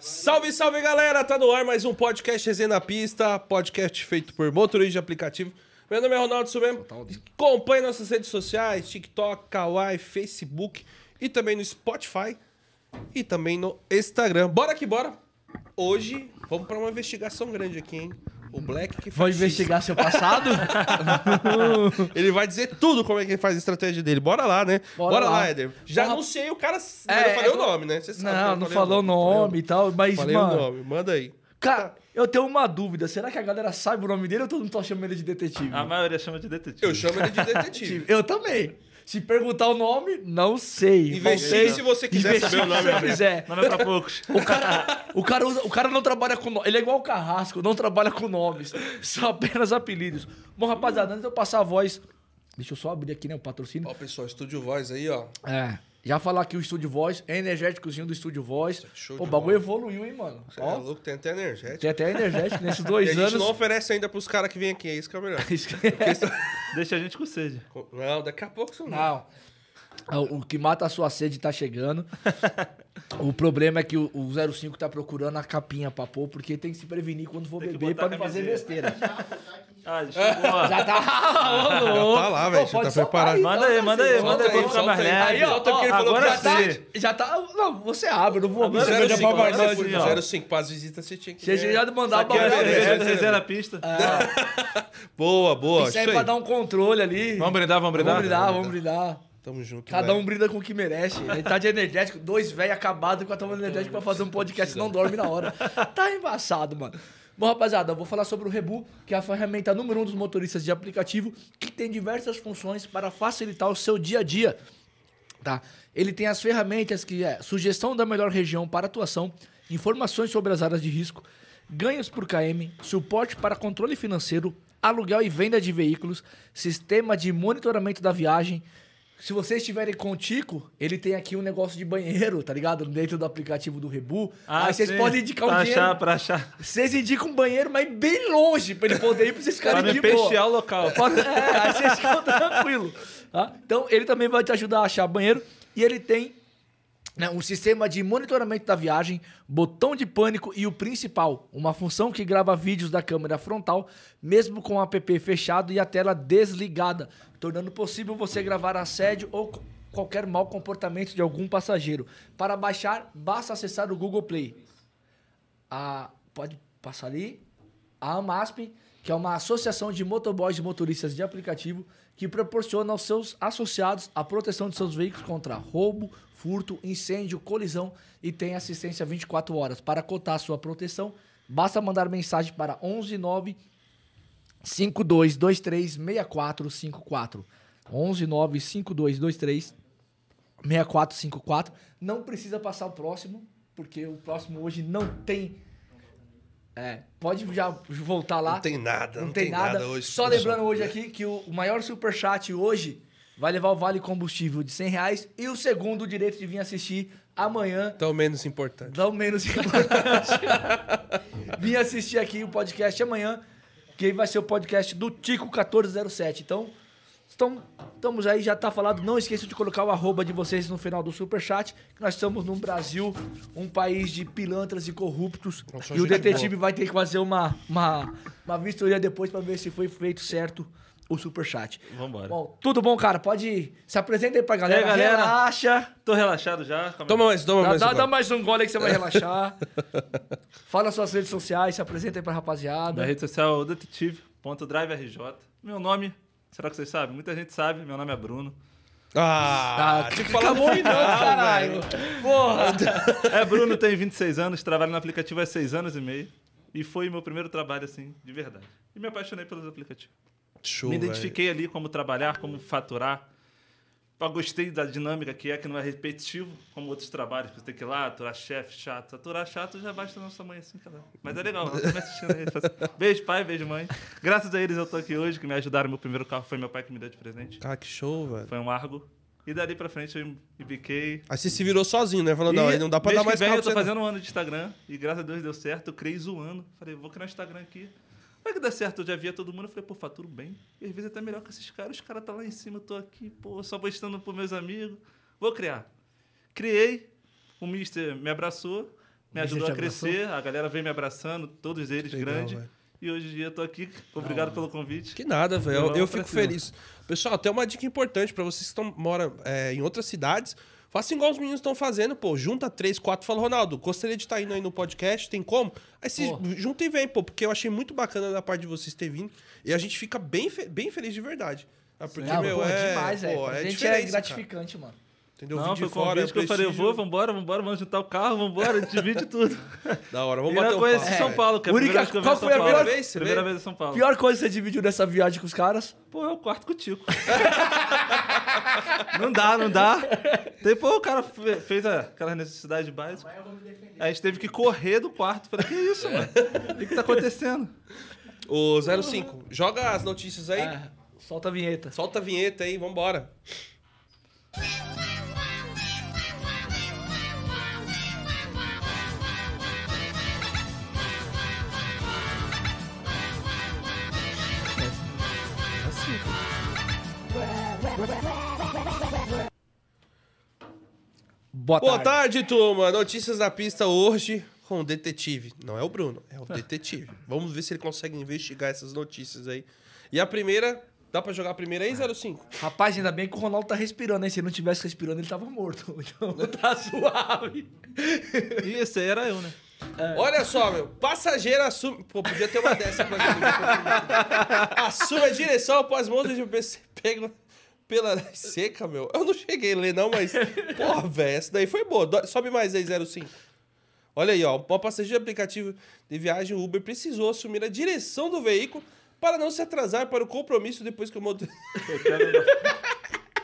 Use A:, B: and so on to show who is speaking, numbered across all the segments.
A: Salve, salve galera! Tá no ar mais um podcast Resenha na Pista, podcast feito por motorista de aplicativo. Meu nome é Ronaldo Sumemo. Acompanhe nossas redes sociais: TikTok, Kawaii, Facebook e também no Spotify e também no Instagram. Bora que bora! Hoje vamos pra uma investigação grande aqui, hein? O Black que faz.
B: Vão
A: isso.
B: investigar seu passado?
A: Ele vai dizer tudo como é que ele faz a estratégia dele. Bora lá, né? Bora,
B: Bora
A: lá.
B: lá.
A: Éder. Já
B: Porra.
A: anunciei o cara. Mas
B: É,
A: eu falei
B: é,
A: o nome, né? Você sabe que eu
B: não, não
A: falei
B: falou o nome e tal, mas,
A: Falei
B: mano.
A: o nome, manda aí.
B: Cara, eu tenho uma dúvida. Será que a galera sabe o nome dele ou todo mundo tá chamando ele de detetive?
A: Ah,
C: A maioria chama de detetive.
A: Eu chamo ele de detetive.
B: Eu também. Se perguntar o nome, não sei.
A: Investigue
B: Não sei.
A: se você quiser
B: Investigue
A: saber o nome,
B: Se
A: né?
B: você quiser.
C: Não é pra poucos.
B: O cara, o, cara usa- o cara não trabalha com nomes. Ele é igual o Carrasco, não trabalha com nomes. São apenas apelidos. Bom, rapaziada, antes de eu passar a voz. Deixa eu só abrir aqui, né? O patrocínio.
A: Ó, pessoal, Estúdio Voz aí, ó.
B: É. Já falar aqui o Estúdio Voz, é energéticozinho do Estúdio Voz.
A: Show
B: Pô, o
A: de
B: bagulho evoluiu, hein, mano?
A: Você é
B: Ó,
A: louco, tem até energético.
B: tem até energético nesses
A: E
B: dois
A: a gente
B: anos.
A: não oferece ainda pros caras que vêm aqui, é isso que é o melhor.
C: Deixa a gente com sede.
A: Não, daqui a pouco você não.
B: Não. O que mata a sua sede tá chegando. o problema é que o, o 05 tá procurando a capinha pra pôr, porque tem que se prevenir quando for
C: Tem que
B: beber
C: botar
B: pra não
C: a
B: fazer
C: camiseta.
B: besteira.
C: Ah, chegou.
B: Já tá. Ô, louco.
A: tá lá, velho,
B: Pô,
A: já
B: pode um
A: tá
B: soltar
A: preparado.
C: Manda aí, manda aí,
B: parceiro,
C: manda aí pra
B: solta
C: ficar mais
A: solta aí.
C: leve.
B: Aí, ó, ó,
A: porque ele falou
C: agora
A: que já
C: sim.
B: aí. Já tá. Não, você abre, eu não vou abrir.
C: Agora
B: cerveja
C: sim,
B: pra
C: agora
B: nós,
C: sim,
B: né?
C: ó.
A: 05 pras visitas, você tinha que...
B: Você já mandar
A: Isso aqui é
B: pra
A: cerveja.
B: galera.
C: Reserva, reserva a pista.
B: Ah.
A: Boa, boa,
B: Isso
A: isso
B: aí pra
A: aí.
B: dar um controle ali.
C: Vamos brindar, vamos brindar?
B: Vamos brindar, vamos brindar.
A: Tamo junto,
B: Cada
A: velho.
B: um brinda com o que merece. Ele tá de energético, dois velhos acabados com a tomando energético pra fazer um podcast e não dorme na hora. Tá embaçado, mano. Bom, rapaziada, eu vou falar sobre o Rebu, que é a ferramenta número um dos motoristas de aplicativo, que tem diversas funções para facilitar o seu dia a dia. Tá? Ele tem as ferramentas que é sugestão da melhor região para atuação, informações sobre as áreas de risco, ganhos por KM, suporte para controle financeiro, aluguel e venda de veículos, sistema de monitoramento da viagem. Se vocês estiverem com o Tico, ele tem aqui um negócio de banheiro, tá ligado? Dentro do aplicativo do Rebu. Aí vocês
C: Ah, sim. Tá
B: podem indicar
C: pra
B: um dinheiro.
C: achar, pra achar.
B: Vocês indicam um banheiro, mas bem longe, pra ele poder ir pra vocês
C: Pra
B: ficarem
C: não
B: de boa.
C: peixear o local.
B: Pode- É, aí vocês ficam tranquilo. tá? Então, ele também vai te ajudar a achar banheiro. E ele tem né, um sistema de monitoramento da viagem, botão de pânico e o principal, uma função que grava vídeos da câmera frontal, mesmo com o app fechado e a tela desligada, tornando possível você gravar assédio ou co- qualquer mau comportamento de algum passageiro. Para baixar, basta acessar o Google Play a pode passar ali a AMASP, que é uma associação de motoboys e motoristas de aplicativo que proporciona aos seus associados a proteção de seus veículos contra roubo, furto, incêndio, colisão e tem assistência 24 horas. Para cotar sua proteção, basta mandar mensagem para 119 5223 6454. 119 5223 6454. Não precisa passar o próximo, porque o próximo hoje não tem. É, pode já voltar lá.
A: Não tem nada,
B: Não, tem, nada.
A: hoje.
B: Só lembrando hoje aqui que o o maior superchat hoje vai levar o vale combustível de 100 reais e o segundo o direito de vir assistir amanhã.
A: Então, menos importante.
B: Não menos importante. Vim assistir aqui o podcast amanhã, que aí vai ser o podcast do Tico 1407. Então, estão, estamos aí, já tá falado. Não esqueçam de colocar o arroba de vocês no final do superchat, que nós estamos num Brasil, um país de pilantras e corruptos.
A: Nós somos
B: E o
A: gente
B: detetive vai ter que fazer uma, uma, uma vistoria depois para ver se foi feito certo o superchat.
C: Vambora.
B: Bom, tudo bom, cara? Pode ir. se apresenta aí pra galera.
C: E aí, galera?
B: Relaxa.
C: Tô relaxado já. calma aí.
A: Toma mais, toma
B: Dá,
A: mais.
B: dá,
A: agora.
B: dá mais um gole aí que você vai relaxar. Fala suas redes sociais, se apresenta aí pra
C: Minha
B: rapaziada.
C: rede social é detetive.driverj. Meu nome, será que vocês sabem? Muita gente sabe, meu nome é Bruno.
B: Tá,
A: Ah, tinha que falar
B: Acabou o minuto,
A: final,
B: caralho.
A: velho.
B: Porra.
C: É Bruno, tenho 26 anos, trabalho no aplicativo há 6 anos e meio. E foi meu primeiro trabalho, assim, de verdade. E me apaixonei pelos aplicativos.
A: Show,
C: Me
A: velho.
C: identifiquei ali como trabalhar, como faturar. Eu gostei da dinâmica que é, que não é repetitivo, como outros trabalhos, que você tem que ir lá, aturar chefe, chato. Aturar chato já basta nossa mãe assim, cara. Mas é legal, tá me assistindo aí. faz- Beijo, pai, beijo, mãe. Graças a eles eu tô aqui hoje, que me ajudaram. Meu primeiro carro foi meu pai que me deu de presente.
A: Ah, que show, velho.
C: Foi um Argo. E dali pra frente eu me biquei.
A: Aí você se virou sozinho, né? Falando, não,
C: E
A: aí não dá pra
C: mês
A: dar
C: que
A: mais
C: vem
A: carro
C: Eu tô
A: pra você,
C: fazendo um ano de Instagram e graças a Deus deu certo. Eu criei zoando. Falei, vou criar um Instagram aqui. Vai que dá certo. Eu já via todo mundo. eu Falei, pô, faturo bem. E às vezes é até melhor que esses caras. Os caras tá lá em cima, eu tô aqui, pô, só postando pros meus amigos. Vou criar. Criei. O Mister me abraçou.
B: Ele
C: me
B: já
C: ajudou
B: te
C: a crescer, a galera veio me abraçando, todos eles
A: Legal,
C: grande.
A: velho.
C: E hoje em dia eu tô aqui. Obrigado pelo convite.
A: Que nada, velho. Eu,
C: Vamos
A: eu
C: pra
A: fico
C: cima.
A: feliz. Pessoal, tem uma dica importante pra vocês que estão, moram é, em outras cidades. Façam igual os meninos estão fazendo, pô. Junta três, quatro. Fala, Ronaldo, gostaria de estar indo aí no podcast, tem como? Aí vocês
B: Pô.
A: junta e vem, pô. Porque eu achei muito bacana da parte de vocês ter vindo. E a gente fica bem, fe- bem feliz de verdade. Ah, Porque,
B: Não,
A: meu,
B: pô,
A: é,
B: demais,
A: pô,
B: velho.
A: é
B: a gente é
A: diferença,
B: gratificante, mano.
A: cara. Entendeu?
C: Não,
A: Vir
C: foi
A: de
C: o
A: fora, é
C: convite que eu falei, eu
A: prestígio.
C: vou, vambora, vambora, vamos juntar o carro, vambora, a gente divide tudo.
A: Da hora, vamos
C: eu
A: bater um
C: conheci
A: papo,
C: São
A: velho.
C: Paulo, que é a
B: Única-
C: primeira vez que eu
B: qual
C: vi São
B: foi a
C: Paulo.
A: primeira vez que você
C: Primeira
A: veio?
C: vez em São Paulo.
B: Pior coisa que você dividiu dessa viagem com os caras.
C: Pô, eu quarto com o Tico. não dá, não dá. Depois o cara fe- fez a- aquela necessidade básica. A gente teve que correr do quarto. Falei, que isso, mano? O que, que tá acontecendo?
A: O 05, joga as notícias aí.
B: É, solta a vinheta.
A: Solta a vinheta aí, vambora.
B: Boa
A: Boa tarde, turma. Notícias da pista hoje com o detetive. Não é o Bruno, é o detetive. Vamos ver se ele consegue investigar essas notícias aí. E a primeira, dá pra jogar a primeira aí, 05?
B: Rapaz, ainda bem que o Ronaldo tá respirando, hein? Se ele não tivesse respirando, ele tava morto. Então tá suave.
C: E esse aí era eu, né?
A: Olha só, meu. Passageiro assume. Pô, podia ter uma dessa pra gente. Assume a direção após monte de PC pego pela seca, meu. Eu não cheguei a ler, não, mas. Porra, velho, essa daí foi boa. Do- Sobe mais aí, 05. Olha aí, ó. O passageiro do aplicativo de viagem Uber precisou assumir a direção do veículo para não se atrasar para o compromisso depois que o motorista.
C: Eu quero...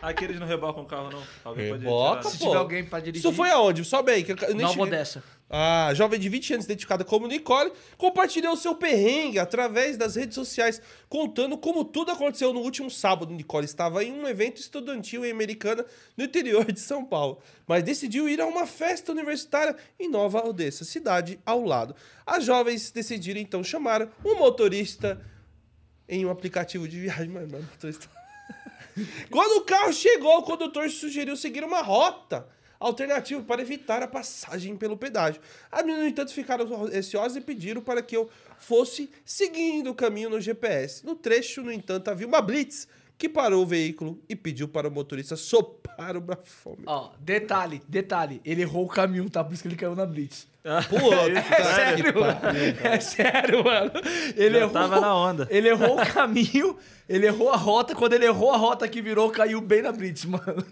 C: Aqui eles não rebocam o carro, não. Alguém
A: Reboca,
C: pode
B: Se
A: Pô,
B: tiver alguém pra dirigir.
A: Isso foi aonde? Sobe aí. Que eu ca- eu nem
B: Nova
A: cheguei-
B: Odessa.
A: A jovem de 20 anos, identificada como Nicole, compartilhou seu perrengue através das redes sociais, contando como tudo aconteceu no último sábado. Nicole estava em um evento estudantil em Americana, no interior de São Paulo, mas decidiu ir a uma festa universitária em Nova Odessa, cidade ao lado. As jovens decidiram então chamar um motorista em um aplicativo de viagem. Mas, mano, motorista. Quando o carro chegou, o condutor sugeriu seguir uma rota alternativa para evitar a passagem pelo pedágio. As meninas, no entanto, ficaram ansiosas e pediram para que eu fosse seguindo o caminho no GPS. No trecho, no entanto, havia uma blitz que parou o veículo e pediu para o motorista sopar o fome.
B: Ó, detalhe, detalhe. Ele errou o caminho, tá? Por isso que ele caiu na Blitz.
A: Puta,
B: É sério, mano. É sério, mano. Ele
C: Já
B: errou,
C: tava na onda.
B: Ele errou o caminho, ele errou a rota. Quando ele errou a rota que virou, caiu bem na Blitz, mano.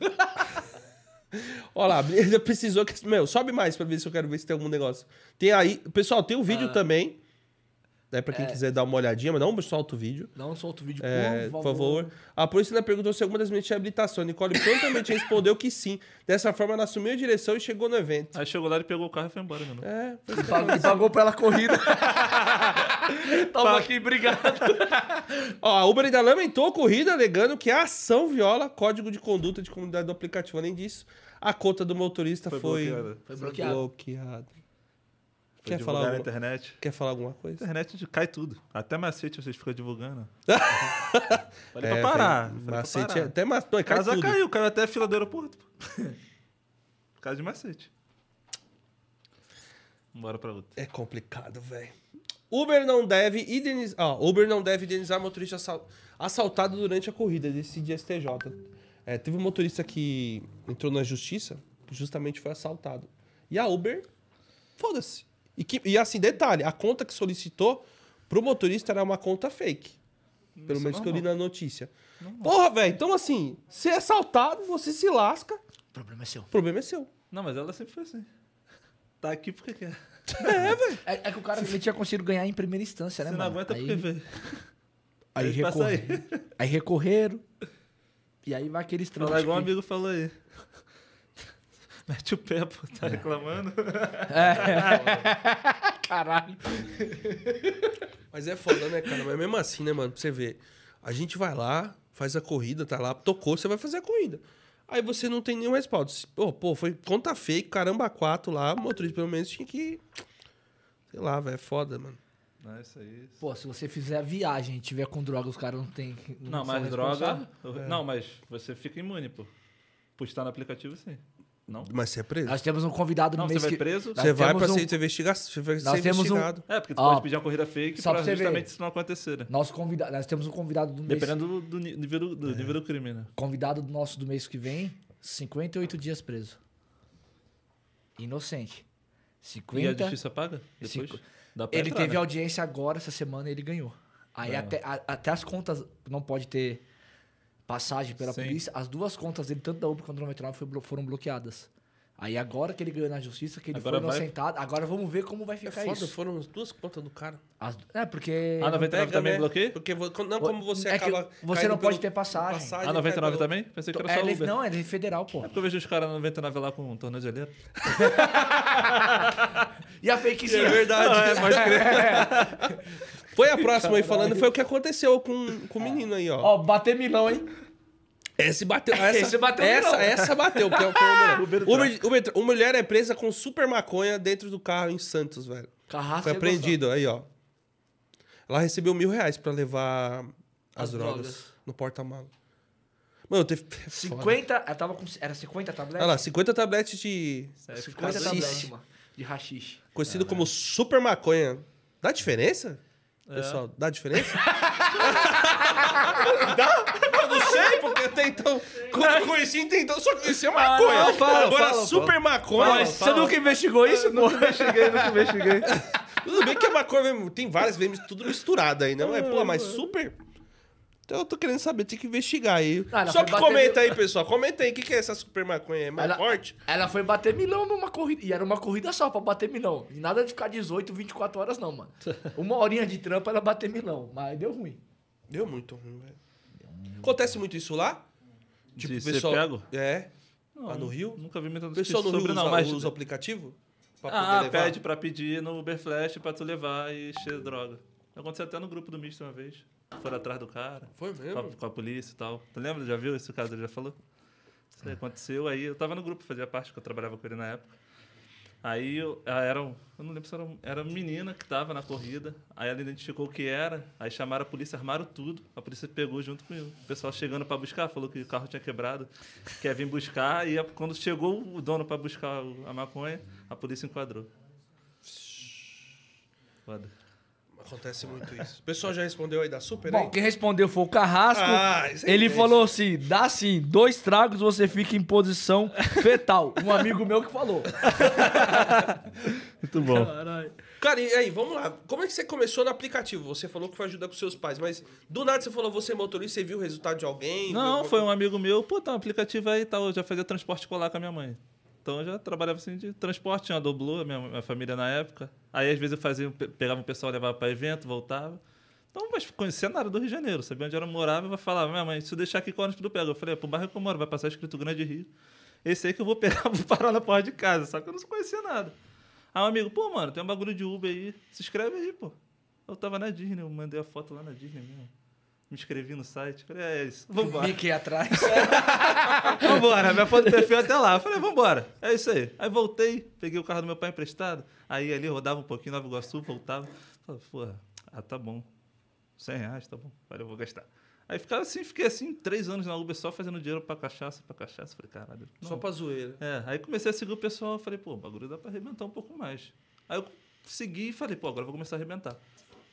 A: Olha lá, ele precisou que. Meu, sobe mais pra ver se eu quero ver se tem algum negócio. Tem aí. Pessoal, tem um vídeo também. Daí pra quem quiser dar uma olhadinha, mas não solta o vídeo.
B: Não solta o um vídeo,
A: É, por favor. A polícia ainda perguntou se alguma das meninas tinha habilitação. Nicole prontamente respondeu que sim. Dessa forma, ela assumiu a direção e chegou no evento.
C: Aí chegou lá, ele pegou o carro e foi embora, meu irmão.
A: É, foi
B: E pagou, e pagou pela corrida. Toma aqui, obrigado.
A: Ó, a Uber ainda lamentou a corrida, alegando que a ação viola código de conduta de comunidade do aplicativo. Além disso, a conta do motorista foi,
C: Foi bloqueada.
B: Foi bloqueada.
A: bloqueada.
C: Foi
A: Quer falar
C: divulgar na
A: alguma-
C: internet.
A: Quer falar alguma coisa?
C: internet cai tudo. Até macete vocês ficam divulgando. Falei
A: É,
C: pra parar.
A: velho,
C: Falei pra
A: Macete,
C: parar.
A: é- até mas, não, é, cai
C: casa
A: tudo.
C: caiu, caiu até a fila do aeroporto. pô. Por causa de macete. Bora pra outra.
A: É complicado, velho. Uber não deve indenizar. Ó, Uber não deve indenizar motorista assal- assaltado durante a corrida, decidia STJ. É, teve um motorista que entrou na justiça, justamente foi assaltado. E a Uber, foda-se. E, que- e assim, detalhe, a conta que solicitou pro motorista era uma conta fake. Pelo
C: Isso é
A: menos que eu li
C: normal.
A: na notícia. Porra, velho, então assim, ser assaltado, você se lasca,
B: O problema é seu.
A: o problema é seu.
C: Não, mas ela sempre foi assim. Tá aqui porque quer.
B: É, é que o cara ele tinha conseguido ganhar em primeira instância, né,
C: Você não
B: mano?
C: aguenta
B: aí,
C: porque vê.
B: aí,
C: Deixa eu passar aí.
B: recorreram. aí recorreram. E aí vai aqueles
C: Falar
B: trâmites.
C: igual um
B: que-
C: amigo falou aí. Mete o pé, pô. Tá reclamando?
B: É. Caralho.
A: Mas é foda, né, cara? Mas mesmo assim, né, mano? Pra você ver. A gente vai lá, faz a corrida, tá lá, tocou, você vai fazer a corrida. Aí você não tem nenhum respaldo. Se- Pô, pô, foi conta fake, caramba, quatro lá, o motorista pelo menos tinha que. Sei lá, velho, é foda, mano.
C: Não, isso aí.
B: Pô, se você fizer a viagem e tiver com droga, os caras não tem.
C: Não,
B: são
C: mas
B: responsáveis.
C: droga. Não, mas você fica imune, pô. Por estar no aplicativo, sim. Não?
A: Mas você é preso.
B: Nós temos um convidado no
C: Não, você
B: mês
C: vai
B: que...
C: preso?
B: nós
A: Você vai
B: temos
A: pra
B: um-
A: ser investiga- você vai ser
B: Nós temos um-
A: investigado.
C: É, porque tu
B: Ó,
C: pode pedir uma corrida fake
B: só
C: pra
B: pra você ver.
C: justamente isso não acontecer, né?
B: Nosso convidado, nós temos um convidado do mês,
C: Dependendo do, do ni- nível, do, do nível do crime, né?
B: convidado do nosso do mês que vem, 58 dias preso. Inocente.
C: E a
B: 50.
C: justiça paga? Depois?
B: Cinco.
C: Dá pra
B: Ele
C: entrar,
B: teve
C: né?
B: audiência agora essa semana e ele ganhou. Aí até, a- até as contas não pode ter passagem pela
C: Sim.
B: polícia. As duas contas dele, tanto da Uber quanto da Metronome, foi blo- foram bloqueadas. Aí agora que ele ganhou na justiça, que ele
C: Agora
B: foi
C: vai-
B: inocentado, agora vamos ver como vai
A: É
B: ficar
A: foda,
B: isso.
A: foram as duas contas do cara.
B: As du- é, porque.
C: Ah, 99 também
A: né?
C: bloqueia?
A: Porque vo- não como você
B: É que
A: acaba.
B: você
A: caindo
B: não pode
A: pelo-
B: ter passagem.
C: Ah, 99
A: cai pelo-
C: também? Pensei que era
B: É,
C: só
B: ele-
C: Uber.
B: não, ele é federal, pô.
C: Porque eu vejo os caras na 99 lá com um tornozeleiro.
B: E a
A: Sim, é
B: fakezinha?
A: verdade. Foi a próxima aí falando, foi o que aconteceu com, com o menino aí, ó.
B: Ó, bater milão, hein?
A: Esse bateu. Essa,
B: Esse bateu
A: essa,
B: não.
A: essa bateu, porque foi uma mulher. Uber, Uber, tra- uma mulher é presa com super maconha dentro do carro em Santos, velho.
B: Carrasco. é
A: Foi apreendido, aí, ó. Ela recebeu mil reais pra levar as,
B: As
A: drogas,
B: drogas.
A: no porta-malas. Mano, teve. é foda.
B: 50. Ela tava com, era 50
A: Olha
B: tabletes?
A: lá, 50 tabletes de.
B: 50
A: Hashish.
B: tabletes, mano. De rachixe.
A: Conhecido como super maconha. Dá diferença?
B: É.
A: Pessoal, dá diferença? dá? Eu não sei, porque até então. Quando eu conheci, até então eu só conhecia maconha.
B: não, fala,
A: Agora,
B: fala,
A: super maconha.
B: Mas você nunca investigou isso, pô?
C: Cheguei, nunca investiguei.
A: Tudo bem que a maconha vem- tem várias, vem tudo misturado aí, né? Mas, pô,
B: É,
A: mas super. Então eu tô querendo saber, tem que investigar aí.
B: Ah, ela
A: Só
B: foi
A: que
B: bater
A: comenta
B: mil-
A: aí, pessoal. Comenta aí, o que, que é essa super maconha? É mais
B: Ela-
A: forte?
B: Ela foi bater milão numa corrida. E era uma corrida só pra bater milão. E nada de ficar 18, 24 horas, não, mano. Uma horinha de trampa, ela bater milão. Mas deu ruim.
A: Deu muito ruim, velho. Acontece muito isso lá?
C: Tipo,
A: o
C: de pessoal... ser pego?
A: É. lá no Rio?
C: Nunca vi muita
A: O
C: notícia
A: pessoal no
C: sobre,
A: Rio
C: não,
A: usa,
C: mas...
A: usa o aplicativo? Pra
C: ah,
A: poder levar?
C: pede pra pedir no Uber Flash pra tu levar e cheio de droga. Aconteceu até no grupo do Misto uma vez. Foram atrás do cara.
A: Foi
C: Com a,
A: mesmo?
C: com a polícia e tal. Tu lembra? Já viu esse caso? Ele já falou? Isso aí aconteceu. Aí eu tava no grupo, fazia parte, que eu trabalhava com ele na época. Aí eu, ela era, um- eu não lembro se era, um- era uma menina que tava na corrida. Aí ela identificou o que era. Aí chamaram a polícia, armaram tudo. A polícia pegou junto comigo. O pessoal chegando pra buscar, falou que o carro tinha quebrado, que ia vir buscar. E a- quando chegou o dono pra buscar o- a maconha, a polícia enquadrou. Foda.
A: Acontece muito isso. O pessoal já respondeu aí da super
B: Bom,
A: aí?
B: quem respondeu foi o Carrasco.
A: Ah, isso aí
B: ele
A: entende.
B: falou assim: dá sim, dois tragos você fica em posição fetal. Um amigo meu que falou.
C: Muito bom.
A: Cara, e aí, vamos lá. Como é que você começou no aplicativo? Você falou que foi ajudar com seus pais, mas do nada você falou, você é motorista, você viu o resultado de alguém?
C: Não,
A: viu-
C: foi um amigo meu, pô, tá um aplicativo aí e tal, eu já fazia transporte escolar com a minha mãe. Então eu já trabalhava assim de transporte, tinha uma doblô, a minha, minha família na época. Aí às vezes eu fazia, pe- pegava um pessoal, levava pra evento, voltava. Então, mas conhecia nada do Rio de Janeiro, sabia onde era eu morava, eu falava, minha mãe, se eu deixar aqui, quantos tu pega? Eu falei, é, pro bairro que eu moro, vai passar escrito Grande Rio. Esse aí que eu vou pegar, vou parar na porta de casa, só que eu não conhecia nada. Aí um amigo, pô, mano, tem um bagulho de Uber aí, se inscreve aí, pô. Eu tava na Disney, eu mandei a foto lá na Disney mesmo. Me inscrevi no site, falei, é isso, vambora.
B: Fiquei atrás.
C: Vambora, minha foto do perfil até lá. Eu falei, vambora. É isso aí. Aí voltei, peguei o carro do meu pai emprestado. Aí ali rodava um pouquinho, Nova Iguaçu, voltava. Falei, porra, ah, tá bom. 100 reais, tá bom. Valeu, vou gastar. Aí ficava assim, fiquei assim, três anos na Uber só fazendo dinheiro pra cachaça, pra cachaça. Falei, caralho. não.
A: Só pra zoeira.
C: É, aí comecei a seguir o pessoal, falei, pô, o bagulho dá pra arrebentar um pouco mais. Aí eu segui e falei, pô, agora eu vou começar a arrebentar.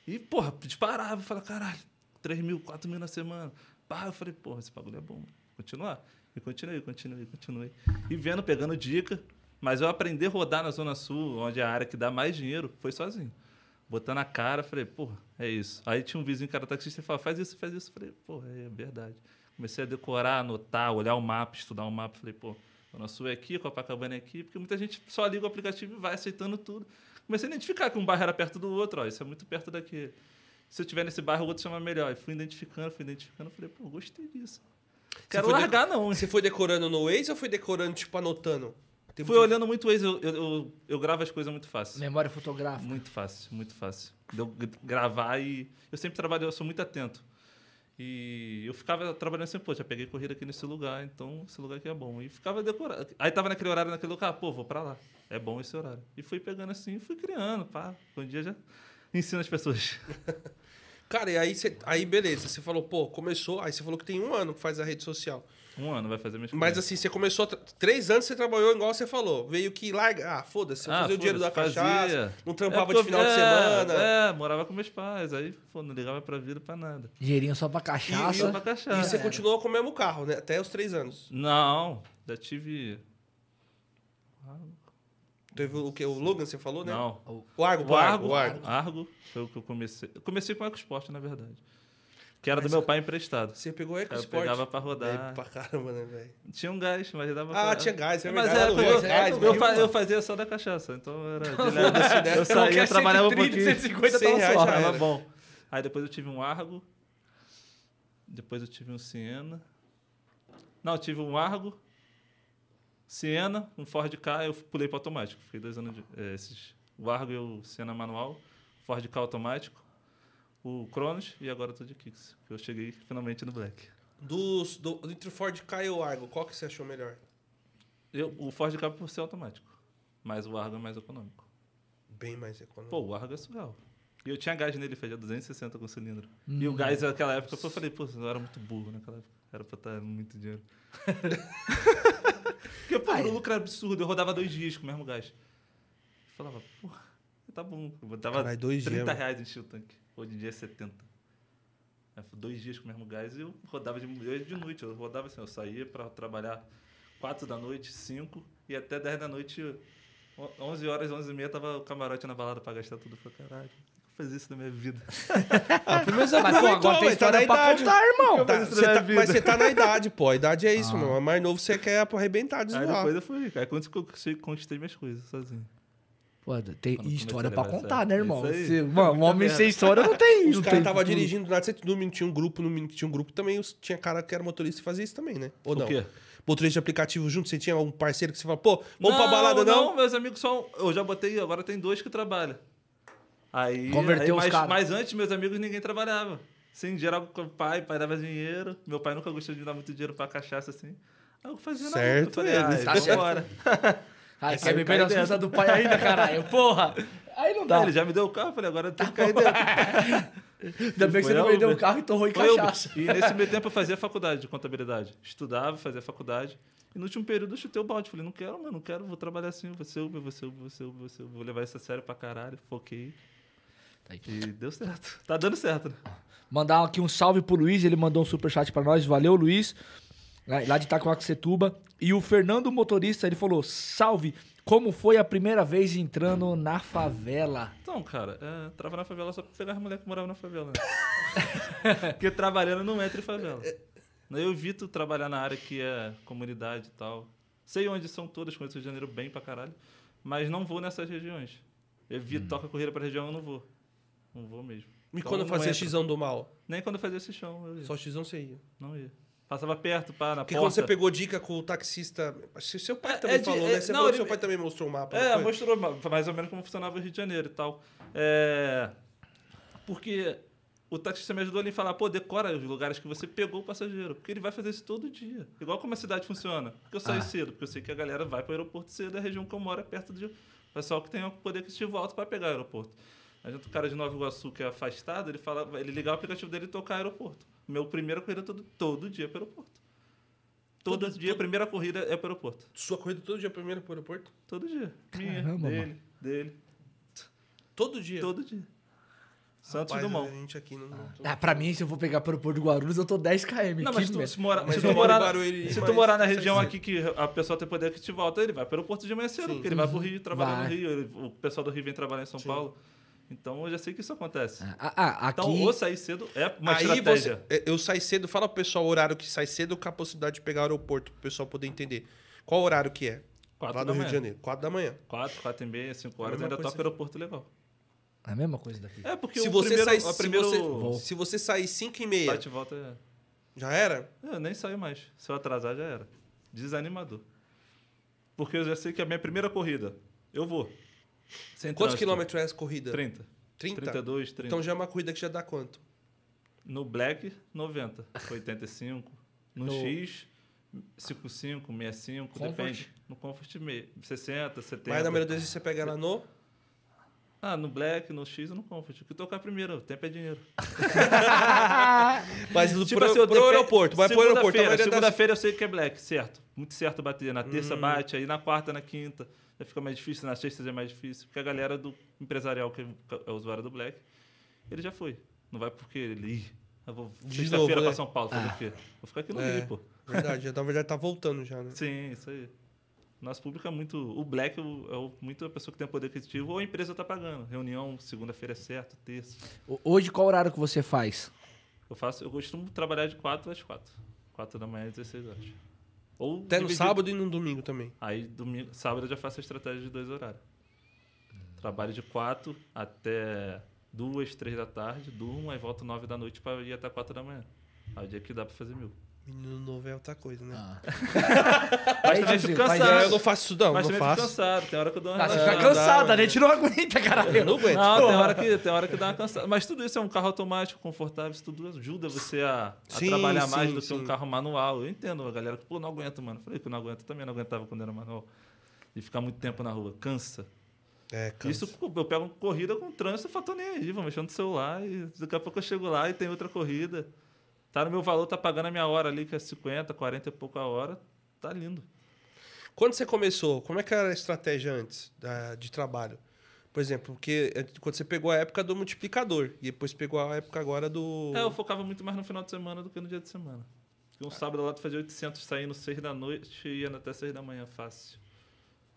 C: E, porra, disparava, falava, caralho, 3 mil, 4 mil na semana. Pá, eu falei, porra, esse bagulho é bom. Continuar. E continuei, continuei, continuei. E vendo, pegando dica. Mas eu aprendi a rodar na Zona Sul, onde é a área que dá mais dinheiro, foi sozinho. Botando a cara, falei, porra, é isso. Aí tinha um vizinho que era taxista e falava, faz isso, faz isso. Falei, porra, é verdade. Comecei a decorar, anotar, olhar o mapa, estudar o mapa. Falei, pô, Zona Sul é aqui, Copacabana é aqui, porque muita gente só liga o aplicativo e vai aceitando tudo. Comecei a identificar que um bairro era perto do outro, ó, isso é muito perto daqui. Se eu tiver nesse bairro, o outro chama melhor. E fui identificando, fui identificando, falei, pô, gostei disso. Quero
A: foi de-
C: largar, não.
A: Você foi decorando no Waze ou foi decorando, tipo, anotando? Tem
C: Fui
A: muito-
C: olhando muito o Waze, eu, eu, eu, eu gravo as coisas muito fácil.
B: Memória fotográfica.
C: Muito fácil, muito fácil. De eu g- gravar e. Eu sempre trabalho, eu sou muito atento. E eu ficava trabalhando assim, pô, já peguei corrida aqui nesse lugar, então esse lugar aqui é bom. E ficava decorado. Aí tava naquele horário, naquele lugar, pô, vou pra lá. É bom esse horário. E fui pegando assim, fui criando, pá. Um dia já ensino as pessoas.
A: Cara, e aí, você, aí beleza, você falou, pô, começou. Aí você falou que tem um ano que faz a rede social.
C: Um ano vai fazer minha
A: Mas assim, você começou. a tra- Três anos você trabalhou igual você falou. Veio que larga. Ah, foda-se, eu
C: Ah,
A: fazia o dinheiro da
C: foda-se,
A: cachaça,
C: fazia.
A: não
C: É
A: trampava
C: porque
A: de final
C: eu-
A: de
C: é,
A: semana.
C: É, morava com meus pais. Aí, pô, não ligava pra vida pra nada.
B: Dinheirinho só pra cachaça.
C: Só pra cachaça.
A: E você continuou com o mesmo carro, né? Até os três anos.
C: Não, já tive.
A: Teve o que? O Logan, você falou, né?
C: Não.
A: O Argo,
C: O Argo,
A: o Argo.
C: Argo. foi o que eu comecei. Eu comecei com o EcoSport, na verdade. Que era do meu pai emprestado.
A: Você pegou o
C: Eu
A: EcoSport.
C: pegava pra rodar.
A: É, pra caramba, né, velho?
C: Tinha um gás, mas dava
A: Ah,
C: pra...
A: tinha gás, é
C: mas
A: verdade.
C: era,
A: Era
C: eu,
A: do gás,
C: eu,
A: né?
C: fa- eu fazia só da cachaça, então era... né? eu saía,
B: Qualquer
C: trabalhava um
B: 130,
C: pouquinho.
B: 150
A: 100
B: tava
A: reais
B: suave.
A: já era.
C: Tava bom. Aí depois eu tive um Argo. Depois eu tive um Siena. Não, eu tive um Argo. Siena, um Ford K, eu pulei para automático. Fiquei dois anos de, eh, esses, o Argo e o Siena manual, Ford K automático, o Cronos e agora eu tô de Kicks. que Eu cheguei finalmente no Black.
A: Dos, do, entre o Ford Ka e o Argo, qual que você achou melhor?
C: Eu, o Ford K por ser automático, mas o Argo é mais econômico.
A: Bem mais econômico.
C: Pô, o Argo é surreal. E eu tinha gás nele, fazia 260 com cilindro. E o gás naquela época, pô, eu falei, pô, eu era muito burro naquela época. Era pra estar muito dinheiro. Porque, pô, o lucro era absurdo. Eu rodava dois dias com o mesmo gás. Eu falava, porra, tá bom. Eu botava
A: Caralho, dois
C: 30
A: dias, mano.
C: reais enchia o tanque. Hoje em dia é 70. Aí, foi dois dias com o mesmo gás e eu rodava de, eu ia de noite. Eu rodava assim, eu saía pra trabalhar 4 da noite, 5 e até 10 da noite, on- 11 horas, 11 e meia, tava o camarote na balada pra gastar tudo. Eu falei, caralho, é eu fiz isso na minha vida.
B: Mas, pô,
C: é
A: Aproveitou,
B: agora tem
A: velho, tá na
B: história pra
A: idade.
B: contar, irmão.
A: Tá,
C: isso
A: você
C: na
A: tá-
C: vida. Ah.
A: mas você tá na idade, pô. A idade é isso, mano. Mais novo você quer arrebentar,
C: Aí
A: desvoar.
C: depois eu fui. Aí quando eu consegui- conquistei minhas coisas sozinho.
B: Pô, tem
C: Quando
B: história pra
C: começou a levar
B: contar,
C: essa-
B: né, irmão?
C: isso aí. Tá
B: Você- mano, um homem
C: merda.
B: sem história não tem um
A: Os
B: não
A: caras
B: tem
A: estavam
B: futuro.
A: dirigindo, nada, você domingo tinha um grupo, no domingo tinha um grupo também, os- tinha cara que era motorista e fazia isso também, né? Ou
C: O
A: não?
C: quê?
A: Motorista de aplicativo junto, você tinha um parceiro que você fala, pô, vamos pra
C: Não,
A: balada não?
C: Não, meus amigos são. Eu já botei, agora tem dois que trabalham. Aí.
B: Converteu
C: aí,
B: os
C: mas,
B: caras.
C: mas antes, meus amigos, ninguém trabalhava. Sim, geral com o pai, pai dava dinheiro. Meu pai nunca gostou de dar muito dinheiro pra cachaça assim. Aí eu fazia na
A: Certo
C: luta, eu falei,
A: ele.
C: ah,
B: Tá
C: vamos
B: certo.
C: embora.
B: Ai,
C: Aí
B: quer beber
C: cai
B: nas
C: dentro.
B: custas do pai ainda, caralho. Porra. Aí não dá.
C: Ele já me deu o carro, eu falei, agora tem que cair dentro.
B: Ainda bem que
C: Foi
B: você não
C: Uber.
B: vendeu o carro e torrou em
C: Foi Uber.
B: cachaça.
C: E nesse meio tempo eu fazia faculdade de contabilidade. Estudava, fazia faculdade. E no último período eu chutei o balde. Falei, não quero, mano, não quero, vou trabalhar assim, vou ser Uber, vou ser Uber, vou ser Uber, vou ser Uber. Vou levar isso a sério pra caralho, foquei.
B: Tá aí.
C: E deu certo. Tá dando certo, né?
B: Mandar aqui um salve pro Luiz, ele mandou um superchat pra nós. Valeu, Luiz. Lá lá de Itacoaxetuba. E o Fernando Motorista, ele falou: Salve, como foi a primeira vez entrando na favela?
C: Então, cara, é, trava na favela só pra pegar as mulheres que moravam na favela. Né? Porque trabalhando não entra em favela. Eu evito trabalhar na área que é comunidade e tal. Sei onde são todas, conheço o Rio de Janeiro bem pra caralho. Mas não vou nessas regiões.
A: Hum.
C: Evito, toca corrida pra região, eu não vou. Não vou mesmo.
A: E
C: Então,
A: quando eu
C: não
A: fazia
C: entra.
A: xão do mal?
C: Nem quando eu fazia esse chão, eu ia.
A: Só xão você ia.
C: Não ia. Passava perto, pá, na
A: Porque quando
C: porta.
A: você pegou dica com o taxista, acho que seu pai
C: É,
A: também
C: é de-
A: falou,
C: é-
A: né? Você
C: não,
A: falou que
C: ele-
A: seu pai também mostrou o mapa.
C: É,
A: não foi?
C: mostrou ma- mais ou menos como funcionava o Rio de Janeiro e tal. É, porque o taxista me ajudou ali a falar, pô, decora os lugares que você pegou o passageiro, porque ele vai fazer isso todo dia. Igual como a cidade funciona. Porque eu saio cedo, porque eu sei que a galera vai para o aeroporto cedo, a região que eu moro é perto do pessoal que tem um poder aquisitivo alto para pegar o aeroporto. Aí junto o cara de Nova Iguaçu, que é afastado, ele fala, ele ligar o aplicativo dele e tocar aeroporto. Meu primeiro corrida é todo, todo dia para aeroporto. Todo, dia, a primeira corrida é para aeroporto.
A: Sua corrida todo dia primeiro pro aeroporto?
C: Todo dia. Minha,
B: Caramba,
C: dele, dele.
A: Todo dia.
C: Todo dia. Santos
A: Rapaz, A
C: Dumont.
A: gente aqui não... não-
B: Ah, pra mim, se eu for pegar pelo Porto de Guarulhos, eu tô 10km.
C: Não, mas tu, se, mora,
A: Mas
C: se
A: eu
C: tu
A: moro em
C: morar,
A: Barueri,
C: se tu
A: mas
C: morar na
A: não sei
C: região
A: dizer.
C: aqui que a pessoa tem poder que te volta, ele vai pelo Porto de Manhã cedo, porque ele vai pro Rio, trabalha no
B: Vai.
C: Rio, ele- o pessoal do Rio vem trabalhar em São Paulo. Então eu já sei que isso acontece.
B: Ah, ah, aqui.
C: Então, ou sair cedo é uma
A: Aí
C: estratégia.
A: você... É, Eu saio cedo, fala pro pessoal o horário que sai cedo com a possibilidade de pegar o aeroporto, pro pessoal poder entender. Qual horário que é?
C: Quatro
A: Lá
C: da
A: no Rio
C: manhã.
A: de Janeiro. 4 da manhã.
C: 4, 4 e meia, 5 horas,
A: Mesma
C: ainda
A: coisa
C: toca aeroporto legal.
B: É a mesma coisa daqui.
C: É, porque
A: se
C: o
A: você
C: primeiro,
A: sair,
C: a primeiro
A: se você, se você sair 5 e meia,
C: bate e volta é...
A: já era?
C: Eu É, nem saio mais. Se eu atrasar, já era. Desanimador. Porque eu já sei que a minha primeira corrida, eu vou. Sem
A: Quantos
C: trânsito.
A: quilômetros é essa corrida?
C: 30.
A: 30?
C: 32, 30.
A: Então já é uma corrida que já dá quanto?
C: No Black, 90. 85. No,
B: No-
C: X, 55, 65,
B: Comfort?
C: depende. No Comfort, meio, 60, 70.
A: Mas na maioria das vezes você pega ela no...
C: Ah, no Black, no X eu não compro. Tem que tocar primeiro. Tempo é dinheiro.
A: Mas do,
C: Tipo
A: pro,
C: assim, eu
A: pro
C: depe-
A: aeroporto, vai pro aeroporto.
C: Segunda-feira,
A: a maioria das-
C: segunda-feira eu sei que é black, certo. Muito certo bater. Na
A: Uhum.
C: terça bate, aí na quarta, na quinta. Já fica mais difícil, na sexta já é mais difícil. Porque a galera do empresarial, que é usuário do black, ele já foi. Não vai porque ele... Ih, eu vou
A: De
C: sexta-feira
A: novo,
C: pra
A: é.
C: São Paulo, fazer o quê? Vou ficar aqui no
A: É.
C: Rio, pô.
A: Verdade, já, na verdade tá voltando já, né?
C: Sim, isso aí. Nosso público é muito... O black é, o- é o- muito a pessoa que tem poder aquisitivo ou a empresa tá pagando. Reunião, segunda-feira é certo, terça.
B: Ho- Hoje, qual horário que você faz?
C: Eu faço... Eu costumo trabalhar de 4 às 4. 4 da manhã às 16 horas. Ou
A: Até no
C: dividir-
A: sábado e no domingo também.
C: Aí domingo, sábado eu já faço a estratégia de dois horários. Trabalho de quatro até duas, três da tarde, durmo, aí volto nove da noite pra ir até quatro da manhã. Aí o dia que dá pra fazer mil.
A: Menino novo é outra coisa, né?
B: Aí,
C: também
B: José,
C: fico
B: faz
C: cansado.
A: Não,
B: isso.
A: eu não faço isso, não.
C: Mas
A: não
C: também
A: faço.
C: fico cansado, tem hora que eu dou uma
B: Ah, você
A: Não,
B: fica
A: não,
B: cansada,
A: não.
B: a gente não aguenta, caralho.
A: Eu não aguento.
C: É, Não, tem hora, que, tem hora que dá uma cansada. Mas tudo isso é um carro automático, confortável, isso tudo ajuda você a, a
A: Sim,
C: trabalhar mais
A: sim,
C: do que um
A: sim.
C: carro manual. Eu entendo a galera que, pô, não aguento, mano. Falei que eu não aguento, eu também não aguentava quando era manual. E ficar muito tempo na rua, cansa.
A: É, cansa.
C: Isso eu pego corrida com trânsito, eu falo, tô nem aí, vou mexendo no celular e daqui a pouco eu chego lá e tem outra corrida. Tá no meu valor, tá pagando a minha hora ali, que é 50, 40 e pouco a hora, tá lindo.
A: Quando você começou, como é que era a estratégia antes da- de trabalho? Por exemplo, porque eh, quando você pegou a época do multiplicador e depois pegou a época agora do.
C: É, eu focava muito mais no final de semana do que no dia de semana.
A: Ah.
C: Porque um sábado lá tu fazia 800 saindo 6 da noite e ia até 6 da manhã, fácil.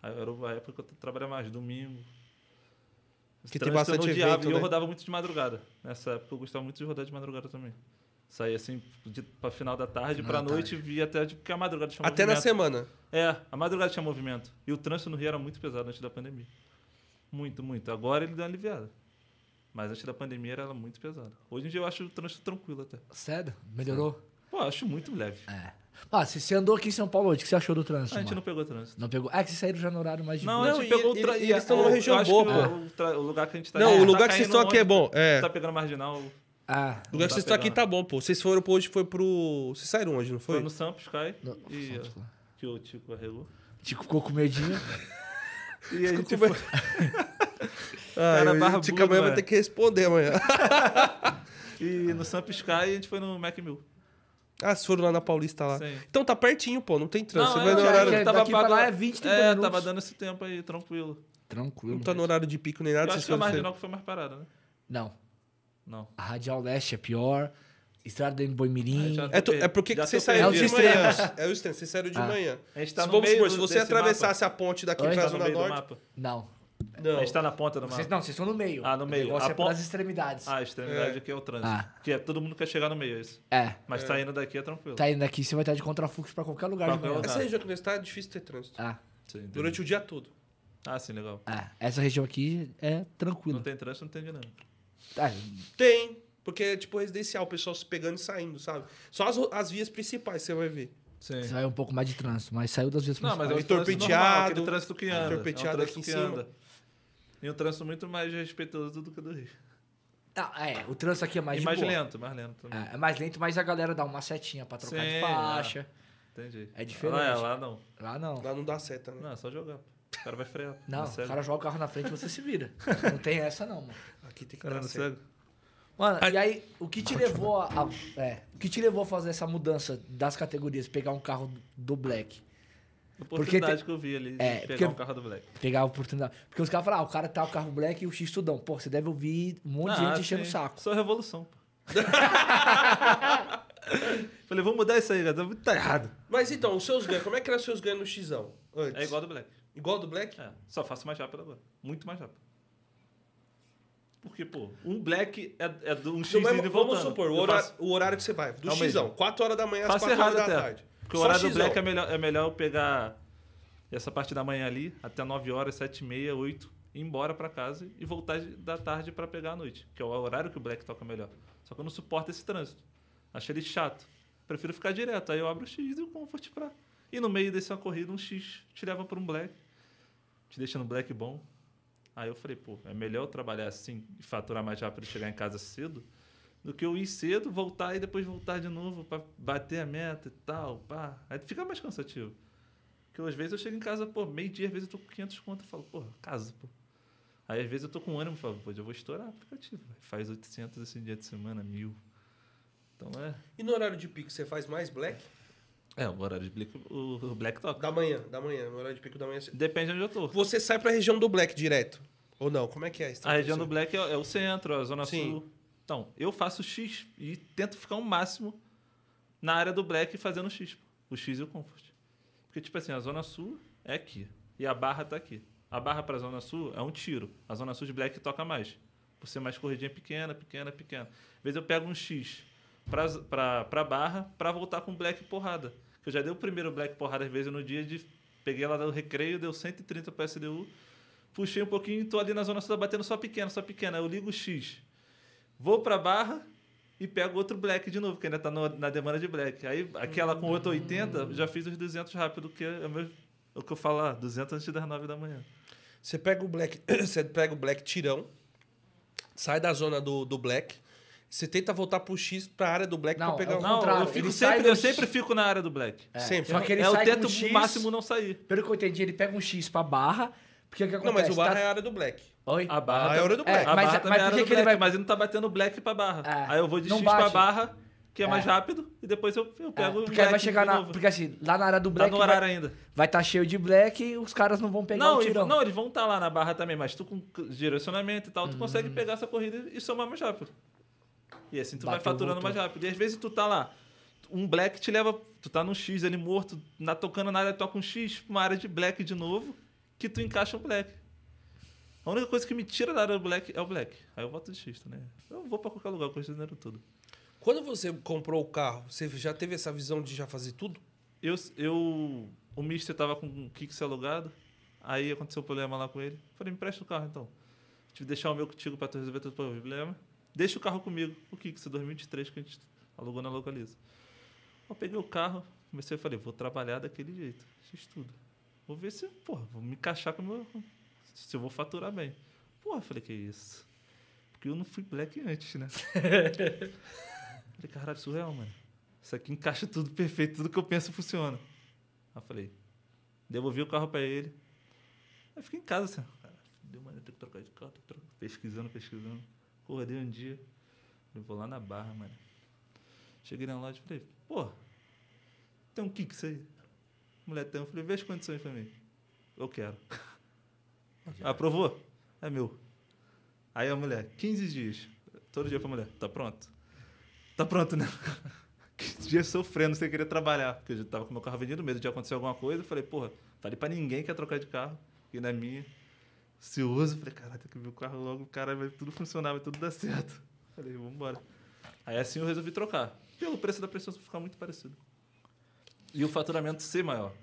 C: Aí era a época que eu trabalhava mais, domingo.
A: Que
C: Trânsito
A: tem
C: eu
A: bastante
C: não odiava,
A: evento,
C: E eu
A: né?
C: rodava muito de madrugada. Nessa época eu gostava muito de rodar de madrugada também. Saía assim, de, pra final da tarde, pra noite, e via até, porque a madrugada tinha
A: Até na
C: movimento.
A: semana.
C: É, a madrugada tinha movimento. E o trânsito no Rio era muito pesado antes da pandemia. Muito, muito. Agora ele deu uma aliviada. Mas antes da pandemia era muito pesado. Hoje em dia eu acho o trânsito tranquilo até.
B: Sério? Melhorou?
C: Pô, eu acho muito leve. Ah,
B: É. Ah, se você andou aqui em São Paulo hoje, o que você achou do trânsito?
C: a gente
B: mano?
C: não pegou trânsito.
B: não... pegou. Ah, que vocês saíram já no horário mais de
C: Não,
B: boa.
C: a gente
A: e-
C: pegou
A: e-
C: o tra-
A: eles estão numa
C: eu
A: região
C: acho
A: boa,
C: que
A: pô.
C: O, tra- o lugar que a gente tá
A: Não, o
C: tá
A: lugar que vocês
C: caindo
A: estão aqui é bom, é.
C: Tá pegando marginal.
B: Ah,
A: O lugar que
C: tá
A: vocês estão aqui
C: pegando.
A: tá bom, pô. Vocês foram pro hoje, foi pro. Vocês saíram hoje, não
C: Foi,
A: foi?
C: no Sampos, cai.
B: Não,
C: e
B: Sampos,
C: ó,
B: lá.
C: que o Tico arregou.
B: Tico tipo, ficou com medinho.
C: E a gente
A: Como é-
C: foi.
A: Ah,
C: Cara
A: eu-
C: barbudo,
A: Tica amanhã vai
C: né?
A: ter que responder amanhã.
C: E no Sampos, cai, a gente foi no Mac Mill.
A: ah, vocês foram lá na Paulista lá.
C: Sim.
A: Então tá pertinho, pô. Não tem trânsito.
C: Não,
A: Você vai no
B: já-
A: horário.
B: já- daqui pra lá é 20, 30
C: É,
B: minutos.
C: tava dando esse tempo aí, tranquilo.
B: Tranquilo. né?
A: Não tá no horário de pico nem nada.
C: Eu acho
A: vocês
C: que a
A: foram-
C: marginal que foi mais parada, né?
B: Não.
C: Não.
B: A Radial Leste é pior. Estrada do Boi
C: Aí
B: Mirim.
C: já-
A: É, tu- é porque
C: Já
A: que vocês
C: tô
A: saíram de
B: perdido. É os
A: manhã. É o extremo, vocês saíram de
B: Ah.
A: manhã.
C: A gente tá
A: se,
C: no
A: vamos
C: meio
A: supor, se
C: do-
A: você
C: desse
A: atravessasse a ponte daqui
B: Oi?
A: pra
C: Tá no
A: Zona
C: meio do
A: Norte.
C: mapa?
B: Não.
A: Não.
C: A gente tá na ponta do mapa.
B: Vocês, não, vocês estão no meio.
C: Ah, no meio.
B: O negócio
C: A
B: é
C: pon-
B: pelas extremidades.
C: Ah, a extremidade aqui é o trânsito.
B: Ah.
C: Que é, todo mundo quer chegar no meio, é isso.
B: É.
C: Mas saindo daqui é tranquilo.
B: Tá indo aqui, você vai estar de contrafluxo pra qualquer lugar. de
C: Qualquer
B: manhã.
C: lugar.
A: Essa região que nós tá é difícil ter trânsito.
B: Ah,
C: Sim, entendi.
A: Durante o dia todo.
C: Ah, sim, legal.
B: ah, essa região aqui é tranquila.
C: Não tem trânsito, não tem dinâmica.
B: Ah,
A: Tem. Porque é tipo residencial, o pessoal se pegando e saindo, sabe? Só as, ro- as vias principais você vai ver.
C: Sim.
B: você vai um pouco mais de trânsito, mas saiu das vias
C: Não, mas é
A: Aí
C: o trânsito normal,
A: torpedeado,
C: aquele trânsito que anda.
A: torpedeado
C: é um trânsito
A: aqui em
C: que
A: cima.
C: anda. E um trânsito muito mais respeitoso do que o do Rio.
B: Ah, é, o trânsito aqui é mais
C: e
B: de
C: mais
B: boa.
C: lento, mais lento também.
B: É, é mais lento, mas a galera dá uma setinha pra trocar de
C: Sim,
B: faixa.
C: Entendi.
B: É diferente.
C: Lá, é, lá não.
B: Lá não.
A: Lá não dá seta, né?
C: Não, é só jogar. pô. O cara vai frear. pô.
B: Não,
C: É
B: o
C: cego.
B: cara joga o carro na frente e você se vira. Não tem essa não, mano.
A: Aqui tem que
C: Cara,
A: dar
C: não
A: seta.
C: cego.
B: Mano, e aí, o que te levou a, a- é, o que te levou a fazer essa mudança das categorias, pegar um carro do Black,
C: A
B: Porque
C: oportunidade
B: tem-
C: que eu vi ali de
B: É,
C: pegar
B: porque-
C: um carro do Black.
B: pegar a oportunidade? Porque os caras falam, ah, o cara tá o carro Black e o X tudão. Pô, você deve ouvir um monte de
C: Ah,
B: gente enchendo o
C: sim.
B: saco.
C: Sou revolução, pô. Falei, vamos mudar isso aí, galera. Muito Tá errado.
A: Mas então, os seus ganhos, como é que eram os seus ganhos no Xão? Antes?
C: É igual do Black.
A: Igual ao do Black?
C: É, só faço mais rápido agora. Muito mais rápido. Porque, pô, um Black é, é de um X
A: Então,
C: indo
A: mas
C: e voltando.
A: vamos supor, o
C: Eu
A: horário,
C: faço,
A: o horário que você vai. Do
C: É o
A: Xão,
C: mesmo.
A: 4 horas da manhã às
C: faço
A: 4
C: errado
A: horas da
C: até.
A: tarde.
C: Porque o
A: Só
C: horário do
A: Xão.
C: Black é melhor, é melhor eu pegar essa parte da manhã ali, até 9 horas, 7 e meia, 8, ir embora pra casa e voltar de- da tarde pra pegar a noite. Que é o horário que o Black toca melhor. Só que eu não suporto esse trânsito. Acho ele chato. Prefiro ficar direto. Aí eu abro o X e o Comfort pra... E no meio dessa corrida, um X te leva pra um Black. Te deixa no Black bom. Aí eu falei, pô, é melhor eu trabalhar assim e faturar mais rápido e chegar em casa cedo do que eu ir cedo, voltar e depois voltar de novo pra bater a meta e tal, pá. Aí fica mais cansativo. Porque às vezes eu chego em casa, pô, meio-dia, às vezes eu tô com 500 conto e falo, pô, casa, pô. Aí às vezes eu tô com ânimo e falo, pô, eu vou estourar o aplicativo. Aí Faz 800 esse dia de semana, mil. Então é.
A: E no horário de pico, você faz mais black?
C: É, o horário de Black, o, o Black Talk.
A: Da manhã, da manhã, no horário de pico da manhã. você-
C: Depende de onde eu tô.
A: Você sai pra região do black direto? Ou não? Como é que é a
C: A
A: estratégia?
C: região do Black é, é o centro, a Zona
A: Sim.
C: Sul. Então, eu faço X e tento ficar o máximo na área do Black fazendo X. pô. O X e o Comfort. Porque, tipo assim, a Zona Sul é aqui. E a barra tá aqui. A barra pra Zona Sul é um tiro. A Zona Sul de Black toca mais. Por ser mais corridinha pequena, pequena, pequena. Às vezes eu pego um X pra, z- pra, pra barra pra voltar com Black porrada. Que eu já dei o primeiro Black porrada às vezes no dia de. Peguei ela do recreio, deu 130 pro SDU. Puxei um pouquinho e tô ali na Zona Sul, tá batendo só pequena, só pequena. Aí Eu ligo o X. Vou pra barra e pego outro black de novo, que ainda tá no- na demanda de black. Aí aquela com 880, já fiz os 200 rápido, que é o, meu- é o que eu falo lá, 200 antes das 9 da manhã.
A: Você pega o black, você pega o black tirão, sai da zona do, do black, você tenta voltar pro X pra área do black
B: Não,
A: pra pegar
B: é o
A: um.
B: Não,
C: Não,
B: contrário,
C: eu, fico
B: ele sai
C: sempre,
B: do
C: eu
B: X.
C: sempre fico na área do black.
B: É,
A: Sempre.
B: Só que ele
C: é
B: sai
C: o
B: com
C: tento
B: um X,
C: máximo não sair.
B: Pelo que eu entendi, ele pega um X pra barra, porque o que
A: Não,
B: acontece?
A: mas o barra
B: Tá-
A: é a área do black.
B: Oi?
C: A barra
A: Ah, é hora do
C: a
A: black.
B: É, mas-
C: barra
B: mas
C: também é
B: por que
C: hora do
B: que ele
C: black,
B: vai-
C: Mas ele não tá batendo black pra barra.
B: É,
C: Aí eu vou de
B: não
C: X pra
B: bate.
C: barra, que é, mais
B: É.
C: rápido, e depois eu, eu
B: É,
C: pego o
B: porque aí vai
C: black
B: chegar
C: de
B: na.
C: novo.
B: Porque assim, lá na área do
C: Tá
B: Black
C: no horário
B: vai
C: ainda.
B: vai estar cheio de Black e os caras não vão pegar
C: Não,
B: o
C: e-
B: tirão.
C: não, eles vão estar lá na barra também, mas tu com direcionamento e tal, tu
B: Uhum.
C: consegue pegar essa corrida e somar mais rápido. E assim tu vai
B: Bateu,
C: faturando
B: voltou.
C: mais rápido. E às vezes tu tá lá, um black te leva, tu tá num X ali morto, na, tocando na área, toca um X, uma área de black de novo, que tu encaixa um black. A única coisa que me tira da área do black é o black. Aí eu volto de X, né? Eu vou pra qualquer lugar, considerando tudo.
A: Quando você comprou o carro, você já teve essa visão de já fazer tudo?
C: Eu, eu, o Mister tava com o Kix alugado, aí aconteceu um problema lá com ele. Falei, me presta o carro então. Tive que deixar o meu contigo pra tu resolver todo o problema. Deixa o carro comigo, o Kix, 2023, que a gente alugou na Localiza. Eu peguei o carro, comecei a falei, vou trabalhar daquele jeito, fiz tudo. Vou ver se, porra, vou me encaixar com o meu. Se eu vou faturar bem. Porra, eu falei, que isso? Porque eu não fui black antes, né? falei, caralho, surreal, mano. Isso aqui encaixa tudo perfeito, tudo que eu penso funciona. Aí eu falei, devolvi o carro pra ele. Aí fiquei em casa assim, cara, deu mano, eu tenho que trocar de carro, tenho que trocar. pesquisando, pesquisando. Acordei um dia, falei, vou lá na barra, mano. Cheguei na loja e falei, pô, tem um Kicks aí? Mulher tem, eu falei, vê as condições pra mim. Eu quero. Aprovou? É meu. Aí a mulher, 15 dias. Todo dia pra mulher, tá pronto? Tá pronto, né? 15 dias sofrendo sem querer trabalhar, porque eu já tava com meu carro vendido, medo de acontecer alguma coisa. Eu Falei, porra, falei pra ninguém que ia trocar de carro, que não é minha. Ansioso, falei, caralho, tem que ver o carro logo, cara, vai tudo funcionar, vai tudo dar certo. Falei, vambora. Aí assim eu resolvi trocar. Pelo preço da pressão ficar muito parecido. E o faturamento ser maior.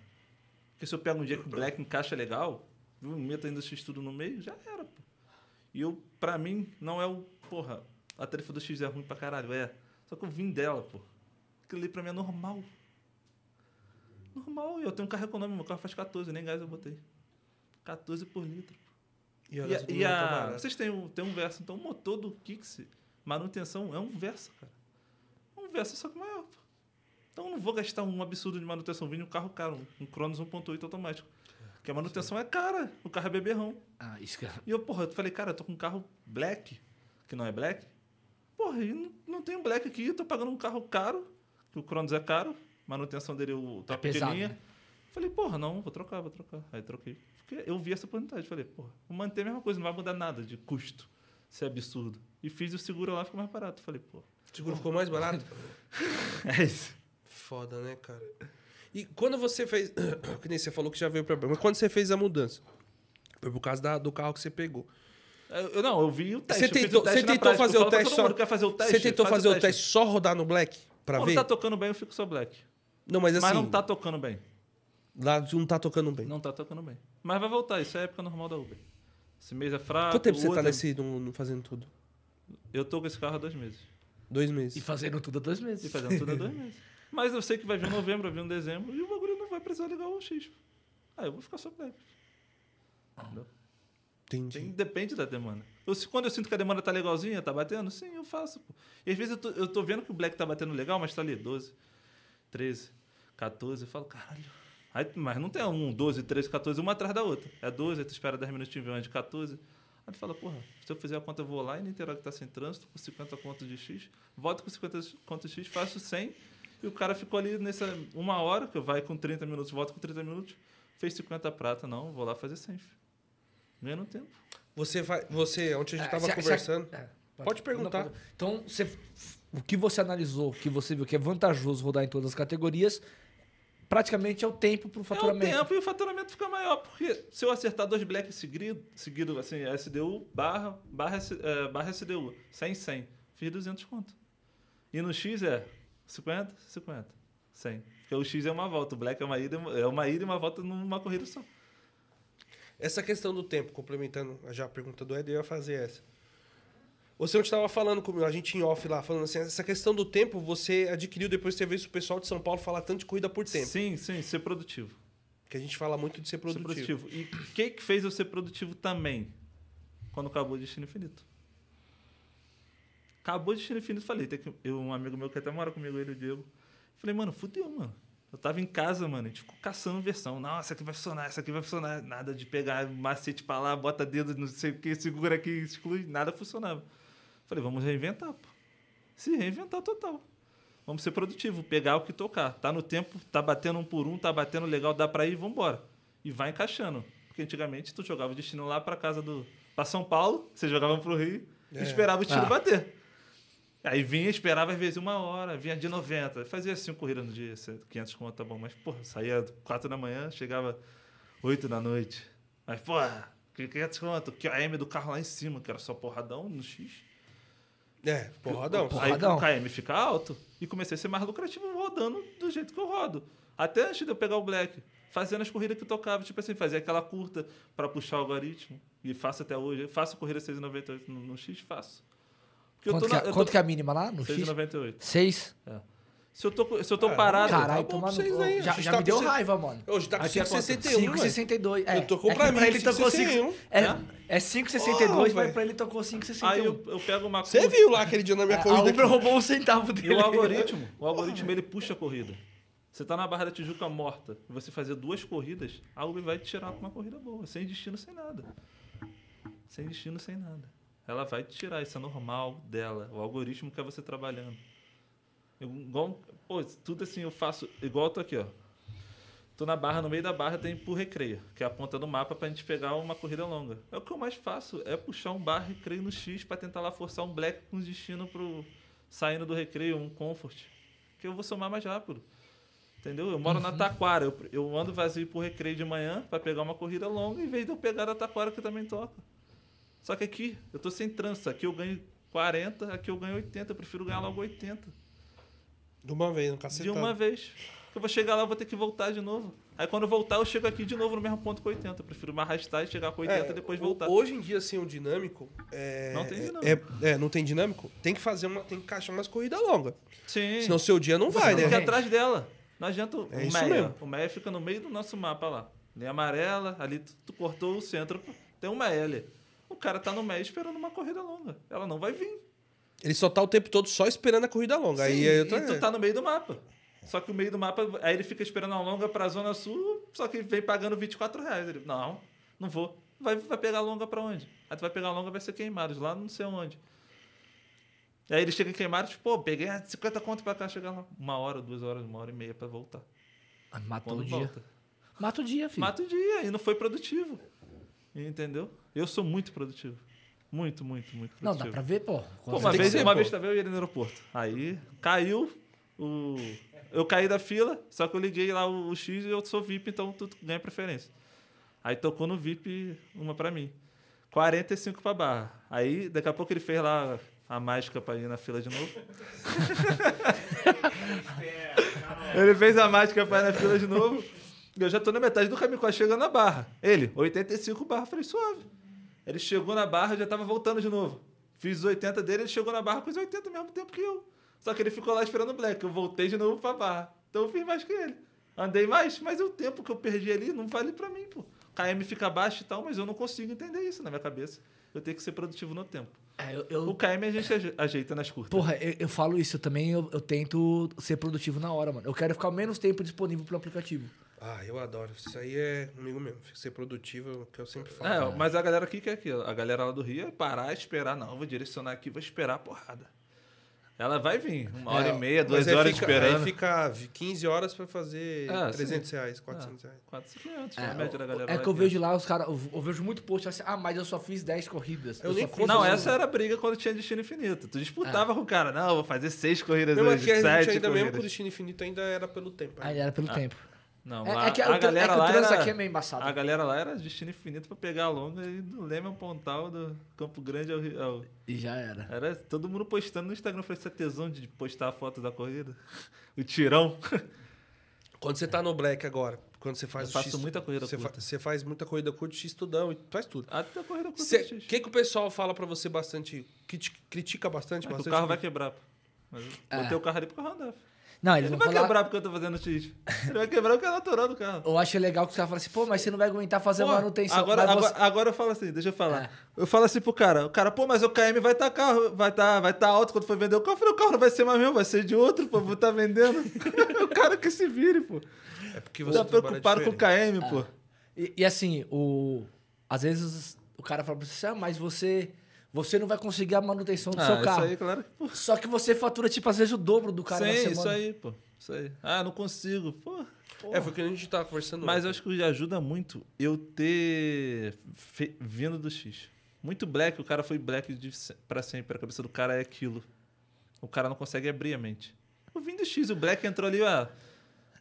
C: Porque se eu pego um dia que o Black encaixa legal, eu meto ainda o X tudo no meio, já era, pô. E eu, pra mim, não é o. Porra, a tarifa do X é ruim pra caralho, é. Só que eu vim dela, pô. Aquilo ali pra mim é normal. Normal, eu tenho um carro econômico, meu carro faz 14, nem gás eu botei. 14 por litro.
A: E,
C: E,
A: olha,
C: a-
A: as
C: e
A: duas não tá
C: a,
A: barato.
C: vocês têm um, têm um verso, então o motor do Kix, manutenção, é um verso, cara. É um verso só que maior. pô. Então eu não vou gastar um absurdo de manutenção. Vim um carro caro, um, um Cronos 1.8 automático. Porque a manutenção é cara, o carro é beberrão.
B: Ah, isso que...
C: E eu, porra, eu falei, cara, eu tô com um carro black, que não é black. Porra, e não, não tem um black aqui, eu tô pagando um carro caro, que o Cronos é caro, manutenção dele
A: É
C: o top
B: pesado,
C: de linha.
B: né?
C: Falei, porra, não, vou trocar, vou trocar. Aí troquei. Porque eu vi essa oportunidade, falei, porra, vou manter a mesma coisa, não vai mudar nada de custo. Isso é absurdo. E fiz o seguro lá, ficou mais barato. Falei, pô.
A: O seguro ficou mais barato?
C: É isso.
A: Foda, né, cara? E quando você fez. Que nem você falou que já veio problema. Mas quando você fez a mudança? Foi por causa da- do carro que você pegou.
C: Eu, eu não, eu vi o teste.
A: você
C: eu fiz
A: tentou,
C: o teste
A: você
C: na
A: tentou
C: prática,
A: fazer
C: eu
A: o
C: falo pra
A: teste
C: todo
A: só.
C: mundo que quer fazer o teste.
A: você tentou
C: faz
A: fazer o teste. só rodar no black? Pra
C: Não
A: ver?
C: tá tocando bem, eu fico só black.
A: Não, mas assim.
C: Mas não tá tocando bem.
A: Lá não tá tocando bem.
C: Não tá tocando bem. Mas vai voltar, isso é a época normal da Uber. Esse mês é fraco.
A: Quanto tempo
C: o
A: você tá
C: outro-
A: nesse. no- no fazendo tudo?
C: Eu tô com esse carro há dois meses.
A: Dois
B: E
A: meses.
B: fazendo tudo há dois
C: E
B: meses.
C: fazendo tudo há dois meses. Mas eu sei que vai vir em novembro, vai vir em dezembro, e o bagulho não vai precisar ligar o X. Ah, eu vou ficar só black. Entendeu?
A: Entendi.
C: Tem- depende da demanda. Eu, se- quando eu sinto que a demanda tá legalzinha, tá batendo, sim, eu faço. Pô. E às vezes eu tô, eu tô vendo que o black tá batendo legal, mas tá ali 12, 13, 14. Eu falo, caralho. Aí, mas não tem um 12, 13, 14, uma atrás da outra. É 12, aí tu espera 10 minutinhos, vem uma de 14. Aí tu fala, porra, se eu fizer a conta, eu vou lá em Niterói que tá sem trânsito, com 50 contas de X, volto com 50 contas de X, faço 100, e o cara ficou ali nessa uma hora, que eu vai com 30 minutos, volto com 30 minutos, fez 50 prata, não, vou lá fazer 100. filho. Ganhando tempo.
A: Você vai. Você, ontem a gente
B: É,
A: tava
B: se- se-
A: conversando.
B: é,
A: Pode perguntar.
B: Não, Então, você- o que você analisou, o que você viu que é vantajoso rodar em todas as categorias, praticamente é o tempo para o
C: É o
B: faturamento.
C: tempo e o faturamento fica maior, porque se eu acertar dois blacks seguido, seguido assim, SDU barra, barra, S- eh, barra SDU, 100, 100, fiz 200 conto. E no X é 50, 50, 100. Porque o X é uma volta, o black é uma ida, é uma ida e uma volta numa corrida só.
A: Essa questão do tempo, complementando já a pergunta do Ed, eu ia fazer essa. Você ontem estava falando comigo, a gente em off lá, falando assim, essa questão do tempo você adquiriu depois que você viu isso, o pessoal de São Paulo falar tanto de corrida por tempo.
C: Sim, sim, ser produtivo.
A: Porque a gente fala muito de ser produtivo.
C: Ser produtivo. E o que, que fez eu ser produtivo também? Quando acabou o Destino Infinito. Acabou o Destino Infinito, falei. Tem que, eu, um amigo meu que até mora comigo, ele e o Diego. Falei, mano, fudeu, mano. Eu tava em casa, mano, a gente ficou caçando versão. Não, essa aqui vai funcionar, essa aqui vai funcionar. Nada de pegar macete pra lá, bota dedo, não sei o que, segura aqui, exclui. Nada funcionava. Falei, vamos reinventar, pô. Se reinventar total. Vamos ser produtivo, pegar o que tocar. Tá no tempo, tá batendo um por um, tá batendo legal, dá pra ir, vambora. E vai encaixando. Porque antigamente tu jogava o destino lá pra casa do. pra São Paulo, você jogava pro Rio e
A: É.
C: esperava o tiro
B: Ah.
C: bater. Aí vinha, esperava às vezes uma hora, vinha de 90, fazia cinco corridas no dia, 500 conto, tá bom, mas porra, saía 4 da manhã, chegava 8 da noite. Mas porra, 500 conto, que a M do carro lá em cima, que era só porradão no X.
A: É, porradão.
B: Porra.
C: Aí
B: Porradão.
C: o KM fica alto e comecei a ser mais lucrativo rodando do jeito que eu rodo. Até antes de eu pegar o Black, fazendo as corridas que eu tocava, tipo assim, fazer aquela curta pra puxar o algoritmo. E faço até hoje. Eu faço corrida 6,98 no, no X, faço. Porque
B: Quanto,
C: eu tô
B: que,
C: na.
B: é-
C: eu
B: quanto
C: tô-
B: que é a mínima lá no X?
C: 6,98.
B: 6?
C: Se eu tô, co- se eu tô
A: Caralho,
C: parado.
A: tá
B: Caralho,
A: bom
B: toma
A: pra vocês
B: no...
A: aí,
B: já,
A: a gente
B: já
A: tá
B: me deu
A: com cin-
B: raiva, mano.
A: Hoje tá com
B: Aqui é
A: 5,61,
C: né?
B: quanto? 5,62. É,
A: Eu tô com
B: é que
A: pra mim,
B: ele tocou
A: 5,61.
B: 5,61. É, é 5,62,
A: Porra,
B: mas
A: velho.
B: pra ele tocou 5,61.
C: né? Aí eu, eu pego uma
A: Você viu lá aquele dia na minha
B: É, um. a
A: corrida?
B: Uber
A: aqui?
B: roubou um centavo
C: E
B: dele.
C: o algoritmo, o algoritmo ele puxa a corrida. Você tá na Barra da Tijuca morta, e você fazer duas corridas, a Uber vai te tirar com uma corrida boa, sem destino, sem nada. Sem destino, sem nada. Ela vai te tirar, isso é normal dela. O algoritmo quer você trabalhando. Eu, igual, pô, tudo assim, eu faço igual eu tô aqui, ó. Tô na barra, no meio da barra tem pro recreio, que é a ponta do mapa pra gente pegar uma corrida longa. É o que eu mais faço, é puxar um barra recreio no X pra tentar lá forçar um black com destino pro saindo do recreio, um comfort, que eu vou somar mais rápido. Entendeu? Eu moro na
A: Uhum.
C: Taquara, eu, eu ando vazio pro recreio de manhã pra pegar uma corrida longa em vez de eu pegar da Taquara que também toca. Só que aqui eu tô sem trança, aqui eu ganho 40, aqui eu ganho 80, eu prefiro ganhar logo 80.
A: De uma vez, no
C: De
A: cacetado.
C: uma vez. Eu vou chegar lá, eu vou ter que voltar de novo. Aí quando eu voltar, eu chego aqui de novo no mesmo ponto com 80. Eu prefiro me arrastar e chegar com 80 e depois
A: É, o-
C: voltar.
A: Hoje em dia, assim, o dinâmico. É,
C: Não tem
A: é-
C: dinâmico.
A: É, é, não tem dinâmico? Tem que fazer uma. Tem que encaixar umas corridas longas.
C: Sim.
A: Senão seu dia não
C: Você
A: vai,
C: tem
A: né?
C: que ir atrás dela. Não adianta o
A: É isso
C: Meia.
A: mesmo.
C: O Meia fica no meio do nosso mapa lá. Linha amarela, ali tu, tu cortou o centro, pô, tem uma L. O cara tá no Meia esperando uma corrida longa. Ela não vai vir.
A: Ele só tá o tempo todo só esperando a corrida longa.
C: Sim,
A: aí é
C: e
A: eu tô-
C: tu tá no meio do mapa. Só que o meio do mapa, aí ele fica esperando a longa pra Zona Sul, só que vem pagando 24 reais. Ele, não, não vou. Vai, vai pegar a longa pra onde? Aí tu vai pegar a longa, vai ser queimados, lá não sei onde. Aí ele chega em queimados, pô, peguei ah, 50 conto pra cá, chegar lá. Uma hora, duas horas, uma hora e meia pra voltar.
B: Ah, Matou
C: Quando
B: o dia.
C: volta.
B: Mata o dia, filho.
C: Mata o dia e não foi produtivo. Entendeu? Eu sou muito produtivo. Muito, muito, muito produtivo.
B: Não, dá pra ver, pô.
C: Pô,
B: Quando
C: uma
B: você
C: vez,
B: tem-
C: uma
A: pô.
C: vez tava eu e ele no aeroporto. Aí caiu o. Eu caí da fila, só que eu liguei lá o, o X e eu sou VIP, então tu ganha preferência. Aí tocou no VIP uma pra mim. 45 pra barra. Aí daqui a pouco ele fez lá a mágica pra ir na fila de novo. ele fez a mágica pra ir na fila de novo. Eu já tô na metade do caminho, quase chegando na barra. Ele, 85 barra, falei, suave. Ele chegou na barra, já tava voltando de novo. Fiz os 80 dele, ele chegou na barra com os 80 ao mesmo tempo que eu. Só que ele ficou lá esperando o Black. Eu voltei de novo pra barra. Então eu fiz mais que ele. Andei mais, mas o tempo que eu perdi ali não vale pra mim, pô. KM fica baixo e tal, mas eu não consigo entender isso na minha cabeça. Eu tenho que ser produtivo no tempo.
B: É, eu-
C: O
B: eu-
C: KM a gente aje- ajeita nas curtas.
B: Porra, eu, eu falo isso eu também. Eu, eu tento ser produtivo na hora, mano. Eu quero ficar o menos tempo disponível pro aplicativo.
A: Ah, eu adoro. Isso aí é comigo mesmo. Ser produtivo é o que eu sempre falo.
C: É, mas a galera aqui quer aquilo. A galera lá do Rio é parar, esperar. Não, eu vou direcionar aqui, vou esperar a porrada. Ela vai vir, uma hora e meia,
A: Mas
C: duas
A: aí
C: horas
A: fica-
C: esperando.
A: Aí fica 15 horas pra fazer
C: Ah,
A: 300 reais, 400 reais.
C: 400, 500, a média da galera
B: É, é
C: lá
B: que eu
C: aqui.
B: vejo lá os caras. Eu, eu vejo muito post assim, ah, mas eu só fiz 10 corridas.
A: Eu nem
B: só fiz
A: conto
C: Não,
B: dez".
C: essa era a briga quando tinha destino infinito. Tu disputava com o cara, não, eu vou fazer seis corridas
A: Mesmo
C: hoje,
A: aqui, a gente
C: sete
A: ainda, mesmo com o
C: corridas.
A: Destino Infinito, ainda era pelo tempo.
B: Ah,
A: né?
B: era pelo tempo.
C: Não,
B: É-
C: lá,
B: é que
C: a
B: o tran-
C: galera
B: é que o
C: lá
B: trânsito
C: era-
B: aqui é meio embaçado.
C: A galera lá era destino infinito pra pegar a longa e do Leme ao Pontal, do Campo Grande ao, Rio- ao-
B: E já era.
C: Era todo mundo postando no Instagram. Eu falei, essa tesão de postar a foto da corrida? O tirão?
A: Quando você tá no Black agora, quando você faz
C: Eu
A: o
C: faço
A: X-
C: muita corrida
A: você fa-
C: curta.
A: você faz muita corrida curta, X tudão, e faz tudo.
C: Até a corrida com
A: Cê- O
C: X.
A: que, que o pessoal fala pra você bastante? criti- Critica bastante,
C: É que o
A: bastante.
C: carro vai quebrar. pô. Mas eu
B: É.
C: botei o carro ali pro carro andar.
B: Não,
C: Ele
B: eles
C: não
B: vão
C: vai
B: falar.
C: quebrar porque eu tô fazendo X. Ele vai quebrar porque é natural do carro.
B: Eu acho legal que os caras falam assim, pô, mas você não vai aguentar fazer
C: Pô,
B: manutenção.
C: Agora,
B: mas
C: agora,
B: você-
C: agora eu falo assim, deixa eu falar.
B: É.
C: Eu falo assim pro cara, o cara, pô, mas o KM vai tá carro, vai tá, vai tá alto quando for vender o carro. Eu falei, o carro não vai ser mais meu, vai ser de outro, pô, vou tá vendendo. o cara que se vire, pô.
A: É porque você
C: Tá preocupado com o KM, pô.
B: E, e assim, o... às vezes o cara fala pra você, ah, mas você... você não vai conseguir a manutenção do seu carro.
C: Ah, isso aí, claro que, pô.
B: Só que você fatura, tipo, às vezes o dobro do cara na
C: Sim,
B: semana.
C: isso aí, pô. Isso aí. Ah, não consigo, pô.
A: É, foi o que a gente tava conversando.
C: Mas
A: ontem.
C: eu acho que ajuda muito eu ter fe- vindo do X. Muito black, o cara foi black de se- pra sempre. A cabeça do cara é aquilo. O cara não consegue abrir a mente. Eu vim do X, o black entrou ali, ó.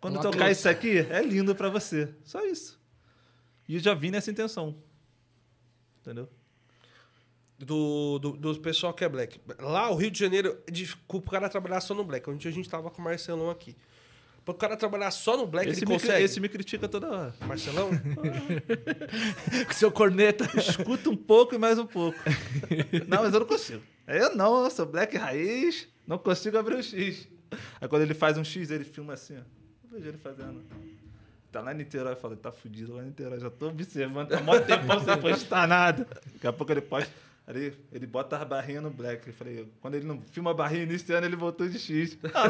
C: Quando
B: Uma
C: tocar
B: cruz.
C: isso aqui, é lindo pra você. Só isso. E eu já vim nessa intenção. Entendeu?
A: do, do, do pessoal que é black. Lá, o Rio de Janeiro, desculpa, o cara trabalhar só no black. Onde a gente tava com o Marcelão aqui. Pro cara trabalhar só no black,
C: Esse
A: ele
C: me, cri-
A: consegue.
C: esse me critica toda hora.
A: Marcelão?
B: Com seu corneta.
C: Escuta um pouco e mais um pouco. não, mas eu não consigo. Eu não, eu sou black raiz, não consigo abrir o X. Aí quando ele faz um X, ele filma assim, ó. Eu vejo ele fazendo. Tá lá em Niterói, eu falo, tá fudido lá em Niterói, já tô observando, tá mó tempão sem postar nada. Daqui a pouco ele posta, ali, ele bota as barrinhas no black. Eu falei, quando ele não filma a barrinha iniciando, ele voltou de X. Tá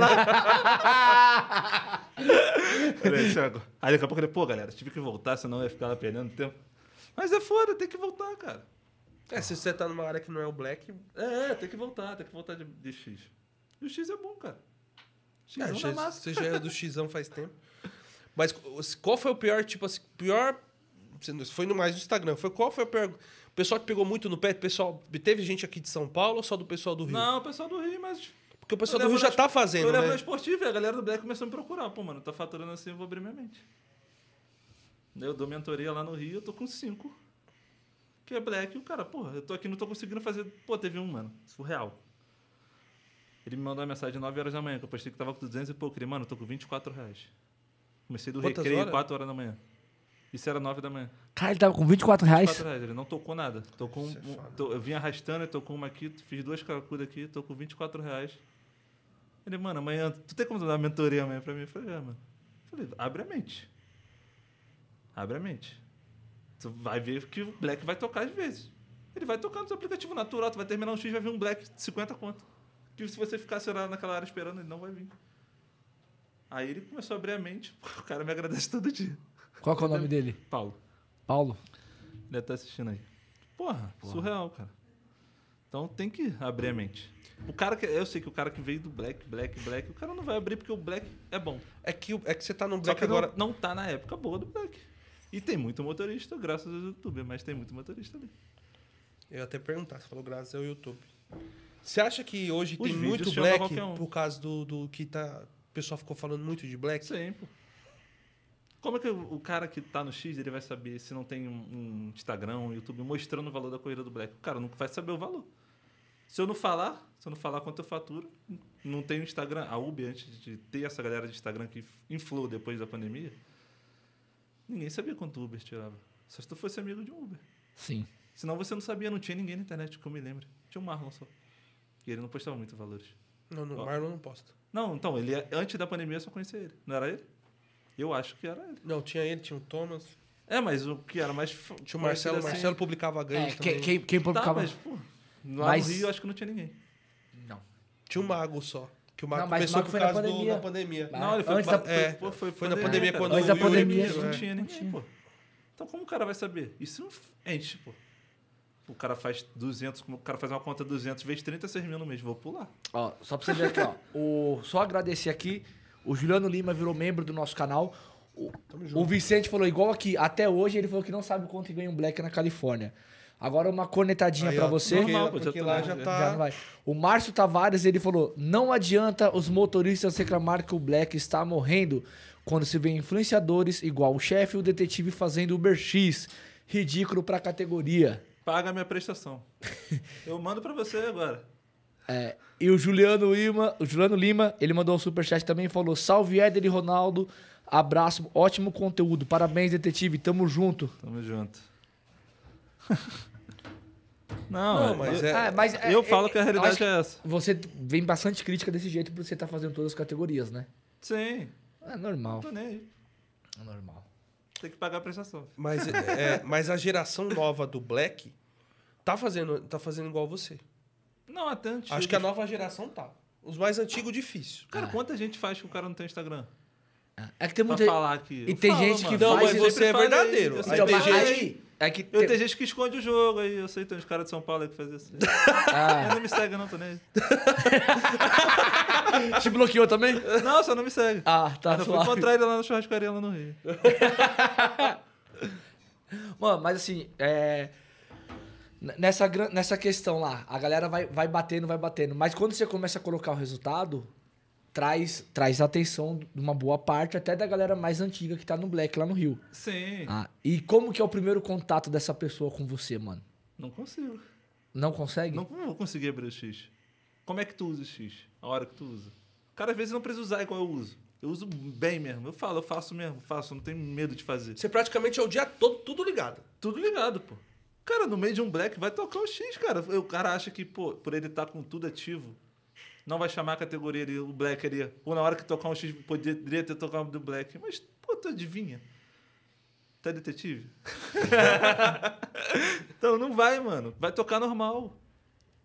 C: Falei, Thiago. Aí daqui a pouco ele, pô, galera, tive que voltar, senão eu ia ficar lá perdendo tempo. Mas é foda, tem que voltar, cara.
A: É, se você tá numa área que não é o black.
C: É, é, tem que voltar, tem que voltar de, de X. E o X é bom, cara. X
A: É,
C: é,
A: já-
C: na massa.
A: você já é do xão faz tempo. Mas qu- qual foi o pior, tipo assim, pior. você não- Foi no mais do Instagram. Foi qual foi o pior. O pessoal que pegou muito no pé, o pessoal. Teve gente aqui de São Paulo ou só do pessoal do Rio?
C: Não, o pessoal do Rio, é mas.
A: Porque o pessoal
C: Eu
A: do Rio
C: levo
A: já
C: na-
A: tá
C: eu
A: fazendo,
C: levo na
A: né?
C: esportiva e a galera do Black começou a me procurar. Pô, mano, tá faturando assim, eu vou abrir minha mente. Eu dou mentoria lá no Rio, eu tô com cinco. Que é Black, e o cara, porra, eu tô aqui, não tô conseguindo fazer. Pô, teve um, mano, surreal. Ele me mandou uma mensagem 9 horas da manhã, que eu postei que tava com 200 e pouco. Ele, mano, eu tô com 24 reais. Comecei do
A: Quantas
C: recreio
A: horas?
C: 4 horas da manhã. Isso era 9 da manhã.
B: Cara, ele tava com 24 reais.
C: 4 reais, ele não tocou nada. Tocou um, um- to- eu vim arrastando, ele tocou uma aqui, fiz duas caracudas aqui, tô com 24 reais. Ele, mano, amanhã, tu tem como dar uma mentoria amanhã pra mim? Eu falei, é, mano. Eu falei, abre a mente. Abre a mente. Tu vai ver que o Black vai tocar às vezes. Ele vai tocar no seu aplicativo natural, tu vai terminar um X, vai vir um Black de 50 conto. Que se você ficasse lá naquela área esperando, ele não vai vir. Aí ele começou a abrir a mente, o cara me agradece todo dia.
B: Qual que é o nome dele?
C: Paulo.
B: Paulo.
C: Deve estar assistindo aí. Porra, surreal, cara. Então tem que abrir a mente. O cara que. Eu sei que o cara que veio do Black, Black, Black, o cara não vai abrir porque o Black é bom.
A: É que, o- é que você tá no
C: Só
A: black
C: que
A: agora.
C: agora não, tá na época boa do Black. E tem muito motorista, graças ao YouTube, mas tem muito motorista ali.
A: Eu ia até perguntar, você falou graças ao YouTube. Você acha que hoje
C: Os
A: tem
C: vídeos
A: muito
C: chamam
A: black
C: qualquer um.
A: por causa do, do que tá. O pessoal ficou falando muito de black?
C: Sim, pô. Como é que o o cara que tá no X ele vai saber se não tem um, um Instagram, um YouTube mostrando o valor da corrida do Black? O cara nunca vai saber o valor. Se eu não falar, se eu não falar quanto eu faturo, não tem o Instagram. A Uber, antes de ter essa galera de Instagram que inflou depois da pandemia, ninguém sabia quanto o Uber tirava. Só se tu fosse amigo de um Uber.
B: Sim.
C: Senão você não sabia, não tinha ninguém na internet, que eu me lembro. Tinha o Marlon só. E ele não postava muito valores.
A: Não, não,
C: Ó.
A: Marlon não posta.
C: Não, então, ele antes da pandemia eu só conhecia ele. Não era ele? Eu acho que era ele.
A: Não, tinha ele, tinha o Thomas,
C: É, mas o que era mais. f-
A: tinha o Marcelo. O
C: conhecido
A: Marcelo publicava ganhos
B: É,
A: também.
B: quem, quem, quem
C: Assim. Tá,
B: publicava...
C: mas, pô, lá
B: Mas-
C: no Rio eu acho que não tinha ninguém.
B: Não.
A: Tinha o Mago só. Que o Marco
B: Não, mas o
A: começou por
B: Marco foi na
A: causa do-
B: pandemia.
A: da pandemia.
B: Mas-
C: Não, ele foi,
B: Antes
C: ba-
B: da-
C: foi,
A: é,
C: pô, foi,
A: foi na pandemia,
C: cara.
A: quando
B: Antes o da Yuri pandemia,
C: Não,
B: mesmo,
A: né?
C: tinha, nem tinha, pô. Então como o cara vai saber? Isso não f- enche, pô. O cara faz 200, como o cara faz uma conta 200 vezes 36 mil no mês, vou pular.
B: Ó, só pra você ver aqui, ó. O, só agradecer aqui. O Juliano Lima virou membro do nosso canal. O, o Vicente falou igual aqui. Até hoje ele falou que não sabe quanto ganha um black na Califórnia. Agora uma cornetadinha
A: Aí,
B: pra
A: ó,
B: você.
A: Porque,
C: Normal,
A: lá-
C: pô, já
A: porque
C: tá-
A: lá já
C: já
A: tá...
B: Já não vai. O Márcio Tavares, ele falou: não adianta os motoristas reclamar que o Black está morrendo quando se vê influenciadores igual o chefe e o detetive fazendo Uber X. Ridículo pra categoria.
C: Paga a minha prestação. Eu mando pra você agora.
B: É, e o Juliano Lima, o Juliano Lima, ele mandou um superchat também, falou: Salve Éder e Ronaldo, abraço, ótimo conteúdo, parabéns, detetive, tamo junto.
C: Tamo junto. Não,
A: Não,
C: eu-
A: mas é-
B: Ah, mas
C: eu, falo que a realidade é essa.
B: Você vem bastante crítica desse jeito por você estar fazendo todas as categorias, né?
C: Sim,
B: É
C: não
B: normal.
C: tô nem aí.
B: É normal.
C: Tem que pagar a prestação.
A: Mas, é, mas a geração nova do Black tá fazendo, tá fazendo igual você.
C: Não, até antes.
A: Acho que a nova geração tá. Os mais antigos, difícil.
C: Cara, quanta gente faz que o cara não tem Instagram?
B: É que tem
C: Pra
B: muita.
C: falar aqui.
B: e
C: Eu
B: tem
C: falo,
B: gente que
C: mano.
A: Não,
B: faz-
A: mas você é verdadeiro.
C: Eu sei,
A: Aí
B: Então,
A: tem
B: mas
A: gente...
B: aí- é que
C: Eu
B: tem-
C: tenho gente que esconde o jogo aí, eu sei, tem uns caras de São Paulo aí que fazem isso.
B: Ah,
C: Mas não me segue não, tô nem aí.
B: te bloqueou também?
C: Não, só não me segue.
B: Ah, tá
C: eu fui
B: suave.
C: encontrar ele lá na churrascaria lá no Rio.
B: Mano, mas assim, é. n- Nessa, gran- nessa questão lá, a galera vai, vai batendo, vai batendo. Mas quando você começa a colocar o resultado, traz, traz a atenção de uma boa parte, até da galera mais antiga que tá no Black lá no Rio.
C: Sim,
B: Ah, e como que é o primeiro contato dessa pessoa com você, mano?
C: não consigo.
B: Não consegue?
C: Não vou conseguir abrir o X. Como é que tu usa o X? A hora que tu usa. Cara, às vezes não precisa usar igual eu uso. Eu uso bem mesmo. Eu falo, eu faço mesmo, faço, não tenho medo de fazer.
A: Você praticamente é o dia todo tudo ligado.
C: Tudo ligado, pô. Cara, no meio de um black vai tocar o X, cara. O cara acha que, pô, por ele estar com tudo ativo, não vai chamar a categoria ali, o black ali. Ou na hora que tocar um X, poderia ter tocado do black. Mas, pô, tu adivinha? Tá detetive? então não vai, mano. Vai tocar normal.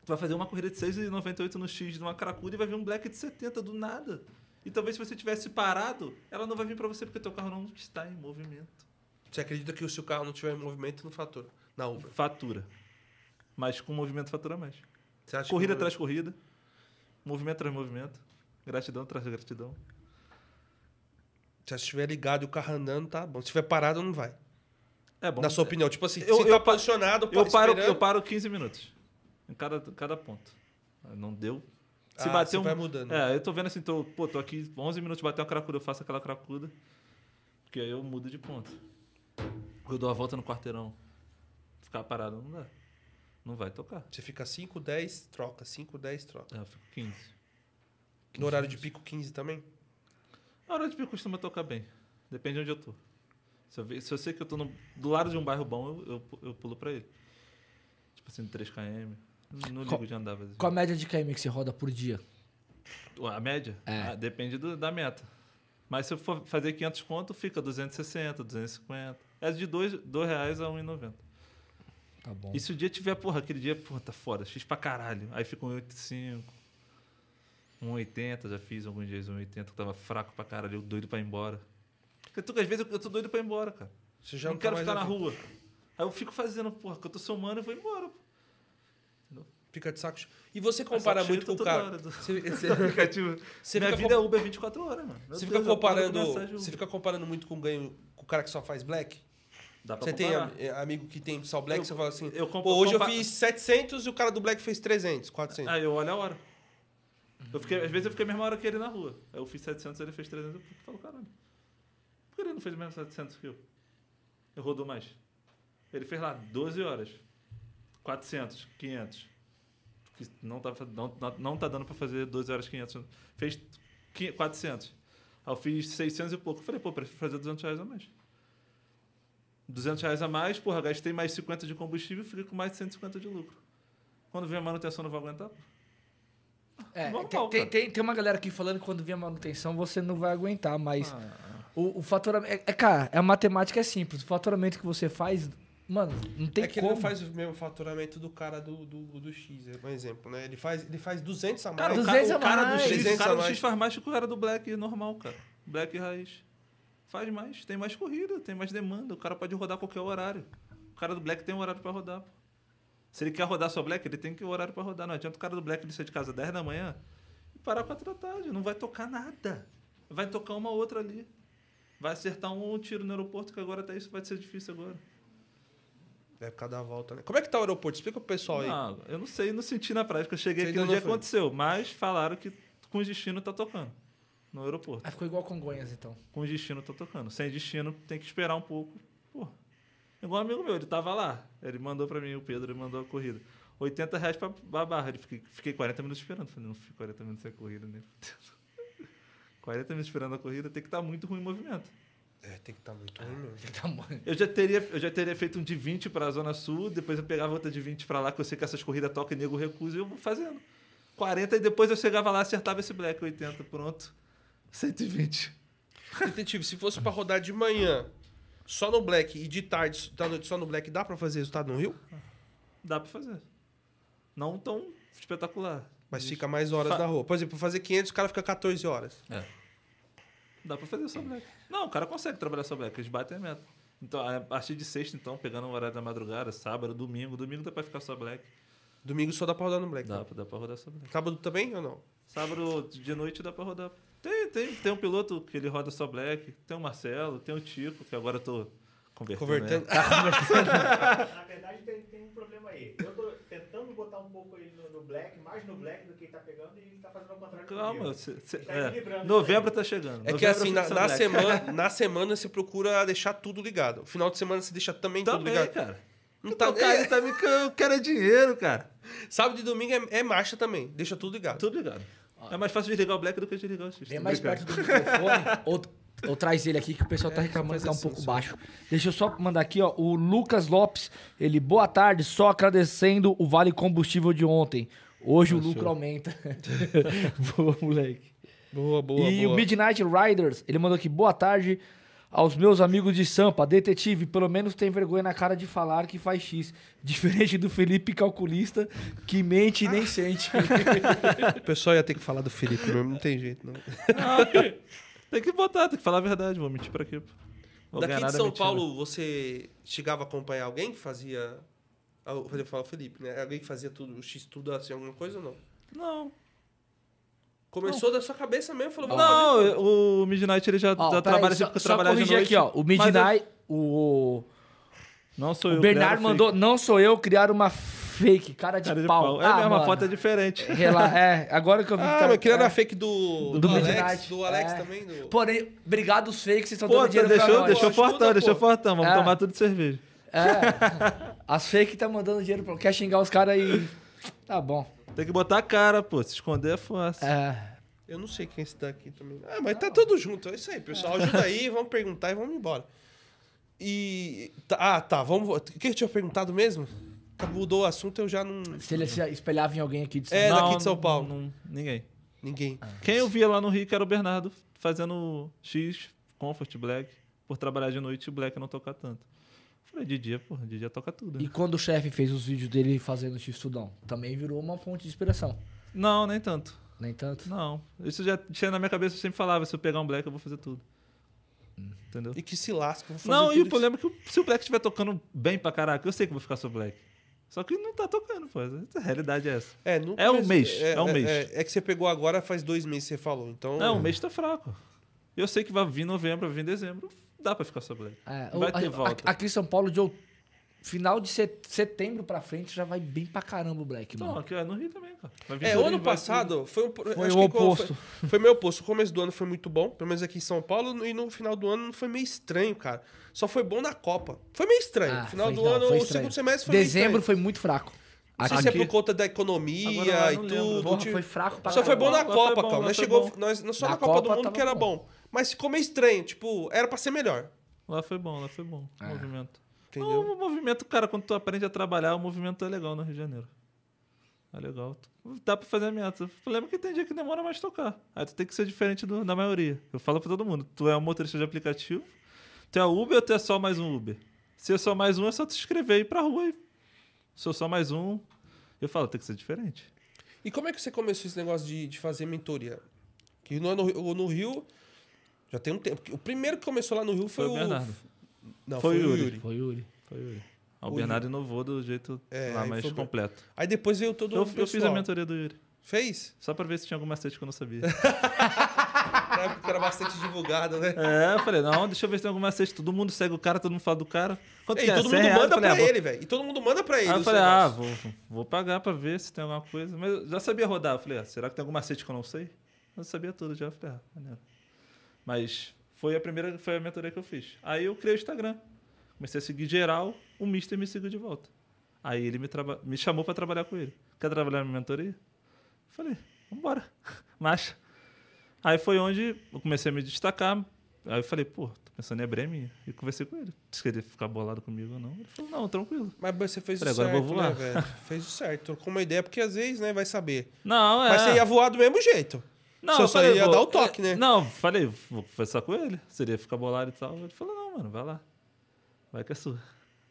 C: Tu vai fazer uma corrida de 6,98 no X de uma cracuda e vai vir um black de 70 do nada. E talvez se você tivesse parado, ela não vai vir pra você porque teu carro não está em movimento.
A: Você acredita que se o carro não tiver em movimento, não fatura. Na Uber.
C: Fatura. Mas com movimento fatura mais.
A: Você acha que
C: corrida
A: o-
C: traz corrida. Movimento traz movimento. Gratidão traz gratidão.
A: Se estiver ligado e o carro andando, tá bom. Se estiver parado, não vai.
C: É bom.
A: Na sua opinião. Tipo assim,
C: Eu-
A: se
C: eu
A: tá posicionado, pa-
C: eu, paro,
A: esperando,
C: eu paro 15 minutos. Em cada, cada ponto. Não deu. Se
A: Ah,
C: bater
A: você
C: um.
A: vai mudando.
C: É, eu tô vendo assim, tô, pô, tô aqui 11 minutos, bater uma cracuda, eu faço aquela cracuda. Porque aí eu mudo de ponto. Eu dou a volta no quarteirão. Ficar parado não dá. Não vai tocar.
A: Você fica 5, 10, troca. 5, 10, troca.
C: É, eu fico 15.
A: No horário de pico, 15 também?
C: A hora de pico costuma tocar bem. Depende de onde eu tô. Se eu, ve- se eu sei que eu tô no- do lado de um bairro bom, eu, eu, pu- eu pulo pra ele. Tipo assim, 3km. Não, não
B: Qual-
C: ligo de andar. Mas... tipo,
B: Qual a média de KM que você roda por dia?
C: A média?
B: É.
C: Ah, depende do- da meta. Mas se eu for fazer 500 conto, fica 260, 250. É de 2, reais a 1,90.
B: Tá bom.
C: E se o dia tiver, porra, aquele dia, porra, tá foda, X pra caralho. Aí fica 1,85, 1,80, já fiz alguns dias 1,80, que tava fraco pra caralho, eu doido pra ir embora. Porque tu, às vezes eu, eu tô doido pra ir embora, cara.
A: Você já
C: não,
A: tá
C: quero
A: mais
C: ficar na
A: afim.
C: rua. Aí eu fico fazendo, porra, que eu tô somando e vou embora. pô.
A: Fica de saco cheio. E você compara
C: saco
A: muito com
C: cheio
A: o carro.
C: É toda hora do-
A: Você, você-
C: Aplicativo.
A: Você
C: Minha
A: fica
C: vida é Uber 24 horas, mano. Meu
A: você fica
C: Deus, eu paro pra
A: comparando,
C: mensagem
A: você
C: Uber.
A: fica comparando muito com o ganho com o cara que só faz black?
C: Dá pra
A: Você tem
C: comparar.
A: am- eh, amigo que tem só black,
C: Eu-
A: você fala assim,
C: eu compa-
A: pô, hoje eu
C: compa-
A: fiz 700 e o cara do black fez 300, 400.
C: Aí Ah, eu olho a hora. Eu fiquei, às vezes eu fiquei a mesma hora que ele na rua. Aí eu fiz 700, ele fez 300. Eu falo, caralho. Por que ele não fez mesmo 700 que eu? Eu rodou mais. Ele fez lá 12 horas. 400, 500. Que não tá, fa- não, não- não tá dando pra fazer 12 horas 500. Fez qui- 400. Aí eu fiz 600 e pouco. Eu falei, pô, prefiro fazer 200 reais a mais. 200 reais a mais, porra, gastei mais 50 de combustível e fiquei com mais de 150 de lucro. Quando vem a manutenção, não vou aguentar?
B: É,
C: Normal,
B: tem, tem,
C: cara.
B: tem- tem uma galera aqui falando que quando vier manutenção você não vai aguentar, mas
C: Ah,
B: o, o faturamento. É, é, cara, é a matemática é simples. O faturamento que você faz Mano, não tem
A: é que
B: como.
A: ele não faz o mesmo faturamento do cara do, do, do X, é um exemplo, né? Ele faz, ele faz 200 a mais.
B: Cara,
A: O
B: 200
A: o
B: a
A: cara do
B: mais.
A: X,
C: X, É o
A: 200
C: cara
A: a
C: do X
A: mais.
C: faz mais que o cara do Black normal, cara. Black raiz. Faz mais, tem mais corrida, tem mais demanda. O cara pode rodar a qualquer horário. O cara do Black tem um horário pra rodar. pô. Se ele quer rodar só Black, ele tem que ter um horário pra rodar. Não adianta o cara do Black ele sair de casa 10 da manhã e parar 4 da tarde. Não vai tocar nada. Vai tocar uma outra ali. Vai acertar um tiro no aeroporto, que agora até isso vai ser difícil agora.
A: É por causa da volta, né? Como é que tá o aeroporto? Explica pro pessoal aí.
C: Não, eu não sei, não senti na prática. Eu cheguei
A: Você
C: aqui
A: ainda
C: no dia
A: não
C: que
A: foi?
C: aconteceu, mas falaram que com destino tá tocando. No aeroporto.
B: Aí Ah, ficou igual Congonhas, então.
C: Com destino tá tocando. Sem destino, tem que esperar um pouco. Pô. Igual um amigo meu, ele tava lá. Ele mandou pra mim, o Pedro, ele mandou a corrida. 80 reais pra, pra barra. Ele fiquei, fiquei 40 minutos esperando. Falei, não fico 40 minutos sem a corrida, né? 40 minutos esperando a corrida, tem que estar muito ruim o movimento.
A: É, tem que estar muito ruim mesmo.
B: Que tamanho.
C: Eu já teria, eu já teria feito um de 20 pra Zona Sul, depois eu pegava outra de 20 pra lá, que eu sei que essas corridas toca e nego recusa, e eu vou fazendo. 40 e depois eu chegava lá, acertava esse black 80, pronto. 120.
A: Detetive, se fosse pra rodar de manhã, só no Black, e de tarde, da noite só no Black, dá pra fazer resultado no Rio?
C: Dá pra fazer. Não tão espetacular.
A: Mas fica mais horas
C: Fa-
A: na rua. Por exemplo, pra fazer 500, o cara fica 14 horas.
C: É. Dá pra fazer só black. Não, o cara consegue trabalhar só black, eles batem a meta. Então, a partir de sexta, então, pegando o horário da madrugada, sábado, domingo, domingo dá pra ficar só black.
A: Domingo só dá pra rodar no Black.
C: Dá, pra- dá pra rodar só black.
A: Sábado também ou não?
C: Sábado de noite dá pra rodar. Tem, tem, tem um piloto que ele roda só black, tem o Marcelo, tem o Tico, que agora eu tô convertendo. né?
A: Convertendo. Ah,
C: ele.
D: Na verdade, tem, tem um problema aí. Eu tô tentando botar um pouco ele no, no black, mais no black do que ele tá pegando, e ele tá fazendo ao contrário
C: Calma,
D: comigo.
C: cê- cê-
D: Tá
C: é,
D: equilibrando
C: novembro tá chegando.
A: É
C: novembro
A: que
C: eu
A: assim, na,
C: fico só
A: na
C: black.
A: semana, na semana você procura deixar tudo ligado. Final de semana você deixa também, tudo
C: Também,
A: ligado.
C: Tá cara.
A: Não
C: Não
A: tá-
C: tá, cara,
A: é.
C: ele tá me que eu quero é dinheiro, cara.
A: Sábado e domingo é, é marcha também. Deixa tudo ligado.
C: Tudo ligado. É mais fácil desligar o black do que desligar o X.
B: Vem
C: Tô
B: mais
C: brincando.
B: perto do microfone ou, ou traz ele aqui que o pessoal tá
A: É,
B: reclamando
A: faz
B: que tá um
A: assim,
B: pouco
A: assim.
B: baixo. Deixa eu só mandar aqui, ó, o Lucas Lopes, ele boa tarde, só agradecendo o vale combustível de ontem. Hoje o lucro aumenta. boa, moleque.
A: Boa, boa,
B: e o Midnight Riders, ele mandou aqui, boa tarde aos meus amigos de Sampa. Detetive, pelo menos tem vergonha na cara de falar que faz X. Diferente do Felipe Calculista, que mente e nem sente.
A: O pessoal ia ter que falar do Felipe mesmo, não tem jeito, não.
C: Tem que botar, tem que falar a verdade. Vou mentir pra quê? pô? Vou ganhar
A: Daqui de
C: nada
A: São
C: mentindo.
A: Paulo, você chegava a acompanhar alguém que fazia. ah, Eu falei falar o Felipe, né? Alguém que fazia tudo, o X tudo assim, alguma coisa ou não?
C: Não.
A: Começou da sua cabeça mesmo, falou, vou fazer.
C: Não, eu- o Midnight ele
B: Ó,
C: já, já
B: peraí,
C: Então, trabalha
B: só-
C: sempre que eu
B: só
C: trabalhar de
B: corrigir
C: noite.
B: aqui, ó. O
C: Mas eu-
B: Midnight, o,
C: Não sou
B: o
C: eu.
B: Bernardo
C: Leandro
B: mandou, não sou eu criar uma fake, cara de,
C: Cara de
B: pau. Ah,
C: pau. É mesmo, a foto é diferente.
B: Rela- É, agora que eu vi que
A: Ah,
B: tá-
A: mas queria
B: é.
A: na fake do,
B: Do
A: do, Alex,
B: Midnight.
A: do Alex
B: É.
A: também. Do...
B: Porém, obrigado os fakes, vocês estão
C: Pô,
B: dando
C: tá,
B: dinheiro pra
C: deixou,
B: nós.
C: deixou
A: Pô,
C: fortão,
A: ajuda,
C: deixou
A: pô.
C: fortão. Vamos
B: É.
C: tomar tudo de cerveja.
B: É, as fake tá mandando dinheiro pra Quer xingar os caras aí. Tá bom.
C: Tem que botar a cara, pô. Se esconder é fácil.
B: É.
A: Eu não sei quem é esse daqui também. Ah, mas tá tudo junto. É isso aí, pessoal. Ajuda aí, vamos perguntar e vamos embora. E. tá- Ah, tá. Vamos. vo- O que eu tinha perguntado mesmo? Mudou o assunto, eu já não.
B: Se ele se espelhava em alguém aqui de São
A: É,
B: Paulo.
A: daqui de São Paulo.
C: não- ninguém.
A: Ninguém.
C: Quem eu via lá no Rio que era o Bernardo fazendo X, Comfort, Black, por trabalhar de noite e Black não tocar tanto. Falei, de dia, pô, de dia toca tudo. né?
B: E quando o chefe fez os vídeos dele fazendo X-Tudão, também virou uma fonte de inspiração. né? Então,
C: Não, nem tanto.
B: Nem tanto.
C: Não. Isso já tinha na minha cabeça, eu sempre falava, se eu pegar um Black, eu vou fazer tudo. Entendeu?
A: E que se lasca. vou fazer
C: Não,
A: tudo
C: e o
A: isso.
C: problema é que o- se o Black estiver tocando bem pra caraca, eu sei que eu vou ficar só Black. Só que não tá tocando, pô. A realidade é essa.
A: É, nunca
C: É um mês, é um mês.
A: É, é que você pegou agora faz dois meses, você falou. Então.
C: Não,
B: É.
C: o mês tá fraco. Eu sei que vai vir novembro, vai vir dezembro. Dá pra ficar só Black.
B: É,
C: Vai
B: o-
C: ter
B: a-
C: volta.
B: a- aqui em São Paulo, de out- final de set- setembro pra frente, já vai bem pra caramba o Black,
C: Então,
B: mano.
C: aqui ó, no Rio também, cara. Vai vir
A: É,
C: tudo,
A: o ano
C: vai
A: passado foi um. Foi que
B: o
A: qual-
B: oposto.
A: Foi, foi meio oposto. O começo do ano foi muito bom, pelo menos aqui em São Paulo, e no final do ano não foi meio estranho, cara. Só foi bom na Copa. Foi meio estranho.
B: Ah,
A: final
B: foi-
A: do
B: não,
A: ano, o
B: foi estranho.
A: segundo semestre foi meio
B: Dezembro
A: estranho.
B: foi muito fraco.
A: Não sei
B: Aqui-
A: se é por
C: Aqui-
A: conta da economia
C: Agora lá
A: e
C: não
A: tudo.
C: lembro.
B: Porra,
A: tipo-
B: foi fraco pra
A: Só foi bom
B: caramba.
A: na
C: Lá
A: Copa,
C: foi bom,
A: cara.
C: lá
A: Nós
C: foi
A: chegou,
C: bom.
A: nós, nós só na,
B: Na
A: Copa, do
B: Copa
A: Mundo
B: tava
A: que era
B: bom.
A: bom. Mas ficou meio estranho, tipo, era pra ser melhor.
C: Lá foi bom, lá foi bom.
B: É.
C: O movimento.
A: Entendeu?
C: Não, o movimento, cara, quando tu aprende a trabalhar, o movimento é legal no Rio de Janeiro. É legal. Tu- Dá pra fazer a meta. O problema é que tem dia que demora mais tocar. Aí tu tem que ser diferente do- da maioria. Eu falo pra todo mundo. Tu é um motorista de aplicativo, tu é Uber ou tu é só mais um Uber? Se eu sou mais um, é só te escrever e ir pra rua. E... Se eu sou mais um, eu falo, tem que ser diferente.
A: E como é que você começou esse negócio de, de fazer mentoria? Que é no, no, no Rio já tem um tempo. O primeiro que começou lá no Rio foi,
C: Foi o Bernardo.
A: Não,
C: Foi
A: foi,
C: o
A: o
C: Yuri.
A: Yuri.
B: Foi Yuri.
C: O
A: Ui.
C: Bernardo inovou do jeito
A: É,
C: lá
A: aí
C: mais
A: foi o Ber-
C: completo.
A: Aí depois veio todo o
C: Eu, eu fiz a
A: pessoal.
C: mentoria do Yuri.
A: Fez?
C: Só pra ver se tinha algum macete que eu não sabia.
A: Na época era bastante divulgado, né?
C: é, eu falei, não, deixa eu ver se tem algum macete. Todo mundo segue o cara, todo mundo fala do cara. Quanto
A: E
C: que é?
A: todo
C: 100
A: mundo
C: reais? Eu
A: manda
C: falei, ah,
A: pra
C: vou-
A: ele, velho. E todo mundo manda pra ele.
C: Aí eu
A: os
C: falei, ah,
A: negócios.
C: vou, vou pagar pra ver se tem alguma coisa. Mas eu já sabia rodar. Eu falei, ah, será que tem algum macete que eu não sei? Eu sabia tudo já. Eu falei, ah, maneiro. Mas foi a primeira, foi a mentoria que eu fiz. Aí eu criei o Instagram. Comecei a seguir geral, o Mister me seguiu de volta. Aí ele me, traba- me chamou pra trabalhar com ele. Quer trabalhar na minha mentoria? Eu falei, vambora. Marcha. Aí foi onde eu comecei a me destacar. Aí eu falei, pô, tô pensando em abrir a minha. E conversei com ele. Se ele ficar bolado comigo ou não. Ele falou, não, tranquilo.
A: Mas você fez
C: Falei,
A: o
C: agora eu
A: certo,
C: vou
A: né,
C: voar.
A: velho? Fez o certo. Trocou uma ideia, porque às vezes, né, vai saber.
C: Não, é.
A: Mas você ia voar do mesmo jeito.
C: Não,
A: Só
C: eu
A: só ia dar o toque, né?
C: Não, falei, vou conversar com ele. Seria ficar bolado e tal. Ele falou, não, mano, vai lá. Vai que é sua.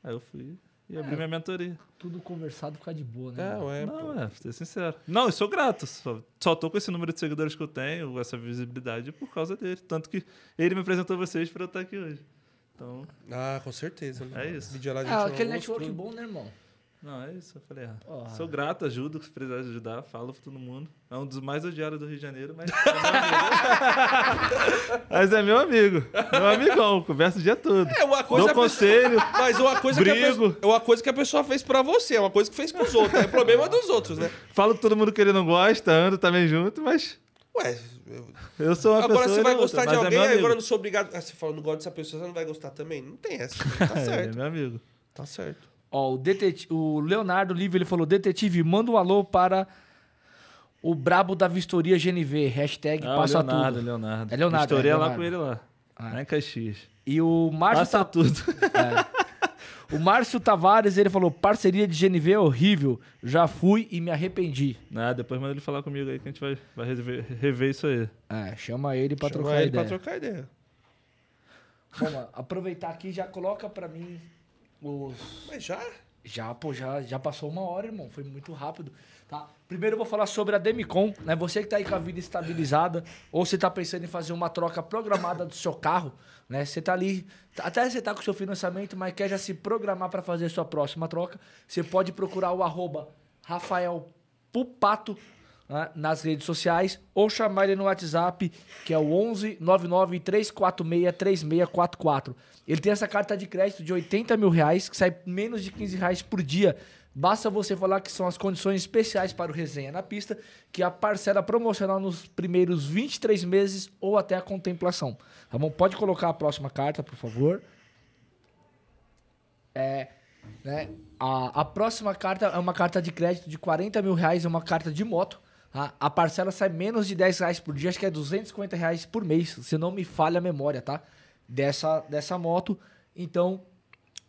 C: Aí eu fui e abri minha mentoria.
B: Tudo conversado ficar de boa, né?
A: Não, é. pô.
C: não, é, pra ser sincero. Não, eu sou grato. Só, só tô com esse número de seguidores que eu tenho, essa visibilidade por causa dele. Tanto que ele me apresentou vocês pra eu estar aqui hoje. Então,
A: Ah, com certeza. né?
C: É isso.
A: Vídeo lá, a gente um
B: Ah,
A: não
B: aquele
A: mostrou.
B: network bom, né, irmão?
C: não, é isso. Eu falei, ah,
B: Porra.
C: sou grato, ajudo, se precisar de ajudar, falo pra todo mundo. É um dos mais odiados do Rio de Janeiro, mas. é mas é meu amigo. Meu amigão, conversa o dia todo.
A: É uma coisa.
C: Dou
A: a pessoa-
C: conselho.
A: Mas uma coisa, que a
C: Brigo.
A: pessoa, é uma coisa que a pessoa fez pra você, é uma coisa que fez com os outros. É problema dos outros, né?
C: Falo com todo mundo que ele não gosta, ando também junto, mas
A: Ué, eu-
C: eu sou uma pessoa.
A: agora você vai
C: ele é outra,
A: gostar de
C: mas é
A: alguém,
C: meu
A: aí
C: amigo.
A: agora eu não sou obrigado. Ah, você fala, não gosto dessa pessoa, você não vai gostar também? Não tem essa. Tá
C: É, ele é
A: certo.
C: meu amigo.
A: Tá certo.
B: Ó, o, deteti- o Leonardo Livre, ele falou, detetive, manda um alô para o brabo da vistoria GNV, hashtag
C: Ah, o
B: passa
C: Leonardo,
B: tudo.
C: Leonardo.
B: É Leonardo,
C: Estourei
B: é
C: lá
B: Leonardo.
C: com ele lá.
A: Ah.
C: Lá em Caxias.
B: E o Márcio,
A: tá-
C: Passa tudo.
B: Ta- É. o Márcio Tavares, ele falou, parceria de GNV é horrível, já fui e me arrependi.
C: Nada, depois manda ele falar comigo aí que a gente vai, vai rever, rever isso aí.
B: É, chama ele pra
A: Chama
B: trocar
A: ele
B: ideia.
A: pra trocar ideia.
B: Vamos aproveitar aqui e já coloca pra mim os...
A: Mas já?
B: Já, pô, já, já passou uma hora, irmão. Foi muito rápido. Tá? Primeiro eu vou falar sobre a Demicon, né? Você que tá aí com a vida estabilizada, ou você tá pensando em fazer uma troca programada do seu carro, né? Você tá ali, até você tá com o seu financiamento, mas quer já se programar para fazer sua próxima troca, você pode procurar o arroba Rafael Pupato né, nas redes sociais ou chamar ele no WhatsApp, que é o 11 99 346 3644. Ele tem essa carta de crédito de 80 mil reais, que sai menos de 15 reais por dia. Basta você falar que são as condições especiais para o Resenha na Pista, que é a parcela promocional nos primeiros 23 meses ou até a contemplação. Tá bom? Pode colocar a próxima carta, por favor. né? A, a próxima carta é uma carta de crédito de 40 mil reais, é uma carta de moto. tá? A parcela sai menos de 10 reais por dia, acho que é 250 reais por mês, se não me falha a memória, tá? Dessa, dessa moto. Então,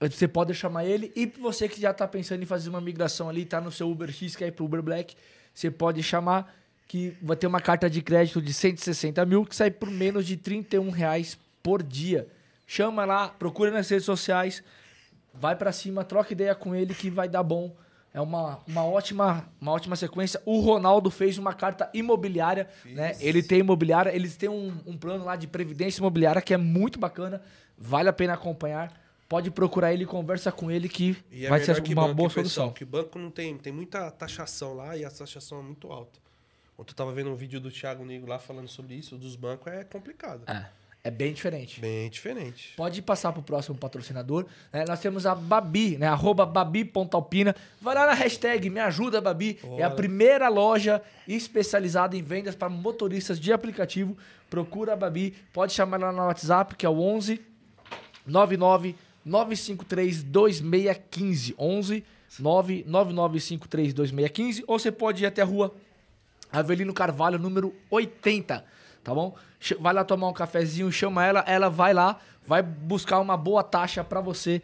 B: você pode chamar ele. E você que já tá pensando em fazer uma migração ali, tá no seu Uber X, que é pro Uber Black, você pode chamar que vai ter uma carta de crédito de 160 mil, que sai por menos de 31 reais por dia. Chama lá, procura nas redes sociais, vai pra cima, troca ideia com ele que vai dar bom. É uma, uma, ótima, uma ótima sequência. O Ronaldo fez uma carta imobiliária, né? Ele tem imobiliária, eles têm um, um plano lá de previdência imobiliária que é muito bacana, vale a pena acompanhar. Pode procurar ele, conversa com ele que
A: E é
B: vai
A: melhor
B: ser
A: que
B: uma
A: banco,
B: boa
A: hein, pessoal?
B: solução.
A: Que banco não tem, tem muita taxação lá e a taxação é muito alta. Ontem eu tava vendo um vídeo do Thiago Negro lá falando sobre isso, dos bancos é complicado.
B: É, é bem diferente.
A: Bem diferente.
B: Pode passar pro próximo patrocinador. né? Nós temos a Babi, né? Arroba Babi.alpina. Vai lá na hashtag Me Ajuda Babi. É a primeira loja especializada em vendas para motoristas de aplicativo. Procura a Babi. Pode chamar lá no WhatsApp, que é o 11 99 953 2615. 11 99953 2615. Ou você pode ir até a rua Avelino Carvalho, número 80. Tá bom? Che- Vai lá tomar um cafezinho, chama ela, ela vai lá, vai buscar uma boa taxa pra você.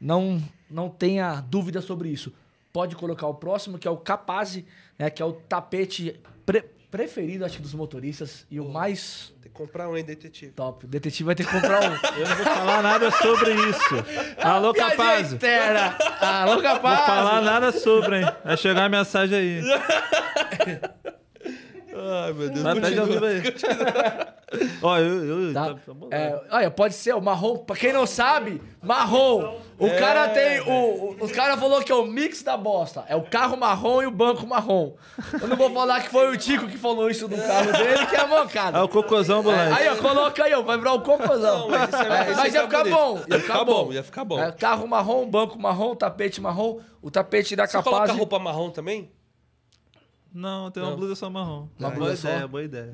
B: Não, não tenha dúvida sobre isso. Pode colocar o próximo, que é o Capaz, né, que é o tapete pre- preferido, acho que, dos motoristas e o mais
A: Tem que comprar um, hein, detetive.
B: top. O detetive vai ter que comprar um.
E: Eu não vou falar nada sobre isso. Alô,
B: Piadinha
E: capaz. Não
B: interna. Alô,
E: vou
B: capaz.
E: falar nada sobre, hein? Vai chegar a mensagem aí.
A: Ai, meu Deus.
E: Vai, pede a ajuda aí. Ó, eu... eu
B: Tá?
E: tá- tá bom.
B: É, olha, pode ser o marrom. Pra quem não sabe, marrom. O
A: É.
B: cara tem. O, o- os caras falaram que é o mix da bosta. É o carro marrom e o banco marrom. Eu não vou falar que foi o Tico que falou isso do carro dele, que é mancada.
E: Ah, o cocôzão
B: É,
E: ambulante.
B: aí, ó, coloca aí, ó, vai virar o cocôzão.
A: Não, mas isso é-
B: É,
A: isso
B: mas
A: aí
B: ia
A: tá
B: ficar
A: bonito.
B: bom.
A: Ia ficar bom, ia ficar bom.
B: É, carro marrom, banco marrom, tapete marrom, o tapete da
A: Você
B: capaz.
A: coloca roupa marrom também?
E: Não, tem uma
A: Não.
E: blusa só marrom.
B: Uma
E: É,
B: blusa
E: boa
B: só.
E: Ideia, boa ideia.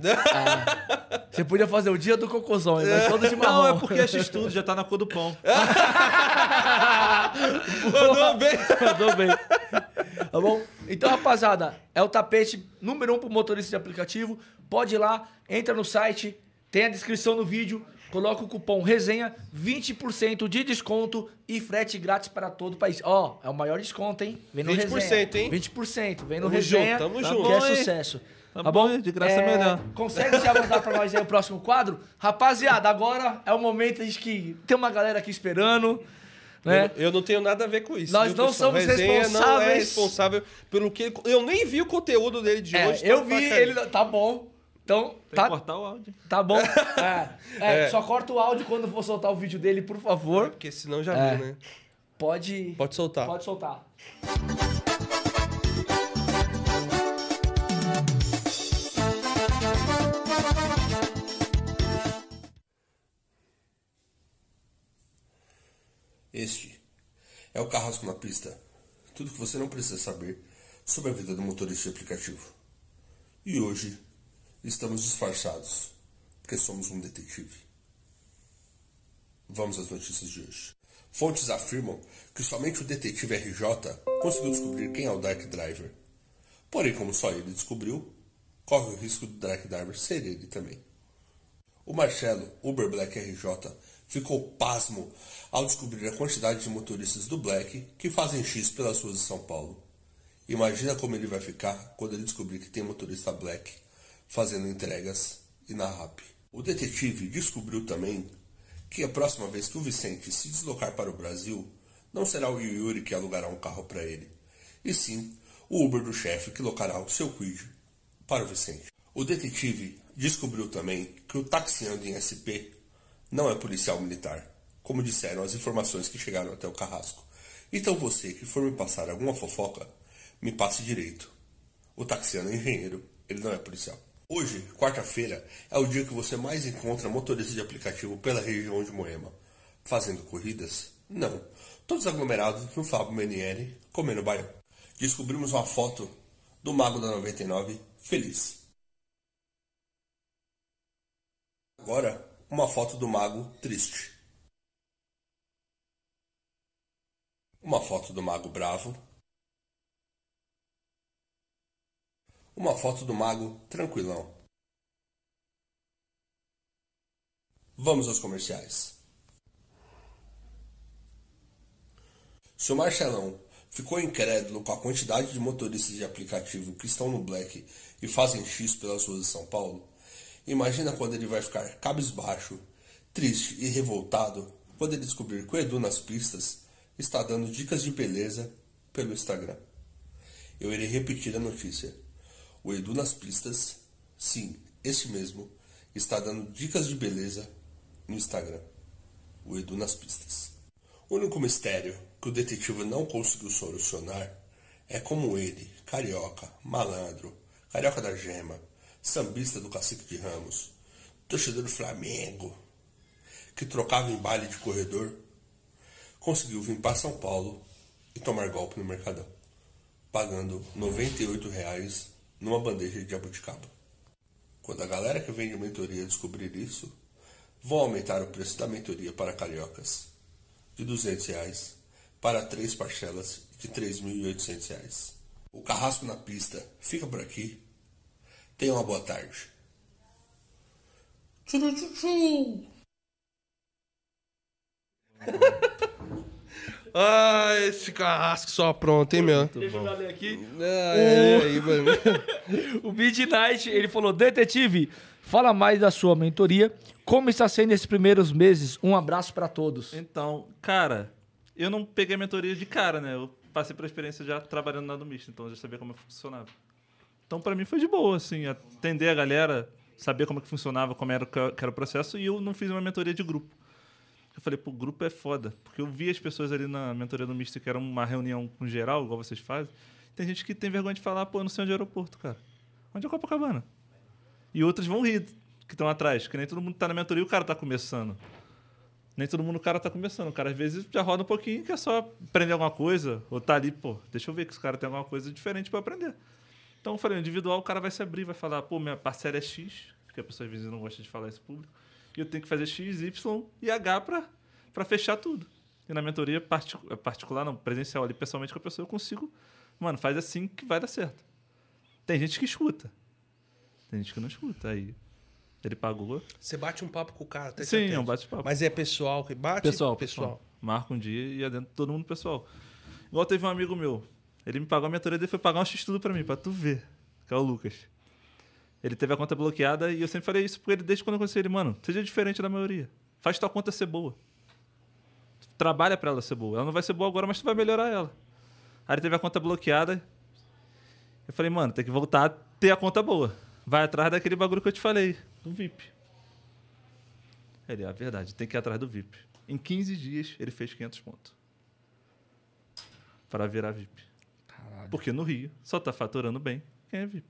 B: Você podia fazer o dia do cocôzão, mas todo de marrom.
E: Não, é porque a X-Tudo já tá na cor do pão.
A: Mandou bem.
E: Mandou bem.
B: Tá bom? Então, rapaziada, é o tapete número um pro motorista de aplicativo. Pode ir lá, entra no site, tem a descrição no vídeo, coloca o cupom resenha, 20% de desconto e frete grátis para todo o país. Ó, é o maior desconto, hein? Vem no
A: 20%,
B: resenha.
A: hein?
B: 20%, vem no
A: Tamo
B: resenha.
A: junto, tamo
B: tá
A: junto.
B: Que é
E: Bom, hein?
B: sucesso.
E: Tá bom, hein? De graça é melhor.
B: Consegue já mandar pra nós aí o próximo quadro? Rapaziada, agora é o momento de que tem uma galera aqui esperando, né?
A: Eu, eu não tenho nada a ver com isso.
B: Nós
A: viu,
B: não
A: pessoal?
B: somos
A: Resenha Não é
B: responsáveis.
A: responsável pelo que ele- Eu nem vi o conteúdo dele de
B: É,
A: hoje. tá
B: eu
A: uma
B: vi,
A: porcaria.
B: ele. Tá bom. Então,
E: Tem que
B: tá,
E: cortar o áudio.
B: tá bom. É, é,
A: É.
B: Só corta o áudio quando for soltar o vídeo dele, por
A: É,
B: favor.
A: Porque senão já
B: É.
A: viu, né?
B: Pode.
A: Pode soltar.
B: Pode soltar.
F: Este é o Carrasco na Pista. Tudo que você não precisa saber sobre a vida do motorista de aplicativo. E hoje estamos disfarçados, porque somos um detetive. Vamos às notícias de hoje. Fontes afirmam que somente o detetive RJ conseguiu descobrir quem é o Dark Driver. Porém, como só ele descobriu, corre o risco do Dark Driver ser ele também. O Marcelo, Uber Black RJ, ficou pasmo ao descobrir a quantidade de motoristas do Black que fazem X pelas ruas de São Paulo. Imagina como ele vai ficar quando ele descobrir que tem motorista Black fazendo entregas e na RAP. O detetive descobriu também que a próxima vez que o Vicente se deslocar para o Brasil, não será o Yuri que alugará um carro para ele, e sim o Uber do chefe que locará o seu Quid para o Vicente. O detetive descobriu também que o taxiando em SP não é policial militar, como disseram as informações que chegaram até o carrasco. Então você que for me passar alguma fofoca, me passe direito. O taxiano é engenheiro, ele não é policial. Hoje, quarta-feira, é o dia que você mais encontra motorista de aplicativo pela região de Moema. Fazendo corridas? Não. Todos aglomerados no Fábio Meniere, comendo baião. Descobrimos uma foto do Mago da 99 feliz. Agora, uma foto do Mago triste. Uma foto do Mago bravo. Uma foto do Mago tranquilão. Vamos aos comerciais. Se o Marcelão ficou incrédulo com a quantidade de motoristas de aplicativo que estão no Black e fazem X pelas ruas de São Paulo, imagina quando ele vai ficar cabisbaixo, triste e revoltado quando ele descobrir que o Edu nas pistas está dando dicas de beleza pelo Instagram. Eu irei repetir a notícia. O Edu nas pistas, sim, este mesmo, está dando dicas de beleza no Instagram. O Edu nas pistas. O único mistério que o detetive não conseguiu solucionar é como ele, carioca, malandro, carioca da gema, sambista do cacique de Ramos, torcedor do Flamengo, que trocava em baile de corredor, conseguiu vir para São Paulo e tomar golpe no Mercadão, pagando R$ 98 reais numa bandeja de jabuticaba. Quando a galera que vende mentoria descobrir isso, vão aumentar o preço da mentoria para cariocas de R$ 200 reais para três parcelas de R$ 3.800. reais. O Carrasco na Pista fica por aqui. Tenha uma boa tarde. Tchuru, tchu, tchu.
A: Ah, esse carrasco só apronta, hein, meu?
B: Deixa eu ler aqui.
A: Ah, é, é, aí, mano.
B: O Midnight, ele falou: Detetive, fala mais da sua mentoria. Como está sendo esses primeiros meses? Um abraço pra todos.
C: Então, cara, eu não peguei a mentoria de cara, né? Eu passei pela experiência já trabalhando na do Misto, então eu já sabia como funcionava. Então, pra mim foi de boa, assim, atender a galera, saber como é que funcionava, como era, o que era o processo, e eu não fiz uma mentoria de grupo. Eu falei, pô, grupo é foda. Porque eu vi as pessoas ali na mentoria do Misto, que era uma reunião com geral, igual vocês fazem. Tem gente que tem vergonha de falar, pô, eu não sei onde é o aeroporto, cara. Onde é Copacabana? E outros vão rir, que estão atrás. Que nem todo mundo tá na mentoria e o cara tá começando. Nem todo mundo o cara tá começando. O cara às vezes já roda um pouquinho, que é só aprender alguma coisa. Ou tá ali, pô, deixa eu ver que esse cara tem alguma coisa diferente para aprender. Então eu falei, individual, o cara vai se abrir, vai falar, pô, minha parcela é X, porque a pessoa às vezes não gosta de falar isso público. E eu tenho que fazer X, Y e H pra, pra fechar tudo. E na mentoria particu- particular, não, presencial ali, pessoalmente com a pessoa, eu consigo. Mano, faz assim que vai dar certo. Tem gente que escuta. Tem gente que não escuta. Aí ele pagou.
A: Você bate um papo com o cara, até que
C: Sim,
A: atende.
C: é um bate-papo.
A: Mas é pessoal que bate?
E: Pessoal,
A: pessoal.
C: Marca um dia e ia dentro todo mundo pessoal. Igual teve um amigo meu. Ele me pagou a mentoria dele, foi pagar um x-tudo pra mim, pra tu ver. Que é o Lucas. Ele teve a conta bloqueada e eu sempre falei isso pra ele desde quando eu conheci ele. Mano, seja diferente da maioria. Faz tua conta ser boa. Trabalha pra ela ser boa. Ela não vai ser boa agora, mas tu vai melhorar ela. Aí ele teve a conta bloqueada. Eu falei, mano, tem que voltar a ter a conta boa. Vai atrás daquele bagulho que eu te falei, do VIP. Ele, é verdade, tem que ir atrás do VIP. Em 15 dias, ele fez 500 pontos. Para virar VIP. Porque no Rio, só tá faturando bem quem é VIP.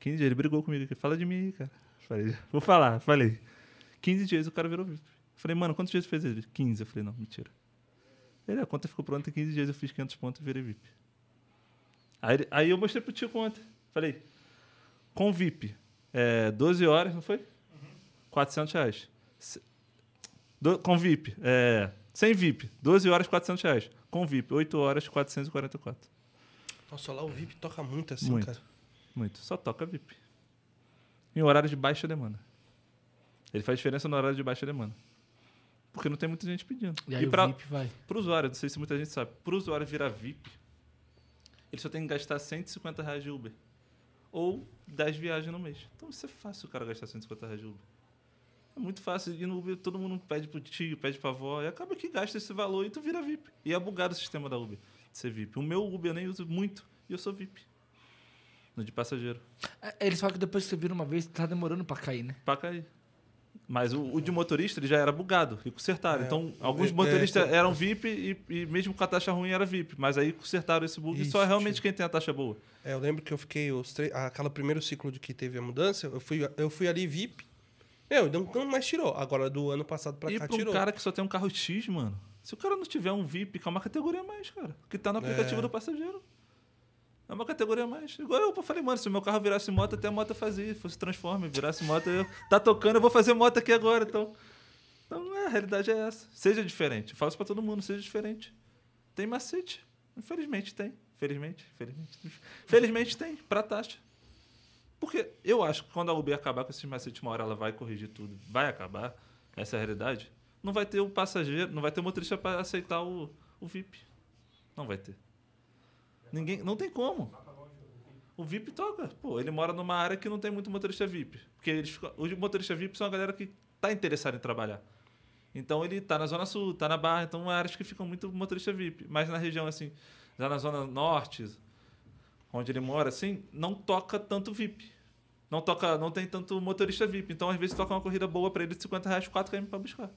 C: 15 dias, ele brigou comigo aqui. Fala de mim aí, cara. Falei, vou falar, falei. 15 dias o cara virou VIP. Falei, mano, quantos dias tu fez ele? 15. Eu falei, não, mentira. Ele, a conta ficou pronta em 15 dias, eu fiz 500 pontos e virei VIP. Aí, ele- aí eu mostrei pro tio conta. Falei, com VIP, é, 12 horas, não foi? 400 reais. Se- do- com VIP, é, sem VIP, 12 horas, 400 reais. Com VIP, 8 horas, 444.
A: Nossa, lá o VIP toca muito assim,
C: Muito.
A: cara.
C: Muito. Só toca VIP. Em horário de baixa demanda. Ele faz diferença no horário de baixa demanda. Porque não tem muita gente pedindo.
B: E aí o
C: pra-
B: VIP vai.
C: Pro usuário, não sei se muita gente sabe, pro usuário virar VIP, ele só tem que gastar 150 reais de Uber. Ou 10 viagens no mês. Então isso é fácil o cara gastar 150 reais de Uber. É muito fácil. E no Uber todo mundo pede pro tio, pede pra avó. E acaba que gasta esse valor e tu vira VIP. E é bugado o sistema da Uber, de ser VIP. O meu Uber eu nem uso muito e eu sou VIP. No de passageiro.
B: É, Eles falam que depois que você vira uma vez, tá demorando pra cair, né?
C: Pra cair. Mas o, o de motorista ele já era bugado e
A: É,
C: consertaram. então, alguns motoristas eram VIP e, e mesmo com a taxa ruim era VIP. Mas aí consertaram esse bug e só
A: Isso,
C: realmente quem tem a taxa boa.
A: É, eu lembro que eu fiquei os três. Aquela primeiro ciclo de que teve a mudança, eu fui, eu fui ali VIP. Meu, não, não mais tirou. Agora do ano passado pra
C: e
A: cá
C: pra um
A: tirou.
C: cara que só tem um carro X, mano. Se o cara não tiver um VIP, que é uma categoria a mais, cara. Que tá no aplicativo
A: É.
C: do passageiro. É uma categoria a mais. Igual eu falei, mano, se o meu carro virasse moto, até a moto fazia. Fosse transforme, virasse moto, eu tá tocando, eu vou fazer moto aqui agora, então. Então, é, a realidade é essa. Seja diferente. Eu falo isso pra todo mundo, seja diferente. Tem macete. Infelizmente tem. Felizmente, felizmente. Felizmente tem, pra taxa. Porque eu acho que quando a Uber acabar com esses macetes, uma hora ela vai corrigir tudo. Vai acabar. Essa é a realidade. Não vai ter o passageiro, não vai ter o motorista para aceitar o, o VIP. Não vai ter. Ninguém, não tem como. O VIP toca. Pô, ele mora numa área que não tem muito motorista VIP. Porque eles ficam, os motoristas VIP são a galera que tá interessada em trabalhar. Então ele tá na Zona Sul, tá na Barra, então áreas que ficam muito motorista VIP. Mas na região, assim, já na Zona Norte, onde ele mora, assim, não toca tanto VIP. Não toca, não tem tanto motorista VIP. Então, às vezes, toca uma corrida boa pra ele de 50 reais, 4 km pra buscar.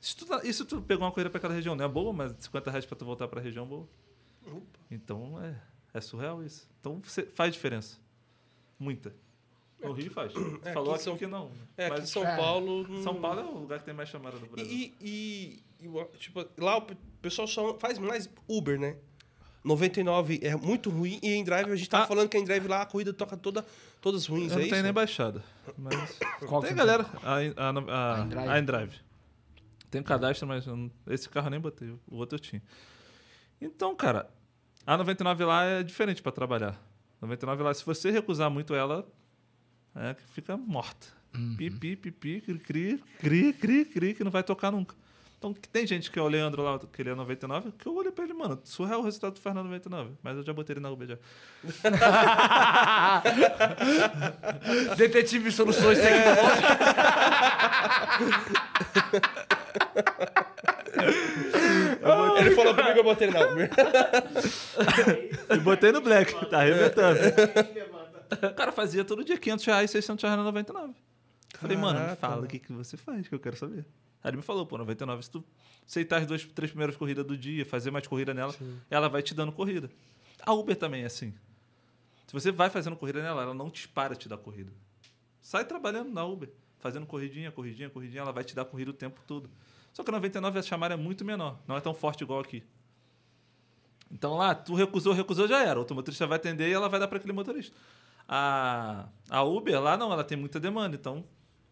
C: Isso tu, tá- e se tu pegou uma corrida pra aquela região, não é boa, mas 50 reais pra tu voltar pra região boa. Então, é, é surreal isso. Então, você- faz diferença. Muita. No Rio faz.
A: É aqui
C: Falou
A: em
C: aqui
A: São-
C: que não.
A: É, aqui em
C: mas
A: São
B: é.
A: Paulo. não-
C: São Paulo é o lugar que tem mais chamada do Brasil.
A: E, e- e- e, tipo, lá o pe- pessoal só faz mais Uber, né? 99 é muito ruim e em drive a gente tava
C: Ah.
A: falando que em drive lá a corrida toca toda, todas ruins,
C: Eu
A: é
C: não
A: isso?
C: tenho nem baixada. Mas.
B: Qual
C: tem
B: que-
C: galera. A, a, a,
B: iDrive.
C: a iDrive. Tem cadastro, mas eu não- esse carro eu nem botei. O outro eu tinha. Então, cara, a 99 lá é diferente pra trabalhar. 99 lá, se você recusar muito ela, é
A: Uhum.
C: que fica morta. Pipi, pipi, cri, cri, cri, cri, cri, que não vai tocar nunca. Então que tem gente que é o Leandro lá, que ele é 99, que eu olhei pra ele, mano, surreal o resultado do Fernando 99. Mas eu já botei ele na Uber já.
B: Detetive Soluções Tecnológicas.
A: Ele falou comigo, eu botei na Uber.
E: E botei no Black, tá arrebentando.
C: É. O cara fazia todo dia 500 reais, 600 reais na 99. Eu Falei, mano, me fala o que, que você faz, que eu quero saber. Aí ele me falou, pô, 99, se tu aceitar as duas, três primeiras corridas do dia, fazer mais corrida nela, ela vai te dando corrida. A Uber também é assim. Se você vai fazendo corrida nela, ela não te para de te dar corrida. Sai trabalhando na Uber, fazendo corridinha, corridinha, corridinha, ela vai te dar corrida o tempo todo. Só que a 99 a chamada é muito menor, não é tão forte igual aqui. Então lá, tu recusou, recusou, já era. Outro motorista vai atender e ela vai dar para aquele motorista. A, a Uber lá não, ela tem muita demanda, então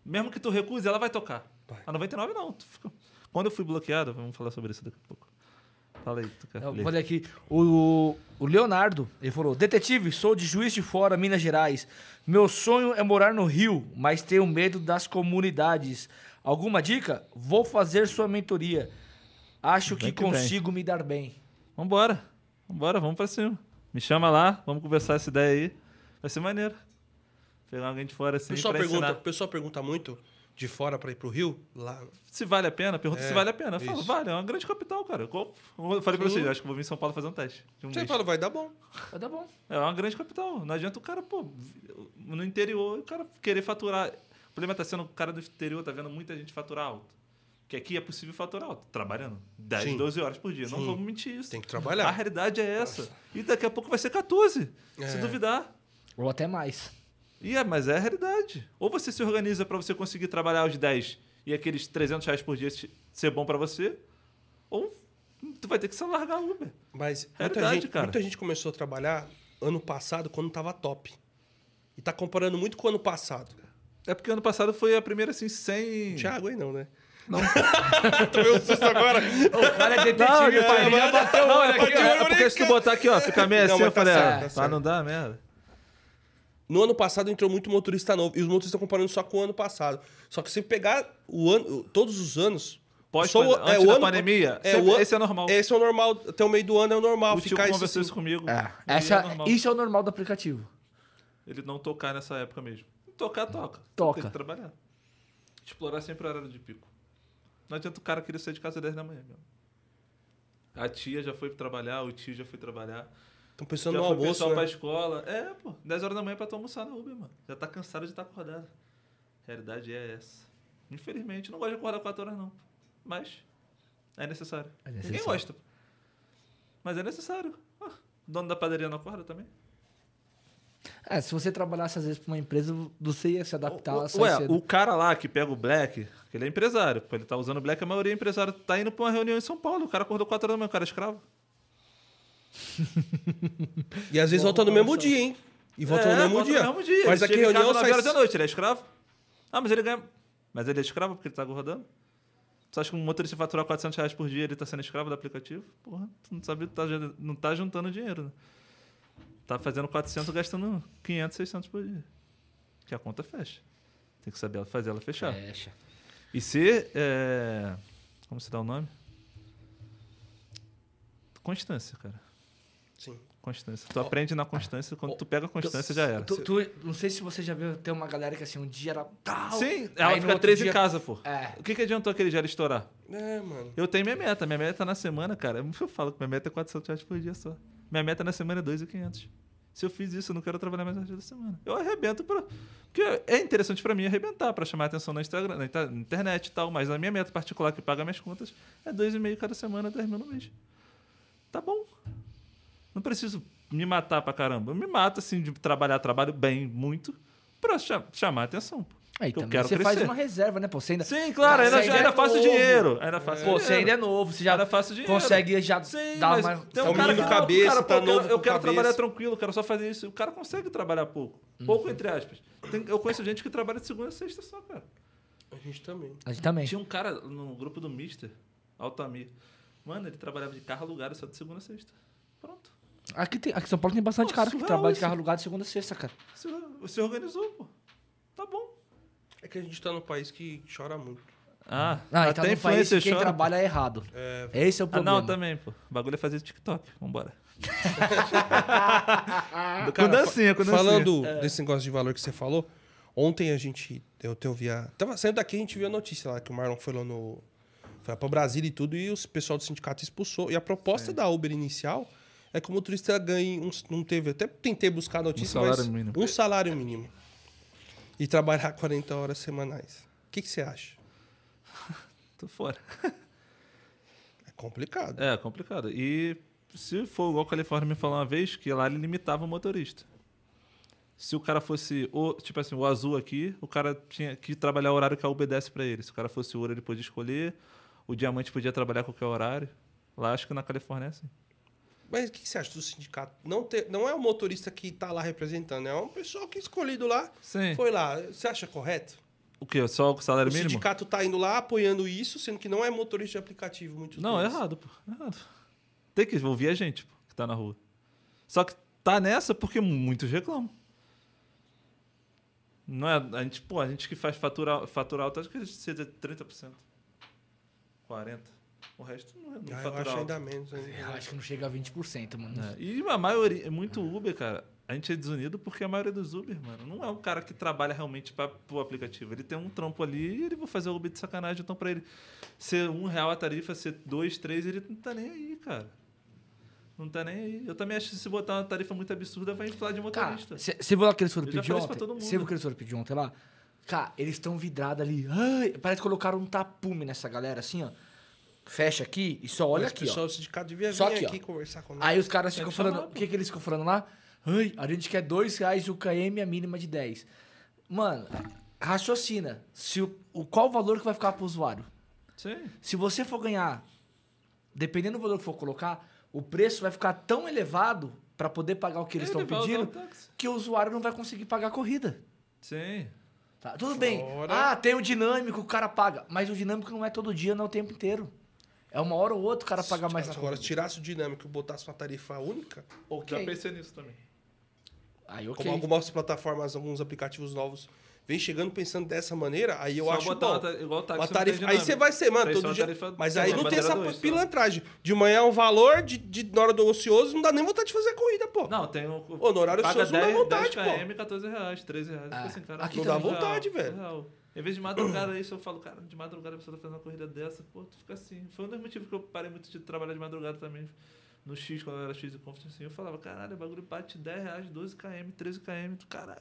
C: mesmo que tu recuse, ela vai tocar. A 99 não. tu fica- Quando eu fui bloqueado, vamos falar sobre isso daqui a pouco. Fala aí, tu quer
B: Eu
C: ler.
B: falei aqui, o, o Leonardo, ele falou: Detetive, sou de Juiz de Fora, Minas Gerais. Meu sonho é morar no Rio, mas tenho medo das comunidades. Alguma dica? Vou fazer sua mentoria. Acho que,
C: Bem que
B: consigo me dar bem.
C: Vambora. Vambora, vamos pra cima. Me chama lá, vamos conversar essa ideia aí. Vai ser maneiro. Pegar alguém de fora assim.
A: O pessoal
C: pra
A: pergunta,
C: ensinar.
A: o pessoal pergunta muito de fora pra ir pro Rio, lá.
C: se vale a pena, pergunta
A: É,
C: se vale a pena. Eu falo,
A: isso.
C: vale, é uma grande capital, cara. Eu eu falei pra
A: Sim.
C: vocês, acho que eu vou vir em São Paulo fazer um teste. de um
A: Você
C: mês.
A: fala, vai dar bom.
B: Mas tá bom.
C: É uma grande capital. Não adianta o cara, pô, vi- no interior, o cara querer faturar. O problema tá sendo que o cara do interior tá vendo muita gente faturar alto. Que aqui é possível faturar alto, trabalhando 10,
A: Sim.
C: 12 horas por dia. Não
A: Sim.
C: vamos mentir isso.
A: Tem que trabalhar.
C: A realidade é essa. E daqui a pouco vai ser 14,
A: É.
C: se duvidar.
B: Ou até mais.
C: E é, mas é a realidade. Ou você se organiza pra você conseguir trabalhar aos 10 e aqueles 300 reais por dia se- ser bom pra você, ou tu vai ter que se largar a Uber.
A: Mas muita,
C: Realidade,
A: gente,
C: É cara.
A: muita gente começou a trabalhar ano passado quando tava top. E tá comparando muito com o ano passado.
C: É porque ano passado foi a primeira assim, sem...
A: Thiago aí não, né? Não. Tomei um susto agora.
B: O cara é
C: Ah,
B: detetive,
E: Não,
B: pai.
E: não,
B: Já bateu
C: um
B: o
E: Não,
B: olho
E: é porque,
B: aqui.
E: é porque se tu botar aqui, ó, fica meio assim,
A: Não, mas
E: eu
A: tá
E: falei,
A: certo,
E: ah,
A: tá
E: tá,
A: certo.
E: não dá merda.
A: No ano passado entrou muito motorista novo. E os motoristas comparando só com o ano passado. Só que se pegar o ano, todos os anos.
C: Pós-
A: só é,
C: antes da pandemia, sempre- esse é normal.
A: Esse é o normal. Até o meio do ano é o normal.
C: O tio
A: ficar assim.
C: conversou
A: esse,
C: isso comigo. E
B: Essa-
C: é normal.
B: isso é o normal do aplicativo.
C: Ele não tocar nessa época mesmo. Tocar, toca.
B: Toca.
C: Tem que trabalhar. Explorar sempre o horário de pico. Não adianta o cara querer sair de casa às 10 da manhã mesmo. A tia já foi trabalhar, o tio já foi trabalhar.
A: Estão pensando
C: já
A: no
C: foi o
A: almoço.
C: pessoal pra
A: Né?
C: escola. É, pô. 10 horas da manhã pra tu almoçar na Uber, mano. Já tá cansado de estar acordado. A realidade é essa. Infelizmente, não gosto de acordar 4 horas, não. Mas é necessário. Ninguém
B: necessário.
C: gosta. Mas é necessário. Ah, o dono da padaria não acorda também?
B: É, se você trabalhasse às vezes pra uma empresa, você ia se adaptar a
C: Ué, o cara lá que pega o Black, que ele é empresário, pô, ele tá usando o Black, a maioria é empresário. Tá indo pra uma reunião em São Paulo, o cara acordou 4 horas da manhã, o cara é escravo.
A: E às vezes volta no mesmo dia, hein? E volta
C: é,
A: no mesmo
C: volta
A: dia.
C: No mesmo dia.
A: Mas
C: Ele
A: aqui
C: chega em
A: reunião
C: casa nove
A: sai.
C: horas da noite, ele é escravo. Ah, mas ele ganha... Mas ele é escravo porque ele tá rodando? Tu acha que um motorista faturar 400 reais por dia, ele tá sendo escravo do aplicativo? Porra, tu não sabe, tu tá, gen- não tá juntando dinheiro, né? Tá fazendo 400, gastando 500, 600 por dia. Que a conta fecha. Tem que saber fazer ela fechar.
B: Fecha.
C: E ser. É... Como se dá o nome? Constância, cara.
A: Sim.
C: Constância. Tu aprende na constância, quando tu pega a constância, já era.
B: Tu, tu- não sei se você já viu, tem uma galera que assim, um dia ela. Tal,
C: Sim,
B: aí
C: ela
B: no
C: fica
B: outro
C: três em
B: dia-
C: casa, pô.
B: É.
C: O que, que adiantou aquele gel estourar?
A: É, mano.
C: Eu tenho minha meta. Minha meta na semana, cara. Eu falo que minha meta é 400 reais por dia só. Minha meta na semana é 2.500. Se eu fiz isso, eu não quero trabalhar mais no resto da semana. Eu arrebento pra... Porque é interessante pra mim arrebentar, pra chamar atenção na, Instagram, na inter- na internet e tal. Mas a minha meta particular, que paga minhas contas, é 2,5 cada semana, 10 mil no mês. Tá bom. Não preciso me matar pra caramba. Eu me mato, assim, de trabalhar, trabalho bem, muito, pra cha- chamar atenção. pô.
B: Aí
C: Porque eu
B: também
C: quero
B: você faz
C: crescer.
B: uma reserva, né, pô? Você ainda.
C: Sim, claro,
B: Você
C: ainda, ainda
B: é
C: faço
B: novo.
C: dinheiro. Ainda faço
B: Pô, você ainda é
C: dinheiro.
B: novo, você já
C: Ainda faço dinheiro.
B: consegue já
C: Sim,
B: dar
C: mas
B: uma.
C: tem
A: É um
C: um cara
A: menino
C: que
A: de cabeça,
C: cara,
A: tá
C: pô, eu
A: novo com
C: quero- Eu quero
A: cabeça.
C: trabalhar tranquilo, eu quero só fazer isso. O cara consegue trabalhar pouco.
B: Uhum.
C: Pouco, entre aspas. Tem- eu conheço gente que trabalha de segunda a sexta só, cara.
A: A gente também.
B: A gente também.
C: Tinha um cara no grupo do Mister, Altamir. Mano, ele trabalhava de carro alugado só de segunda a sexta. Pronto.
B: Aqui, tem, aqui em São Paulo tem bastante
C: Pô,
B: cara que
C: surreal
B: trabalha de
C: isso.
B: carro alugado de segunda a sexta, cara.
C: Se, se organizou, pô. Tá bom.
A: É que a gente tá num país que chora muito.
C: Ah,
B: Ah, então no
C: até
B: país
C: influencer
B: que quem
C: chora.
B: trabalha é errado. Esse é o
C: Ah,
B: problema.
C: não, também, pô. O bagulho é fazer TikTok. Vambora.
A: Cara,
C: é
E: dancinha,
C: assim,
A: fa-
E: com dancinha.
A: Falando desse negócio de valor que você falou, ontem a gente, eu, eu vi a... Tava saindo daqui, a gente viu a notícia lá, que o Marlon foi lá no... Foi lá pra Brasília e tudo, e o pessoal do sindicato expulsou. E a proposta da Uber inicial é que o motorista ganhe, um, não teve, até tentei buscar a notícia,
C: salário
A: mas
C: mínimo.
A: um salário mínimo. E trabalhar 40 horas semanais. O que, que você acha?
C: Tô fora.
A: É complicado.
C: É, complicado. E se for igual a Califórnia me falou uma vez, que lá ele limitava o motorista. Se o cara fosse, o, tipo assim, o azul aqui, o cara tinha que trabalhar o horário que a Uber desse pra ele. Se o cara fosse ouro, ele podia escolher. O diamante podia trabalhar a qualquer horário. Lá, acho que na Califórnia é assim.
A: Mas o que, que você acha do sindicato? Não, ter, não é o motorista que tá lá representando, é um pessoal que escolhido lá
C: Sim.
A: foi lá. Você acha correto?
C: O quê? Só o
A: O
C: salário mínimo?
A: sindicato tá indo lá apoiando isso, sendo que não é motorista de aplicativo muito
C: Não, é errado, pô. É errado. Tem que ouvir a gente, pô, que tá na rua. Só que tá nessa porque muitos reclamam. Não é, a gente, pô, a gente que faz fatura, fatura alta, acho que seja 30%. 40%. O resto não é não
A: Ah, eu
C: fatura
A: acho
C: alta.
A: ainda menos. ainda.
B: Eu acho que não chega a 20%, mano.
C: É, E a maioria, é muito Uber, cara. A gente é desunido porque a maioria dos Uber, mano, não é um cara que trabalha realmente para o aplicativo. Ele tem um trampo ali e ele vai fazer o Uber de sacanagem. Então, para ele ser um real a tarifa, ser dois, três, ele não tá nem aí, cara. Não tá nem aí. Eu também acho que se botar uma tarifa muito absurda, vai inflar de
B: Cara,
C: motorista.
B: você viu lá que eles foram
C: Eu já
B: pedir
C: falei isso pra todo
B: ontem?
C: mundo.
B: Você viu que eles foram pedir ontem lá? Cara, eles estão vidrados ali. Ai, parece que colocaram um tapume nessa galera, assim, ó. Fecha aqui e só olha
A: Mas O
B: aqui, ó.
A: pessoal do sindicato devia vir
B: Só aqui,
A: aqui,
B: ó.
A: conversar conosco.
B: Aí os caras
C: Tem
B: ficam
C: que chamar,
B: falando. O
C: pô.
B: que, que eles ficam falando lá? Ai, a gente quer dois reais o KM a mínima de 10. Mano, raciocina. Se o, o- qual o valor que vai ficar pro usuário?
C: Sim.
B: Se você for ganhar, dependendo do valor que for colocar, o preço vai ficar tão elevado pra poder pagar o que eles
C: Ele
B: estão
C: vai usar o
B: pedindo
C: táxi.
B: que o usuário não vai conseguir pagar a corrida.
C: Sim.
B: Tá, tudo bem.
A: Fora.
B: Ah, tem o dinâmico, o cara paga. Mas o dinâmico não é todo dia, não é o tempo inteiro. É uma hora ou outra o cara paga mais na
A: Agora,
B: corrida.
A: se tirasse o dinâmico e botasse uma tarifa única,
C: Já
B: Ok.
C: pensei nisso também.
B: Aí, ok.
A: como algumas plataformas, alguns aplicativos novos vêm chegando pensando dessa maneira, aí eu
C: Só
A: acho
C: botar
A: bom.
C: uma ta- igual táxi,
A: Uma
C: não tem
A: tarifa- aí
C: dinâmica.
A: você vai ser, mano,
C: Tem só
A: todo
C: uma
A: dia.
C: tarifa-
A: Mas
C: tem
A: aí
C: uma
A: não tem
C: bandeira
A: essa
C: dois, só.
A: pilantragem. De manhã é um valor, de, de- na hora do ocioso não dá nem vontade de fazer corrida, pô.
C: Não, tem o.
A: Ô, no horário
C: paga
A: ocioso não dá
C: 10
A: vontade,
C: 10 KM, 14 reais, 13 reais.
B: Ah,
C: Fica assim, cara,
B: aqui
A: Não dá
C: também.
A: vontade,
C: Real,
A: velho.
C: real. Em vez de madrugada, aí se eu falo, cara, de madrugada a pessoa tá fazendo uma corrida dessa, pô, tu fica assim. Foi um dos motivos que eu parei muito de trabalhar de madrugada também. No X, quando eu era X e Conference, assim, eu falava, caralho, o bagulho bate 10 reais, 12 km, 13 km, tu caralho.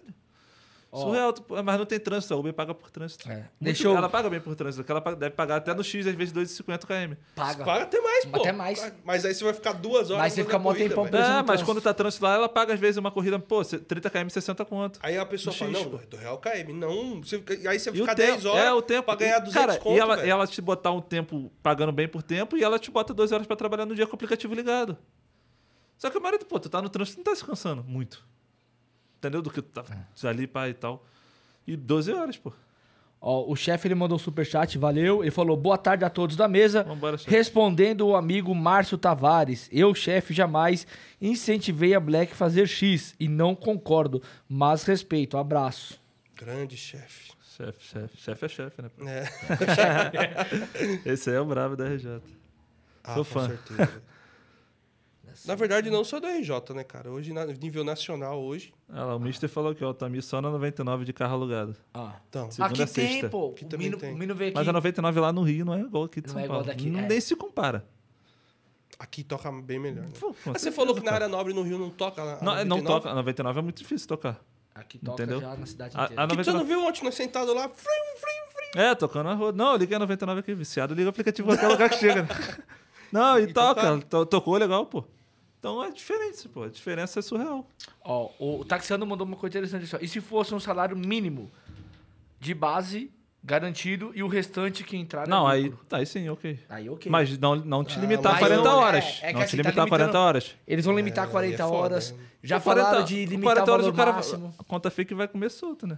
B: Ó.
C: Surreal, tu- mas não tem trânsito, a Uber paga por trânsito.
B: É.
C: Muito-
B: Deixa eu-
C: Ela paga bem por trânsito, que ela paga- deve pagar até no X, às vezes 2,50 km.
B: Paga.
A: Paga até mais, pô.
B: Até mais.
A: Mas aí você vai ficar duas horas.
B: Mas você
A: fazendo
B: fica mó
A: corrida,
B: tempão
A: velho.
B: Coisa
C: É,
B: no
C: mas
B: trânsito.
C: quando tá trânsito lá, ela paga às vezes uma corrida, pô, 30 km, 60 conto.
A: Aí a pessoa
C: No
A: fala,
C: X,
A: não,
C: pô.
A: do real KM. Não, você fica- aí você
C: E o
A: fica
C: tempo-
A: 10 horas
C: é, o tempo,
A: pra ganhar 200
C: cara,
A: conto,
C: e ela,
A: velho.
C: ela te botar um tempo pagando bem por tempo e ela te bota 12 horas pra trabalhar no dia com o aplicativo ligado. Só que o marido, pô, tu tá no trânsito, não tá descansando muito. Entendeu? Do que tu tá ali, pá, e tal. E 12 horas, pô.
B: Ó, o chefe ele mandou um superchat, valeu. Ele falou: boa tarde a todos da mesa.
C: Vambora, chefe.
B: Respondendo o amigo Márcio Tavares. Eu, chefe, jamais incentivei a Black fazer X e não concordo, mas respeito. Abraço.
A: Grande chefe.
C: Chefe, chefe. Chefe é chefe, né? pô?
A: É.
C: Esse aí é o brabo da RJ.
A: Ah,
C: Sou
A: com
C: fã.
A: certeza. velho. na verdade, não só da RJ, né, cara? Hoje, na, nível nacional, hoje.
C: Olha Ah lá, o Mister falou aqui, ó, Tami só na 99 de carro alugado.
B: Ah.
A: Então,
C: Segunda
B: aqui
C: a sexta.
B: tem, pô.
A: Aqui
B: o,
A: também
B: Mino,
A: tem.
B: o Mino veio aqui.
C: Mas a 99 lá no Rio não é igual aqui de
B: Não
C: São
B: é igual
C: Paulo.
B: daqui,
C: não
B: é.
C: Nem se compara.
A: aqui toca bem melhor. Né?
C: Pô, é com
A: Ah, você
C: certeza,
A: falou que na
C: cara.
A: área nobre no Rio não toca. lá-
C: Não,
A: lá
C: é, não
A: 99.
C: toca. A 99 é muito difícil tocar.
B: Aqui toca
C: Entendeu?
B: já na cidade
A: Ah,
C: A-
B: inteira.
C: a
A: Que você
C: 99
A: não viu ontem, nós sentados lá. Frim, frim, frim.
C: É, tocando na rua. Não, eu liguei a 99 aqui, viciado, liga o aplicativo até o lugar que chega. né? Não, e, toca, to- tocou legal, pô. Então é diferente, pô. A diferença é surreal.
B: Ó, o, o Taxiano mandou uma coisa interessante só. E se fosse um salário mínimo de base garantido e o restante que entrar é
C: não, aí,
B: lucro?
C: tá, aí sim, ok.
B: Aí, ok. Ah,
C: Mas não, não te limitar a
A: mas
C: 40
B: não-
C: horas.
B: é- é que
C: não
B: assim,
C: te
B: tá
C: limitar a 40
B: limitando-
C: horas.
B: Eles vão limitar
A: É, aí
B: 40
A: é foda,
B: horas.
A: né?
B: Já
C: O 40
B: falaram de limitar
C: 40
B: o valor
C: horas o cara,
B: máximo.
C: A conta fake vai comer solto, né?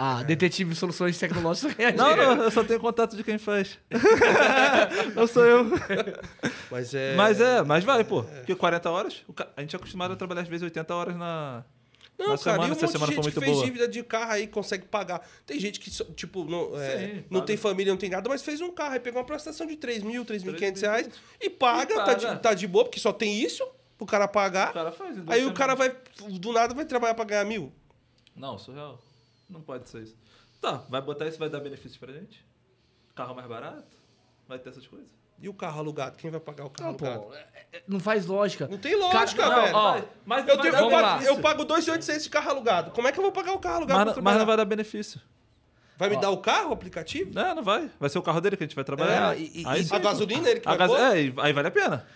B: Ah, detetive soluções tecnológicas.
C: Não, não, eu só tenho contato de quem faz. não sou eu.
A: Mas é.
C: Mas é, mas vai, pô. Porque 40 horas, o ca- a gente é acostumado a trabalhar às vezes 80 horas na,
A: Não,
C: Na
A: cara,
C: semana,
A: e um
C: essa
A: monte
C: semana
A: de
C: foi
A: gente que
C: muito
A: fez
C: boa.
A: dívida de carro aí, consegue pagar. Tem gente que, só- tipo, não, é,
C: Sim,
A: não
C: paga.
A: tem família, não tem nada, mas fez um carro e pegou uma prestação de 3 mil, 3.500 reais e paga,
C: E
A: Tá,
C: paga.
A: de, tá de boa, porque só tem isso pro cara pagar.
B: Ah.
C: O cara faz. em duas
A: aí o
C: semanas.
A: cara vai, do nada, vai trabalhar pra ganhar mil.
C: Não, surreal. Não pode ser isso. Tá, vai botar isso, vai dar benefício pra gente? Carro mais barato? Vai ter essas coisas?
A: E o carro alugado? Quem vai pagar o carro
B: Não, pô,
A: alugado?
B: é- é- não faz lógica.
A: Não tem lógica, velho.
B: ó,
C: Mas- mas
A: Eu,
C: não
A: tenho,
C: vai
A: eu,
C: dar
A: pago,
C: benefício.
A: eu pago 2.800 de carro alugado. Como é que eu vou pagar o carro alugado?
C: Mas,
A: pra
C: não- mas
A: trabalhar?
C: não vai dar benefício.
A: Vai me dar o carro, o aplicativo?
C: Não, não vai. Vai ser o carro dele que a gente vai trabalhar.
A: É, e- e-
C: aí
A: e-
C: sim,
A: a
C: pô.
A: gasolina ele que
C: A
A: vai
C: gas-
A: pôr?
C: É, e- aí vale a pena.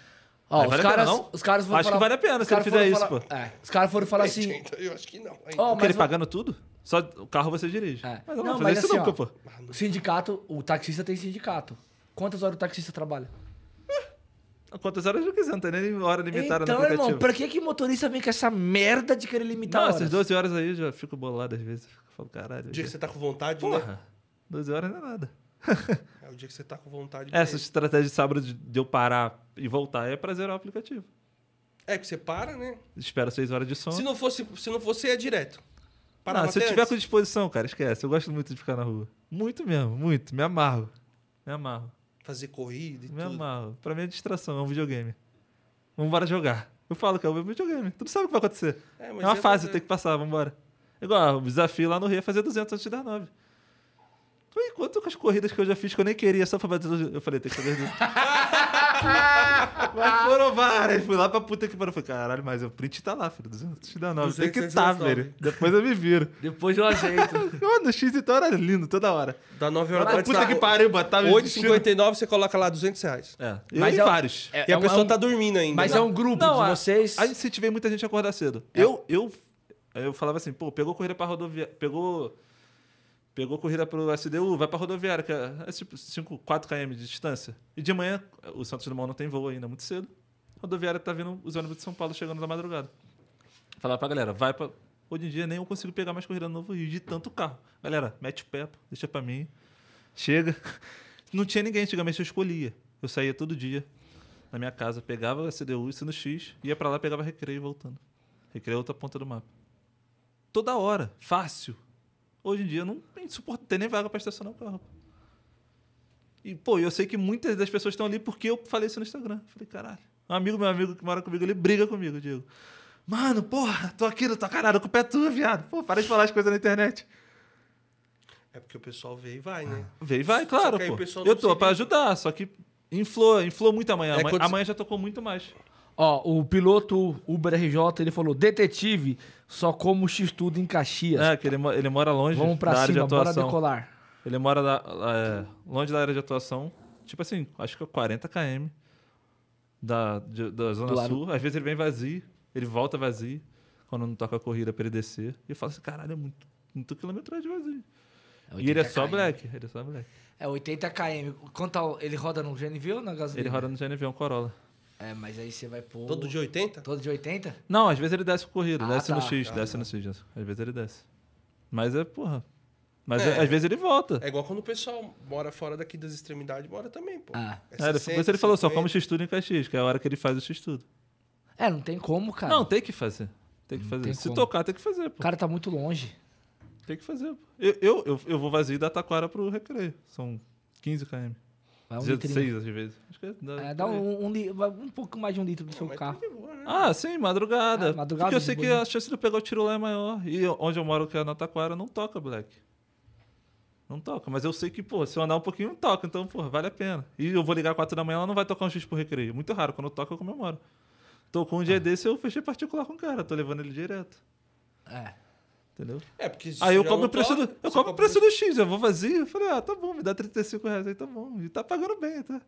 B: Ó,
C: Aí
B: os,
C: vale a pena,
B: caras,
C: não?
B: os caras foram
C: Acho que
B: falar-
C: vale a pena se
B: os caras
C: ele fizer
B: foram
C: isso,
B: falar- é, os caras foram falar assim...
A: Eu acho que não. ainda.
B: Ó,
C: Porque ele
B: mas
C: pagando tudo, só o carro você dirige.
B: É. Não,
C: Mas eu não, vou
B: mas
C: fazer isso
B: assim, ó.
C: nunca, pô.
B: o sindicato, o taxista tem sindicato. Quantas horas o taxista trabalha?
C: Quantas horas eu quiser, não tem nem hora limitada no
B: então,
C: aplicativo.
B: irmão, pra que que motorista vem com essa merda de querer limitar
C: Não,
B: horas?
C: essas 12 horas aí eu já fico bolado às vezes. Eu falo, caralho.
A: O dia que você tá com vontade, né?
C: Porra, 12 horas não é
B: tá
C: nada.
A: É o dia que você tá com vontade.
C: Essa estratégia de sábado de- de eu parar e voltar é pra zerar o aplicativo.
A: É que você para, né?
C: Espero 6 horas de sono.
A: Se não fosse, se não fosse é direto.
C: Ah,
A: Parava
C: Então. se eu
A: até
C: tiver com
A: antes.
C: disposição, cara, esquece. Eu gosto muito de ficar na rua. Muito mesmo, muito. Me amarro. Me amarro.
A: fazer corrida e
C: Me
A: tudo.
C: amarro. Pra mim é distração, é um videogame. Vambora jogar. Eu falo que é um videogame. Tu não sabe o que vai acontecer.
A: É,
C: É,
A: mas
C: uma
A: é
C: fase,
A: verdade.
C: tem que passar, vambora. Igual, o desafio lá no Rio é fazer 200 antes das 9. Foi enquanto com as corridas que eu já fiz que eu nem queria, só pra bater. Eu falei, tem que fazer 200. mas foram várias. Fui lá pra puta que pariu. Falei, caralho, mas o print tá lá, filho. 200 antes das 9. Tem que
A: 200
C: estar,
A: antes das nove.
C: velho. Depois eu me viro.
B: Depois eu ajeito.
C: Mano, o X então era lindo toda hora.
A: Dá 9 horas
C: Ah,
A: da
C: puta que pariu, botava
A: 8,59 você coloca lá 200 reais.
C: É, eu
B: Mas
C: e
B: é o-
C: vários.
B: é-
A: e a
B: um-
A: pessoa
B: um-
A: tá dormindo ainda.
B: Mas é um grupo
C: Não,
B: de
C: a-
B: vocês.
C: A incentivei muita gente a acordar cedo. Eu, eu, eu falava assim, pô, pegou corrida pra rodoviária, pegou, pegou corrida pro SDU, vai pra rodoviária, que é, é tipo 5, 4 km de distância. E de manhã, o Santos Dumont não tem voo ainda, muito cedo. Rodoviária tá vindo os ônibus de São Paulo chegando da madrugada. Falava pra galera, vai pra... Hoje em dia nem eu consigo pegar mais corrida no Novo Rio de tanto carro. Galera, mete o pé, pô, deixa pra mim. Chega. Não tinha ninguém antigamente, eu escolhia. Eu saía todo dia na minha casa, pegava a CDU, isso no X, ia pra lá, pegava recreio e voltando. Recreio é outra ponta do mapa. Toda hora, fácil. Hoje em dia eu não tem suporte, tem nem vaga pra estacionar o carro. pô. E, pô, eu sei que muitas das pessoas estão ali porque eu falei isso no Instagram. Falei, caralho. Um amigo, meu amigo que mora comigo, ele briga comigo, Diego. Mano, porra, tô aqui na tua caralho, com o pé tu, viado. Pô, para de falar as coisas na internet.
A: É porque o pessoal vê e vai, né?
C: Vem, e vai, claro.
A: Só que aí o
C: Pô.
A: pessoal não
C: Eu
A: se
C: tô pra
A: liga.
C: ajudar, só que inflou, inflou muito amanhã.
A: É,
C: amanhã,
A: quando você-
C: amanhã já tocou muito mais.
B: Ó, o piloto Uber RJ, ele falou, detetive, só como X-Tudo em Caxias.
C: É, que ele, mo- ele mora longe
B: Vamos pra
C: da área
B: cima,
C: de
B: bora
C: atuação.
B: decolar.
C: ele mora lá- lá, é, longe da área de atuação, tipo assim, acho que é 40 km da, de- da Zona
B: Do lado.
C: Sul. Às vezes ele vem vazio, ele volta vazio, quando não toca a corrida pra ele descer. E eu falo assim, caralho, é muito, muito quilometragem vazio. E ele é só
B: 80 km.
C: black, ele é só black.
B: É 80 km. Quanto ao- ele roda no GNV ou na gasolina?
C: Ele roda no GNV, é um Corolla.
B: É, mas aí você vai pôr...
A: Todo dia 80?
B: Todo de 80?
C: Não, às vezes ele desce com corrida,
B: Ah,
C: desce no
B: tá.
C: X,
B: Ah,
C: desce no X, desce. às vezes ele desce. Mas é, porra. Mas
A: É.
C: às vezes ele volta.
A: É igual quando o pessoal mora fora daqui das extremidades, mora também, pô.
B: Ah.
C: É, ele- por isso ele falou, só como X-Tudo em Caxias, que é a hora que ele faz o X-Tudo.
B: É, não tem como, cara.
C: Não, tem que fazer. Tem que fazer.
B: tem
C: Se
B: como.
C: tocar, tem que fazer,
B: O
C: pô.
B: cara tá muito longe.
C: Tem que fazer, pô. Eu, eu, eu, eu vou vazio da Taquara pro Recreio. São 15 km.
B: Vai um litrinho.
C: 16 às vezes. Acho que dá,
B: É, dá
C: por aí.
B: um, um, li- vai um pouco mais de um litro do seu
A: tá
B: carro.
A: né?
C: Ah, sim, madrugada.
B: Ah, madrugada
C: Porque eu
B: de
C: sei que
B: boa.
C: a chance de eu pegar o tiro lá é maior. E eu- onde eu moro, que é na Taquara, não toca, Black. Não toca. Mas eu sei que, pô, se eu andar um pouquinho, não toca. Então, pô, vale a pena. E eu vou ligar 4 da manhã, ela não vai tocar um X pro Recreio. Muito raro. Quando toca, eu comemoro. Tocou
B: Ah.
C: um dia desse, eu fechei particular com o cara. Tô levando ele direto.
B: É.
C: Entendeu?
A: É, porque se
C: Aí eu
A: já
C: cobro
A: não
C: o preço do.
A: toca,
C: Eu
A: você cobra
C: cobro o preço do X, eu vou vazio. Eu falei, ah, tá bom, me dá 35 reais aí, tá bom. E tá pagando bem, tá?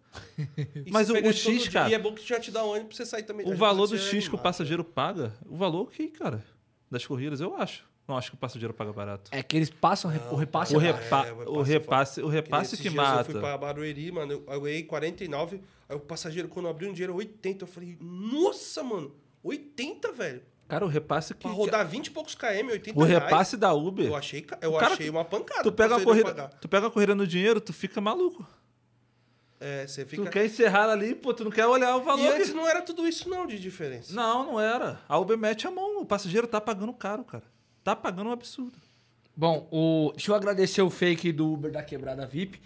A: E
C: Mas
A: se
C: o-
A: pegar
C: o
A: de todo
C: X,
A: dia,
C: cara-
A: E é bom que já te dá ônibus pra você sair também. tá
C: O
A: Às
C: valor do
A: vezes você
C: X que o
A: animado. né?
C: passageiro paga, o valor ok, cara. Das corridas, eu acho. Não acho que o passageiro paga barato.
B: É que eles passam, re- o repasse
C: O,
B: é barato.
C: repa
A: é, vai
C: o
A: passar
C: repasse, o repasse
A: nesses
C: que
A: dias Eu
C: mata.
A: fui pra Barueri, mano, eu, eu ganhei 49. Aí o passageiro, quando abriu um dinheiro, 80. Eu falei, nossa, mano, 80, velho.
C: Cara, o repasse que. é?"
A: Pra rodar 20 e poucos KM, 80
C: O
A: reais.
C: repasse da Uber.
A: Eu achei, ca- eu
C: Cara,
A: achei uma pancada.
C: Tu pega,
A: pra
C: a
A: você
C: corrida,
A: pagar.
C: tu pega a corrida no dinheiro, tu fica maluco.
A: É, você
C: Tu
A: fica.
C: quer encerrar ali, pô, tu não quer olhar o
A: E
C: valor. que-
A: antes não era tudo isso, não, de diferença.
C: Não, não era. A Uber mete a mão. O passageiro tá pagando caro, cara. Tá pagando um absurdo.
B: Bom, o... deixa eu agradecer o fake do Uber da Quebrada VIP.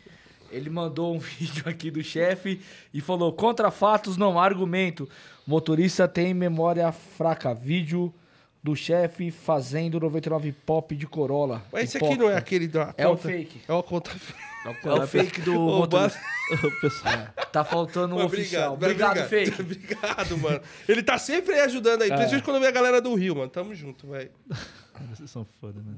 B: Ele mandou um vídeo aqui do chefe e falou: contra fatos não há argumento. Motorista tem memória fraca. Vídeo do chefe fazendo 99 pop de Corolla.
A: Mas esse aqui
B: Hipócrita.
A: não é aquele da
B: É o
A: conta-
B: fake.
A: É o conta.
B: É o fake do
A: Ô,
B: motorista.
C: O pessoal.
B: Tá faltando um oficial.
A: mas
B: Obrigado,
A: obrigado.
B: fake. É.
A: Obrigado, mano. Ele tá sempre aí ajudando aí. Principalmente quando vem a galera do Rio, mano. Tamo junto, velho.
C: Vocês são foda, né?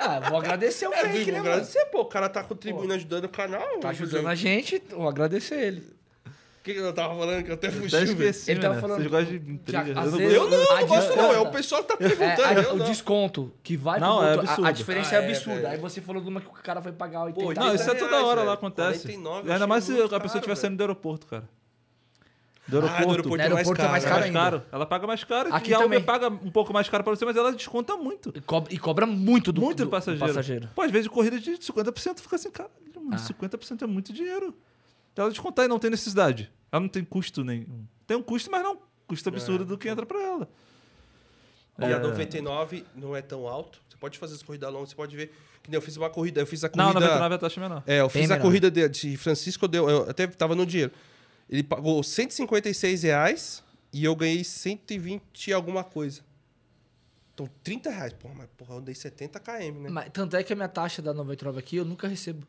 B: Ah, vou agradecer o
A: É,
B: fake,
A: vivo,
B: né, mano?
A: agradecer, pô. O cara tá contribuindo, ajudando o canal.
B: Tá ajudando a gente, vou agradecer ele.
A: O que que eu tava falando que eu até fugi,
C: Até
A: velho?
C: esqueci,
B: Ele tava
C: né?
B: falando-
C: Vocês gostam de
B: Já-
C: intriga.
B: às
C: Eu não
B: vezes-
C: gosto.
A: Eu não,
B: A
A: não gosto não. É
B: distância.
A: o pessoal que tá
B: Ah, É,
A: perguntando.
B: a-
A: eu
B: o
A: não.
B: desconto que vai pro
C: Não, é
B: motor- a- A,
C: absurdo.
B: diferença
A: Ah,
B: é
A: é,
B: absurda.
A: velho.
B: Aí você falou de uma que o cara foi pagar 80
A: Pô,
C: Não, isso é
A: 80
C: toda
A: reais,
C: hora lá
A: velho.
C: acontece.
A: 49 eu
C: Ainda
A: achei
C: mais se a
A: muito
C: pessoa
A: caro,
C: estiver
A: velho.
C: saindo do aeroporto, cara. Do
A: Ah, do
C: aeroporto.
A: aeroporto é
B: No
A: mais
B: aeroporto é
A: caro.
B: mais
A: né?
C: É
B: caro
C: mais
B: ainda.
C: caro. Ela paga mais caro
B: Aqui
C: e a
B: também.
C: Uber paga um pouco mais caro pra você, mas ela desconta muito.
B: E, co- e cobra muito do,
C: Muito
B: do- do
C: passageiro. Pô, às vezes corrida de 50% fica assim, cara,
B: Ah.
C: mano, 50% é muito dinheiro. Ela descontar e não tem necessidade. Ela não tem custo nenhum. Tem um custo, mas não. Custo
A: É,
C: absurdo do que
A: então.
C: entra pra ela.
A: E a 99 não é tão alto. Você pode fazer as corridas longas, você pode ver. Que nem eu fiz uma corrida, eu fiz a
C: Não,
A: corrida.
C: 99 é a taxa menor.
A: É, eu
B: Bem
A: fiz a
B: menor.
A: corrida de, de Francisco, deu, eu até tava no dinheiro. Ele pagou R$ 156 reais e eu ganhei 120 e alguma coisa. Então, 30 reais. Porra, mas porra, eu dei 70 km, né?
B: Mas, tanto é que a minha taxa da 99 aqui eu nunca recebo.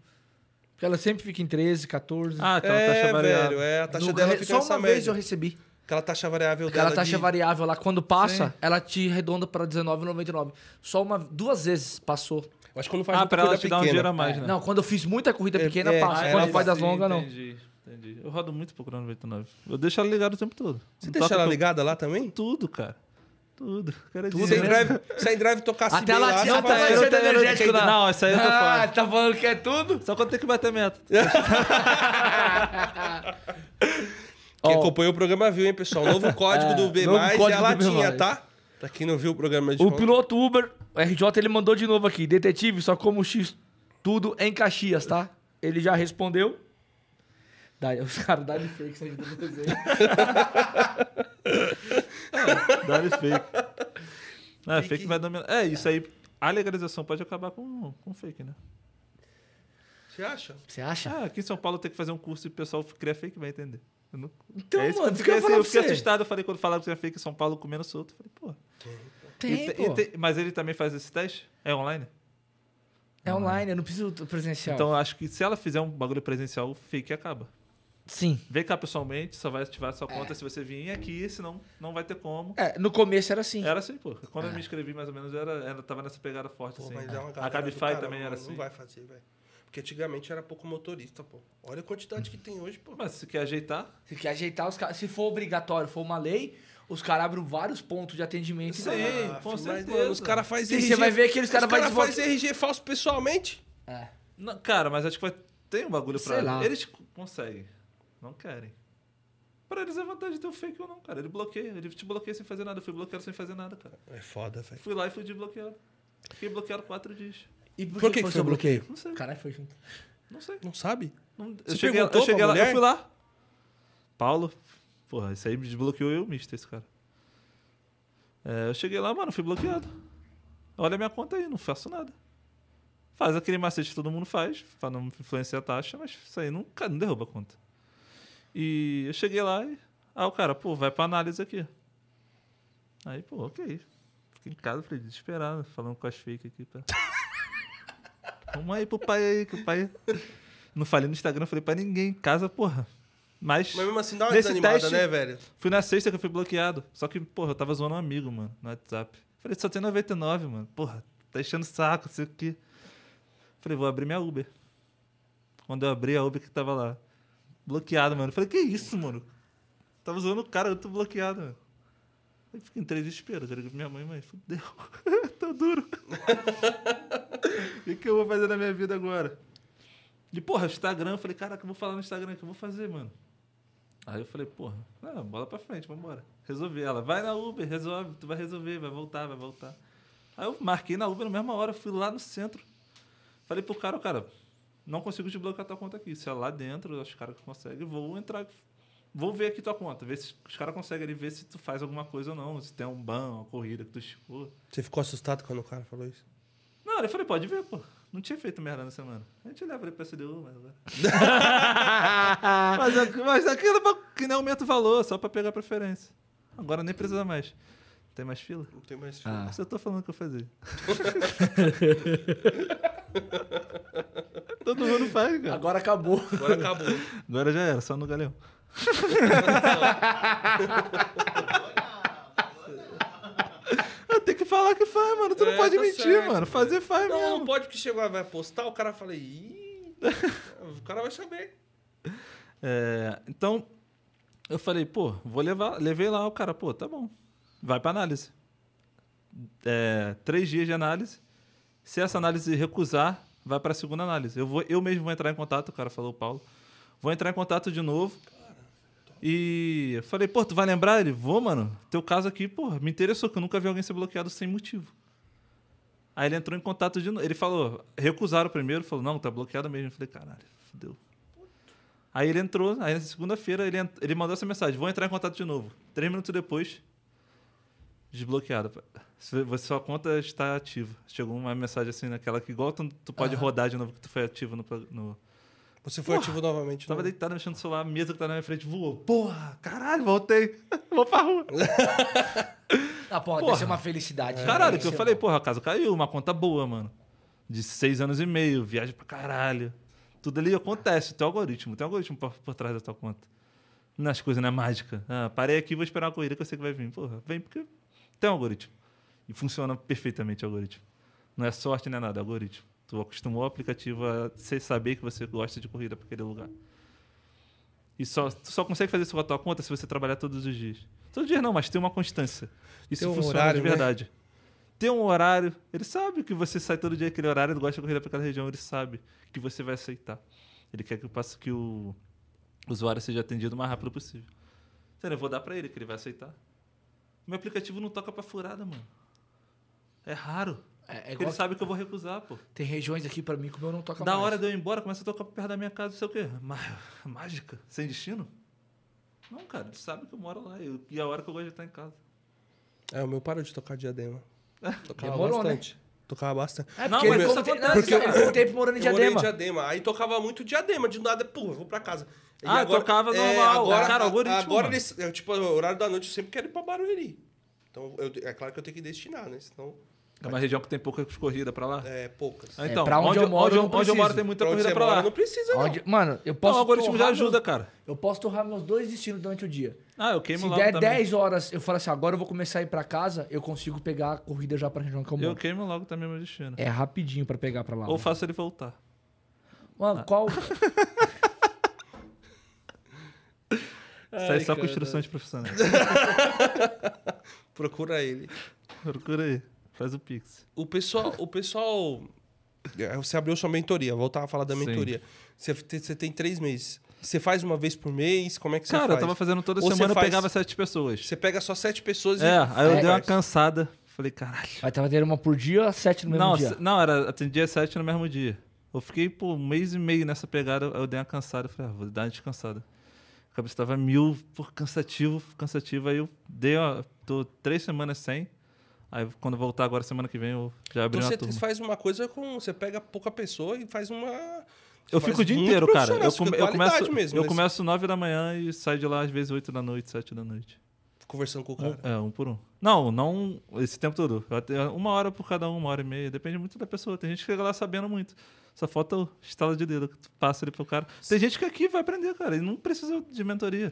B: Porque ela sempre fica em 13, 14.
C: Ah, então a
A: é,
C: taxa
A: velho,
C: variável.
A: é, a taxa
B: Nunca
A: dela
B: re-
A: fica
B: Só
A: nessa
B: uma
A: média.
B: vez eu recebi.
A: Aquela taxa variável dela
B: Aquela taxa
A: de-
B: variável lá, quando passa, ela te redonda pra 19,99. Só uma, duas vezes passou.
A: Eu Acho que quando faz
C: Ah,
A: muita
C: pra ela
A: corrida
C: te dar um
A: pequena.
C: dinheiro a mais,
B: É,
C: né?
B: Não, quando eu fiz muita corrida
A: É,
B: pequena,
A: é,
B: passa.
A: é,
B: quando
A: ela
B: faz das
C: Sim,
B: longas, não.
C: Entendi, entendi. Eu rodo muito pouco na 99. Eu deixo ela ligada o tempo todo.
A: Você
C: Não
A: deixa
C: toca
A: ela
C: com-
A: ligada lá também?
C: Tudo, cara. Tudo. Cara, é
B: Tudo,
A: sem,
C: dinheiro.
B: né?
A: drive, sem drive tocar
B: Até
A: bem
B: ela
A: lá,
B: te-
A: você é
B: até
A: vai-
B: ela
C: Eu
B: te-
C: não tenho- eu não tenho
B: energético,
C: que-
B: não.
C: Não, isso aí eu tô
B: Ah,
C: fora.
B: tá falando que é tudo?
C: Só quando tem que bater meta.
A: Quem
B: Ó.
A: acompanhou o programa viu, hein, pessoal? Novo código do B+,
B: novo
A: é
B: código
A: a
B: do
A: latinha,
B: B+.
A: tá? Pra quem não viu o programa de
B: O
A: ontem.
B: piloto Uber, o RJ, ele mandou de novo aqui. Detetive, só como X tudo em Caxias, tá? Ele já respondeu. Dá, os caras dá de fake, você ajuda no desenho.
C: Dá-lhe fake. Não, é fake vai dominar. É, isso aí. A legalização pode acabar com, com fake, né?
A: Você acha?
B: Você acha?
C: Ah, aqui em São Paulo tem que fazer um curso e o pessoal cria fake vai entender. Eu não...
B: Então,
C: é isso
B: mano,
C: que
B: fica
C: eu fiquei, assim,
B: falando
C: eu fiquei
B: pra você.
C: assustado. Eu falei quando falaram que tinha fake em São Paulo comendo solto. Eu falei, pô.
B: Tem,
C: E te-
B: pô.
C: e te- Mas ele também faz esse teste? É online?
B: É online, eu não preciso do presencial.
C: Então eu acho que se ela fizer um bagulho presencial, o fake acaba.
B: Sim.
C: Vem cá pessoalmente, só vai ativar sua
A: É.
C: conta se você vir aqui, senão não vai ter como.
B: É, no começo era assim.
C: Era assim, pô. Quando eu me inscrevi, mais ou menos, era, era, tava nessa pegada forte,
A: É. Pô,
C: assim.
A: mas é uma galera
C: a
A: do
C: Cabify
A: caramba,
C: também era
A: mano,
C: assim.
A: Não vai fazer, velho. Porque antigamente era pouco motorista, pô. Olha a quantidade que tem hoje, pô.
C: Mas se quer ajeitar,
B: Se quer ajeitar os caras. Se for obrigatório, for uma lei, os caras abrem vários pontos de atendimento.
C: Sim, com
A: Ah, mas,
C: certeza.
A: os caras fazem
B: Sim, você vai ver que eles cara vai
A: cara
B: desbloque-
A: faz RG falso pessoalmente.
B: É.
C: Não, cara, mas acho que vai... tem um bagulho pra
B: Sei lá.
C: Eles c- conseguem. Não querem. Pra eles é vantagem ter o fake ou não, cara. Ele bloqueia. Ele te bloqueia sem fazer nada. Eu fui bloqueado sem fazer nada, cara.
A: É foda, velho.
C: Fui lá e fui desbloqueado. Fiquei bloqueado quatro dias.
B: E por,
A: Por que que foi
B: seu
A: bloqueio?
C: Não sei.
B: Caralho, foi junto.
C: Não sei.
A: Não sabe?
C: Não- eu
A: Você
C: cheguei, eu
A: perguntou pra
C: cheguei lá, eu
A: mulher?
C: fui lá. Paulo. Porra, isso aí me desbloqueou eu, mister, esse cara. É, eu cheguei lá, mano, fui bloqueado. Olha a minha conta aí, não faço nada. Faz aquele macete que todo mundo faz, pra não influenciar a taxa, mas isso aí nunca não derruba a conta. E eu cheguei lá e. Ah, o cara, pô, vai pra análise aqui. Aí, pô, ok. Fiquei em casa, falei, desesperado, falando com as fake aqui. Pá. Vamos aí pro pai aí, que o pai. Não falei no Instagram, falei pra ninguém em casa, porra. Mas.
A: Mas mesmo assim dá uma
C: Nesse
A: desanimada,
C: teste-
A: né, velho?
C: Fui na sexta que eu fui bloqueado. Só que, porra, eu tava zoando um amigo, mano, no WhatsApp. Falei, só tem 99, mano. Porra, tá enchendo o saco, não sei o quê. Falei, vou abrir minha Uber. Quando eu abri a Uber que tava lá. Bloqueado, mano. Falei, que isso, mano? Tava zoando o cara, eu tô bloqueado, mano. Aí fiquei em três desespero, tá ligado? Minha mãe, mãe, fudeu. tô duro. O que, que eu vou fazer na minha vida agora? E, porra, Instagram, eu falei, caraca, eu vou falar no Instagram, o que eu vou fazer, mano? Aí eu falei, porra, ah, bola pra frente, vambora. Resolvi ela. Vai na Uber, resolve, tu vai resolver, vai voltar, vai voltar. Aí eu marquei na Uber na mesma hora, fui lá no centro. Falei pro cara, o cara, Não consigo desbloquear tua conta aqui. Se é lá dentro, os caras que conseguem, vou entrar. Vou ver aqui tua conta, ver se os caras conseguem ali ver se tu faz alguma coisa ou não, se tem um ban, uma corrida que tu esticou.
A: Você ficou assustado quando o cara falou isso?
C: Não, eu falei, pode ver, pô. Não tinha feito merda na semana. A gente leva ele pra CDU, mas agora. mas, a- mas aquilo é pra- que nem aumenta o valor, só pra pegar preferência. Agora nem precisa mais. Tem mais fila?
A: Não tem mais.
B: Ah.
C: Isso eu tô falando que eu fazia. Todo mundo faz, cara.
B: Agora acabou.
A: Agora acabou.
C: Agora já era, só no galeão. Eu tenho que falar que faz, mano. Tu não
A: É,
C: pode
A: tá
C: mentir,
A: certo,
C: mano. Fazer faz
A: Não, não
C: mesmo.
A: pode porque chegou, vai postar, o cara fala, ih, o cara vai saber.
C: É, então, eu falei, pô, vou levar. Levei lá o cara, pô, tá bom. Vai pra análise. É, três dias de análise. Se essa análise recusar, vai pra segunda análise. Eu, vou, eu mesmo vou entrar em contato, o cara falou, o Paulo. Vou entrar em contato de novo. E eu falei, pô, tu vai lembrar? Ele, vou, mano. Teu caso aqui, pô, me interessou, que eu nunca vi alguém ser bloqueado sem motivo. Aí ele entrou em contato de novo. Ele falou, recusaram primeiro, falou, não, tá bloqueado mesmo. Eu falei, caralho, fudeu. Aí ele entrou, aí na segunda-feira ele, ent- ele mandou essa mensagem: vou entrar em contato de novo. Três minutos depois, desbloqueado. pá. Su- você- Sua conta está ativa. Chegou uma mensagem assim naquela que igual tu, tu pode rodar de novo que tu foi ativo no. pro- no...
A: Você foi ativo novamente.
C: Eu tava
A: né?
C: deitado mexendo no celular, a mesa que tá na minha frente voou. Porra, caralho, voltei. Vou pra rua.
B: Ah, porra,
C: Porra.
B: deve ser uma felicidade. né?
C: Caralho,
B: Deve
C: que eu
B: ser
C: falei,
B: bom.
C: porra, a casa caiu, uma conta boa, mano. De seis anos e meio, viagem pra caralho. Tudo ali acontece, tem algoritmo, tem algoritmo por, por trás da tua conta. Nas coisas, não é mágica. Ah, parei aqui, vou esperar uma corrida que eu sei que vai vir. Porra, vem porque tem um algoritmo. E funciona perfeitamente o algoritmo. Não é sorte, não é nada, é algoritmo. Tu acostumou o aplicativo a se- saber que você gosta de corrida pra aquele lugar. E só, tu só consegue fazer isso com a tua conta se você trabalhar todos os dias. Todos os dias não, mas tem uma constância. Isso
A: Tem um
C: funciona
A: horário,
C: de
A: né?
C: verdade. Tem um horário. Ele sabe que você sai todo dia aquele horário, ele gosta de corrida para aquela região, ele sabe que você vai aceitar. Ele quer que o passo que o usuário seja atendido o mais rápido possível. Então, eu vou dar para ele que ele vai aceitar. Meu aplicativo não toca para furada, mano. É raro.
B: É, é
C: Porque
B: igual- é
C: ele sabe que eu vou recusar, pô.
B: Tem regiões aqui pra mim que o meu não toca
C: Da
B: mais.
C: hora de eu ir embora, começa a tocar perto da minha casa, não sei o quê. Má- Mágica? Sem destino? Não, cara, ele sabe que eu moro lá eu- e a hora que eu gosto de estar em casa.
A: É, o meu parou de tocar diadema. Tocava
B: Demorou,
C: né?
A: bastante. Tocava bastante.
B: É,
C: Não,
B: porque
C: mas
B: ele
C: isso
B: ficou um tempo-
C: acontece,
B: não, ele ficou um tempo morando em
A: Eu morei
B: Diadema.
A: diadema. Aí tocava muito diadema, de nada, pô, eu vou pra casa. E é,
C: Ah, tocava normal, cara, algoritmo,
A: Agora
C: mano.
A: eles, é, tipo, o horário da noite eu sempre quero ir pra Barueri. Então, eu- é claro que eu tenho que destinar, né? Senão,
C: É uma região que tem pouca corrida pra lá.
A: é poucas.
C: Ah, Então,
B: pra onde eu moro, eu não
C: onde, onde eu moro
B: preciso.
C: tem muita
A: Pra onde
C: corrida
A: você
C: pra
A: mora,
C: lá.
A: Não precisa, não.
B: Onde- Mano, eu
C: Então,
B: posso
C: o algoritmo já
B: torrar
C: ajuda,
B: meus-
C: cara.
B: Eu posso torrar meus dois destinos durante o dia.
C: Ah, eu queimo
B: Se
C: lá
B: der
C: também.
B: 10 horas, eu falo assim, agora eu vou começar a ir pra casa, eu consigo pegar a corrida já pra região que eu moro.
C: Eu queimo logo também meu destino.
B: É rapidinho pra pegar pra lá.
C: Ou Ah.
B: mano.
C: faço ele voltar.
B: Mano, qual...
C: Sai é só com instruções profissionais.
A: Procura ele.
C: Procura aí. Faz o Pix.
A: O pessoal. O pessoal. É, Você abriu sua mentoria, voltar a falar da
C: Sim.
A: mentoria. Você, te- você tem três meses. Você faz uma vez por mês? Como é que você
C: Cara,
A: faz?
C: eu tava fazendo toda
A: Ou você
C: semana, eu
A: faz-
C: pegava sete pessoas.
A: Você pega só sete pessoas e.
C: É, aí eu
A: É,
C: dei uma
A: mas-
C: cansada. Falei, caralho.
B: Vai tava tendo uma por dia, sete no mesmo
C: não,
B: dia.
C: se- não, era atendia sete no mesmo dia. Eu fiquei, pô, um mês e meio nessa pegada, aí eu dei uma cansada, eu falei, ah, vou dar uma descansada. A cabeça tava mil, pô, cansativo, cansativo, aí eu dei, ó, tô três semanas sem, aí quando voltar agora semana que vem eu já abri
A: Então você
C: uma turma.
A: faz uma coisa com. Você pega pouca pessoa e faz uma.
C: Eu
A: faz
C: fico o dia
A: muito
C: inteiro, cara.
A: profissional,
C: Eu,
A: isso
C: come-
A: é
C: eu
A: qualidade
C: começo,
A: mesmo,
C: eu
A: né?
C: começo nove da manhã e saio de lá às vezes oito da noite, sete da noite.
A: Conversando com o cara.
C: É, um por um. Não, não esse tempo todo. Até Uma hora por cada um, uma hora e meia. Depende muito da pessoa. Tem gente que chega lá sabendo muito. Só falta o estalo de dedo que tu passa ali pro cara. Tem gente que aqui vai aprender, cara. E não precisa de mentoria.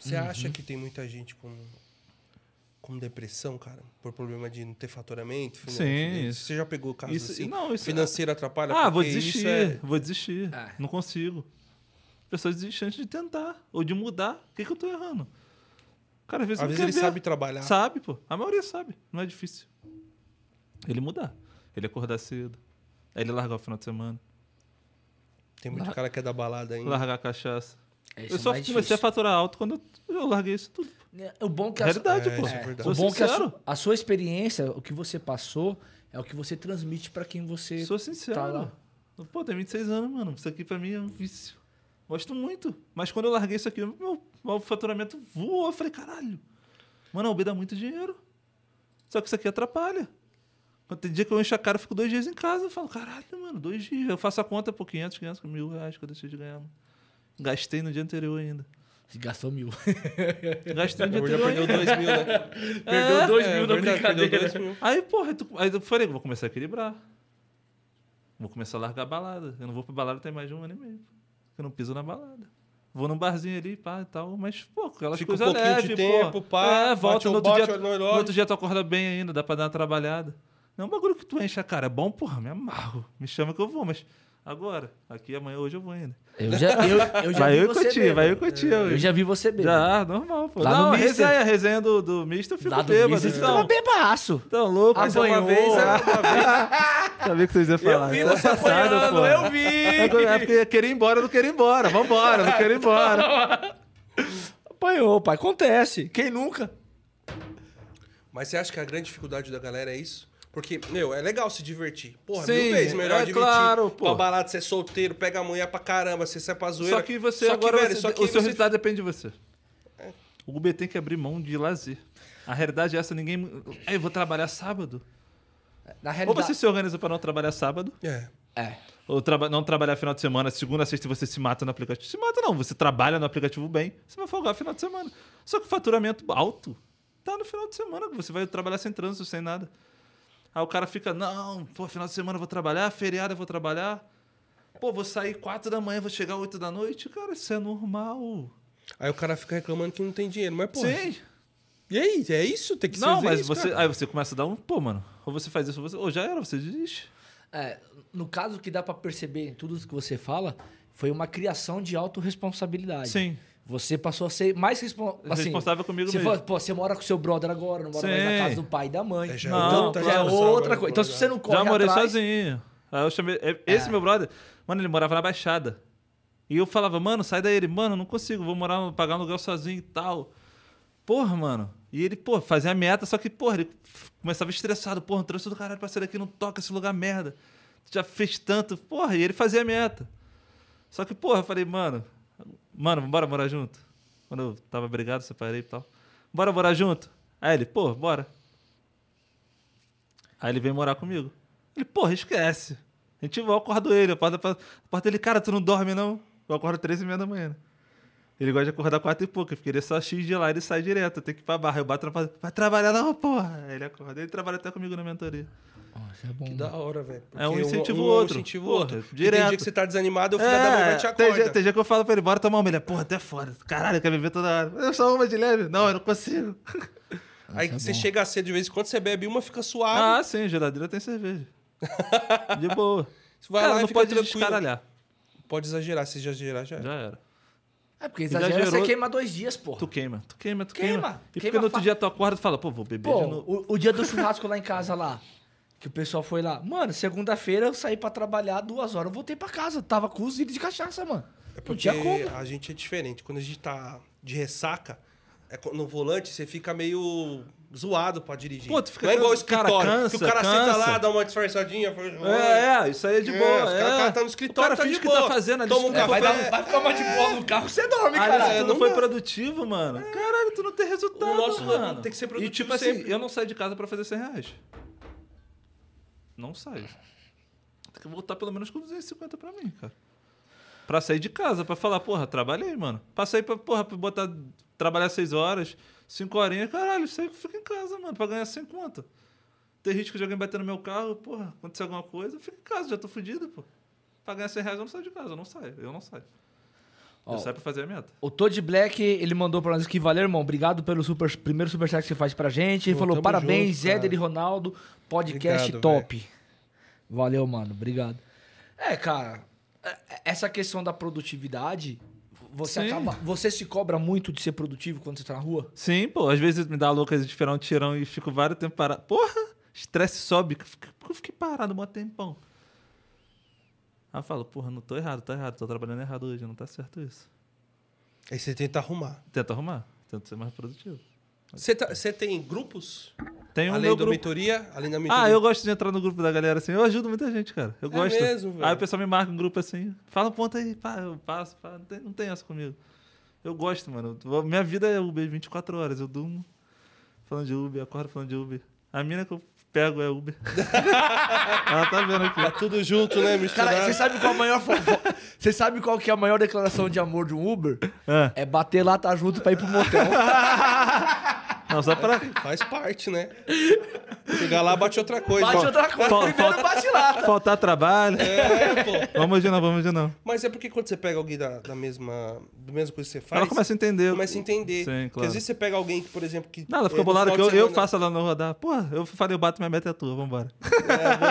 A: Você
C: Uhum.
A: acha que tem muita gente com. Com depressão, cara, por problema de não ter faturamento. finan-
C: Sim, isso.
A: Você já pegou casos
C: Isso-
A: assim?
C: não, isso- é
A: Financeiro atrapalha?
C: ah, vou
A: porque isso
C: desistir.
A: é-
C: Vou desistir.
B: Ah.
C: Não consigo. Pessoas desistem antes de tentar. Ou de mudar. O que, que eu tô errando? Cara, às vezes,
A: Às
C: não
A: vezes
C: quer
A: ele
C: ver.
A: sabe trabalhar.
C: Sabe, pô. A maioria sabe. Não é difícil. Ele mudar. Ele acordar cedo. Ele largar o final de semana.
A: Tem muito cara que é da balada ainda.
C: Largar a cachaça.
B: É, isso é
C: Eu só
B: mais
C: comecei
B: difícil. Né,
C: a faturar alto quando eu eu larguei isso tudo.
B: O bom que a sua-
C: Realidade,
A: É,
C: pô.
A: isso é verdade.
C: Sou
B: O bom que a
C: sincero.
B: sua, a sua experiência, o que você passou, é o que você transmite pra quem você
C: Sou sincero.
B: tá lá.
C: Pô, tem 26 anos, mano. Isso aqui pra mim é um vício. Gosto muito. Mas quando eu larguei isso aqui, meu, meu faturamento voou. Eu falei, caralho. Mano, a UB dá muito dinheiro. Só que isso aqui atrapalha. Quando tem dia que eu encho a cara, eu fico dois dias em casa. Eu falo, caralho, mano, dois dias. Eu faço a conta por 500, 500, mil reais que eu deixei de ganhar. Mano. Gastei no dia anterior ainda.
B: Se gastou mil.
C: Gastei no dia
A: Hoje já
C: anterior. ainda.
A: perdeu 2 mil, né? é
B: Perdeu dois mil na
A: verdade, perdeu
B: brincadeira.
A: dois mil.
C: Aí, porra, aí tu- aí eu falei, vou começar a equilibrar. Vou começar a largar a balada. Eu não vou pra balada tem mais de um ano e meio. Eu não piso na balada. Vou num barzinho ali, pá, e tal, mas, pô, aquelas
A: Fica um
C: coisas
A: pouquinho de
C: leves,
A: tempo,
C: pô.
A: pá,
C: É,
A: bate
C: volta
A: um
C: no outro,
A: bote,
C: dia,
A: olha no relógio.
C: no outro dia tu acorda bem ainda, dá pra dar uma trabalhada. Não é um bagulho que tu enche a cara, é bom, porra, me amarro. Me chama que eu vou, mas agora, aqui amanhã, hoje eu vou ainda.
B: Eu já, eu, eu já
C: Vai
B: vi
C: eu e
B: você
C: Cotia,
B: bêbado. É,
C: vai eu e Cotia.
B: Eu já vi você bêbado.
C: Já, normal, pô.
B: Lá no
C: não,
B: Mister.
C: resenha, resenha do, do misto, eu fico
B: Lá do
C: bêbado.
B: Mises, você
C: então.
B: tava tá bebaço.
C: Tão louco, mas
B: Apanhou.
C: uma vez. é Uma vez. Sabia que vocês iam falar.
A: vi
C: Tá
A: você
C: passado,
A: apanhando,
C: pô.
A: eu vi!
C: É que eu- É porque eu queria ir embora, eu não queria ir embora. Vambora, eu não queria ir embora.
B: Apanhou, pai. Acontece. Quem nunca?
A: Mas você acha que a grande dificuldade da galera é isso? Porque, meu, é legal se divertir. Porra,
C: Sim,
A: mil vezes melhor
C: é
A: divertir.
C: claro, pô.
A: Pra balada, você é solteiro, pega a mulher pra caramba, você sai pra zoeira.
C: Só que você
A: Só
C: agora.
A: velho,
C: você-
A: só que
C: o seu
A: você-
C: resultado depende de você. O Uber tem que abrir mão de lazer. A realidade é essa, ninguém. Aí eu vou trabalhar sábado.
B: Na
C: Ou
B: realidade.
C: você se organiza pra não trabalhar sábado,
A: É.
B: É.
C: ou traba- não trabalhar final de semana, segunda, sexta, você se mata no aplicativo. Se mata não, você trabalha no aplicativo bem, você vai folgar final de semana. Só que o faturamento alto tá no final de semana, que você vai trabalhar sem trânsito, sem nada. Aí o cara fica, não, pô, final de semana eu vou trabalhar, feriado eu vou trabalhar. Pô, vou sair quatro da manhã, vou chegar oito da noite. Cara, isso é normal.
A: Aí o cara fica reclamando que não tem dinheiro. Mas, pô.
C: Sim.
A: E aí? É isso? Tem que ser
C: Não, mas
A: isso,
C: você.
A: cara?
C: Aí você começa a dar um, pô, mano, ou você faz isso, ou, você, ou já era, você desiste.
B: É, no caso que dá pra perceber em tudo que você fala, foi uma criação de autorresponsabilidade.
C: Sim.
B: Você passou a ser mais respon assim,
C: Responsável comigo
B: você
C: mesmo.
B: fala, pô, você mora com seu brother agora, não mora mais
C: Sim.
B: na casa do pai e da mãe.
A: É, já é
B: não,
A: outra
B: já é
A: geração
B: outra
A: agora,
B: coisa. Então, se você não corre
C: Já morei
B: atrás,
C: sozinho. Aí eu chamei. é- Esse meu brother, mano, ele morava na Baixada. E eu falava, mano, sai daí. Ele, mano, não consigo, vou morar, pagar um lugar sozinho e tal. Porra, mano. E ele, pô, fazia a meta, só que, porra, ele começava estressado. Porra, não trouxe do caralho pra sair daqui, não toca esse lugar merda. Já fez tanto. Porra, e ele fazia a meta. Só que, porra, eu falei, mano, mano, bora morar junto. Quando eu tava brigado, separei e tal. Bora morar junto? Aí ele, pô, bora. Aí ele vem morar comigo. Ele, porra, esquece. A gente, eu acordo ele, eu acordo, eu acordo ele, cara, tu não dorme não? Eu acordo três e meia da manhã. né? Ele gosta de acordar quatro e pouca, porque ele é só X de lá, ele sai direto, eu tenho que ir pra barra. Eu bato na porta, vai trabalhar não, porra. Aí ele acorda, ele trabalha até comigo na mentoria.
B: Ó, isso é bom.
A: Que da hora, velho.
C: É um
A: Porque
C: incentivo
A: um,
C: ao outro.
A: Um incentivo
C: Porra,
A: outro. Porque Tem
C: direto.
A: dia que você tá desanimado, o filho da mãe vai te
C: É, tem,
A: acorda.
C: dia, tem dia que eu falo pra ele, bora tomar uma. Ele, porra, até fora. Caralho, quer beber toda hora. Eu só uma de leve. Não, eu não consigo.
A: Aí
B: é
A: você chega cedo de vez em quando, você bebe uma, fica suave.
C: Ah, sim, geladeira tem cerveja. De boa.
A: Você vai
C: Cara,
A: lá e
C: não
A: fica
C: pode
A: tranquilo.
C: descaralhar.
A: Pode exagerar, se exagerar, já.
C: Já era.
B: É porque exagera, você
C: Exagerou.
B: queima dois dias, porra.
C: Tu queima, tu queima, tu
B: Queima,
C: queima. E
B: queima
C: porque no outro
B: fa-
C: dia tu acorda e fala, pô, vou beber de
B: Pô,
C: novo.
B: o, o dia do churrasco lá em casa lá, que o pessoal foi lá. Mano, segunda-feira eu saí pra trabalhar duas horas, eu voltei pra casa. Tava com os de cachaça, mano.
A: É
B: não
A: porque
B: tinha como.
A: a gente é diferente. Quando a gente tá de ressaca, é co- no volante você fica meio zoado pra dirigir.
C: Pô, tu fica
A: Não é igual o
C: can- cara,
A: escritório.
C: cansa,
A: que o cara senta
C: cansa.
A: lá, dá uma disfarçadinha. um fala,
C: É, é, isso aí é de
A: É,
C: boa.
A: os
C: É,
A: cara- o cara tá no escritório,
C: O cara
A: tá
C: finge
A: de
C: que
A: boa.
C: tá fazendo ali.
A: Toma um
C: estuda-
A: café.
B: É, vai, dar- vai ficar mais de boa no carro, você dorme,
C: Aí
B: cara.
C: você
A: é,
C: Ah, não,
A: não
C: foi
A: dá.
C: produtivo, mano. Caralho, tu não tem resultado,
A: O nosso
C: mano.
A: tem que ser
C: E
A: produtivo
C: tipo assim,
A: sempre.
C: eu não saio de casa pra fazer 100 reais. Não saio. Tem que voltar pelo menos com 250 pra mim, cara. Pra sair de casa, pra falar, porra, trabalhei, mano. Pra sair pra, porra, pra botar, trabalhar 6 horas, 5 horinhas, caralho, isso aí fica em casa, mano, pra ganhar 100 conto. Tem risco de alguém bater no meu carro, porra, acontecer alguma coisa, eu fico em casa, já tô fudido, pô. Pra ganhar 100 reais eu não saio de casa, eu não saio, eu não saio.
B: Ó.
C: Eu saio pra fazer a meta.
B: O Todd Black, ele mandou pra nós aqui, valeu, irmão. Obrigado pelo super, primeiro superchat que você faz pra gente. Ele
A: Pô,
B: falou,
A: tamo
B: parabéns,
A: junto, cara.
B: Éder e Ronaldo, podcast
A: Obrigado,
B: top. Valeu, mano. Obrigado. É, cara, é- essa questão da produtividade, você
C: Sim.
B: acaba. Você se cobra muito de ser produtivo quando você tá na rua?
C: Sim, pô. Às vezes me dá a louca de esperar um tirão e fico vários tempo parado. Porra! Estresse sobe. que eu fico- Eu fiquei parado um bom tempão. Aí eu falo, porra, não tô errado, tá errado. Tô trabalhando errado hoje, não tá certo isso.
A: Aí você tenta arrumar.
C: Tento arrumar. Tento ser mais produtivo.
A: Você tá- você tem grupos?
C: Tem um
A: além
C: meu
A: da
C: grupo.
A: mentoria, além da mentoria.
C: Ah, eu gosto de entrar no grupo da galera assim. Eu ajudo muita gente, cara. Eu
A: É
C: gosto.
A: mesmo, velho.
C: Aí o pessoal me marca um grupo assim. Fala um ponto aí, pá, eu passo, pá. Não tem, não tem essa comigo. Eu gosto, mano. Eu- Minha vida é Uber 24 horas. Eu durmo falando de Uber, acordo falando de Uber. A mina que eu pego é Uber. Ela tá vendo aqui.
A: Tá tudo junto, né? Misturado.
B: Cara, você sabe qual a maior fofo- Você sabe qual que é a maior declaração de amor de um Uber?
C: Ah.
B: É bater lá, tá junto pra ir pro motel.
C: Não, só pra.
A: Faz parte, né? Chegar lá, bate outra coisa.
B: Bate outra coisa.
C: Fal-
B: Primeiro
C: fal-
B: bate lá.
C: Faltar trabalho.
A: É, pô.
C: Vamos de não, vamos de não.
A: Mas é porque quando você pega alguém da, da mesma. Do mesmo coisa que você faz.
C: Ela começa a entender.
A: começa a entender.
C: Sim, claro.
A: Porque às vezes você pega alguém que, por exemplo, que.
C: Não, ela
A: é, no
C: ficou bolada que
A: final
C: eu,
A: de
C: eu
A: semana-
C: faço ela não rodar. Porra, eu falei, eu bato, minha meta é tua, vambora.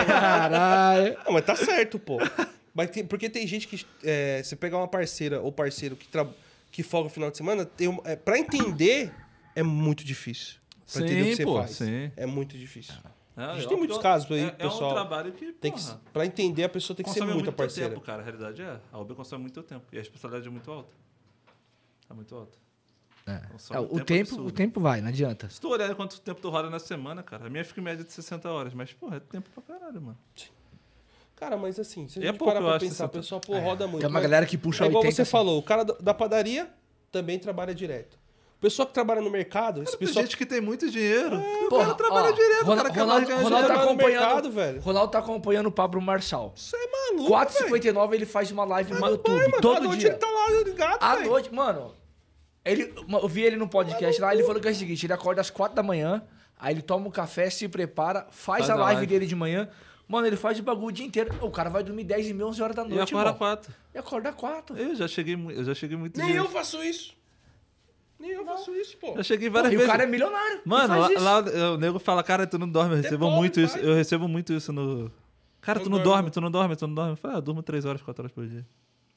B: Caralho.
A: Não, mas tá certo, pô. Mas tem- porque tem gente que. É, você pegar uma parceira ou parceiro que, tra... que folga no final de semana, tem um- é, pra entender, é muito difícil. Pra
C: Sim,
A: entender o que você
C: pô,
A: faz.
C: sim.
A: É muito difícil.
C: A
A: gente tem muitos casos aí,
C: é,
A: pessoal.
C: É um trabalho que,
A: Tem que,
C: porra,
A: pra entender, a pessoa tem que ser
C: consome
A: muito,
C: muito
A: a parceira.
C: tempo, cara. A realidade é, a UB consome muito tempo. E a especialidade é muito alta. É muito alta. Consome
B: É,
C: um
B: o, tempo,
C: absurdo.
B: o tempo vai, não adianta.
C: Se tu olhar quanto tempo tu roda na semana, cara, a minha fica em média de 60 horas. Mas, porra, é tempo pra caralho, mano.
A: Cara, mas assim, se a
C: É
A: gente
C: pouco,
A: parar
C: eu
A: pra
C: acho, é.
A: pensar, o
C: 60.
A: pessoal pô, roda muito.
B: Tem uma
A: mas-
B: galera que puxa
A: É igual
B: 80,
A: você
B: assim.
A: falou, o cara da- da padaria também trabalha direto. O pessoal que trabalha no mercado, esse
C: Tem
A: pessoal
C: gente que tem muito dinheiro.
A: É.
C: o
B: Porra,
C: cara trabalha
B: ó,
C: direto, o
B: Ronaldo-
C: cara quer mais
B: Ronaldo,
C: ganhar
B: Ronaldo tá
C: dinheiro.
A: trabalha no
B: acompanhando,
A: mercado, velho.
B: Ronaldo tá acompanhando o Pablo Marçal.
A: Isso é maluco,
B: 4h59 ele faz uma live no YouTube.
A: velho. Mano, à
B: todo
A: noite
B: dia.
A: ele tá lá ligado,
B: À
A: velho.
B: noite, mano. Ele, eu vi ele no podcast lá, ele falou que é o seguinte: ele acorda às 4 da manhã, aí ele toma um café, se prepara, faz,
C: Faz
B: a
C: a
B: live
C: live.
B: dele de manhã. Mano, ele faz o bagulho o dia inteiro. O cara vai dormir 10 e meia, 11 horas da
C: E
B: noite,
C: agora
B: mano.
C: quatro.
B: E acorda 4.
C: Eu já cheguei, mu- eu já cheguei muito
A: Nem eu
C: dinheiro.
A: faço isso. Nem eu faço isso, pô.
C: Já cheguei várias
B: E o
C: vezes.
B: cara é milionário. e
C: Mano, lá,
B: faz isso.
C: lá, o nego fala, cara, tu não dorme, eu recebo
A: pobre,
C: muito isso.
A: vai.
C: Eu recebo muito isso no. Cara,
A: Não
C: tu não
A: dorme.
C: dorme, tu não dorme, tu não dorme. Eu falo, ah, eu durmo 3 horas, 4 horas por dia.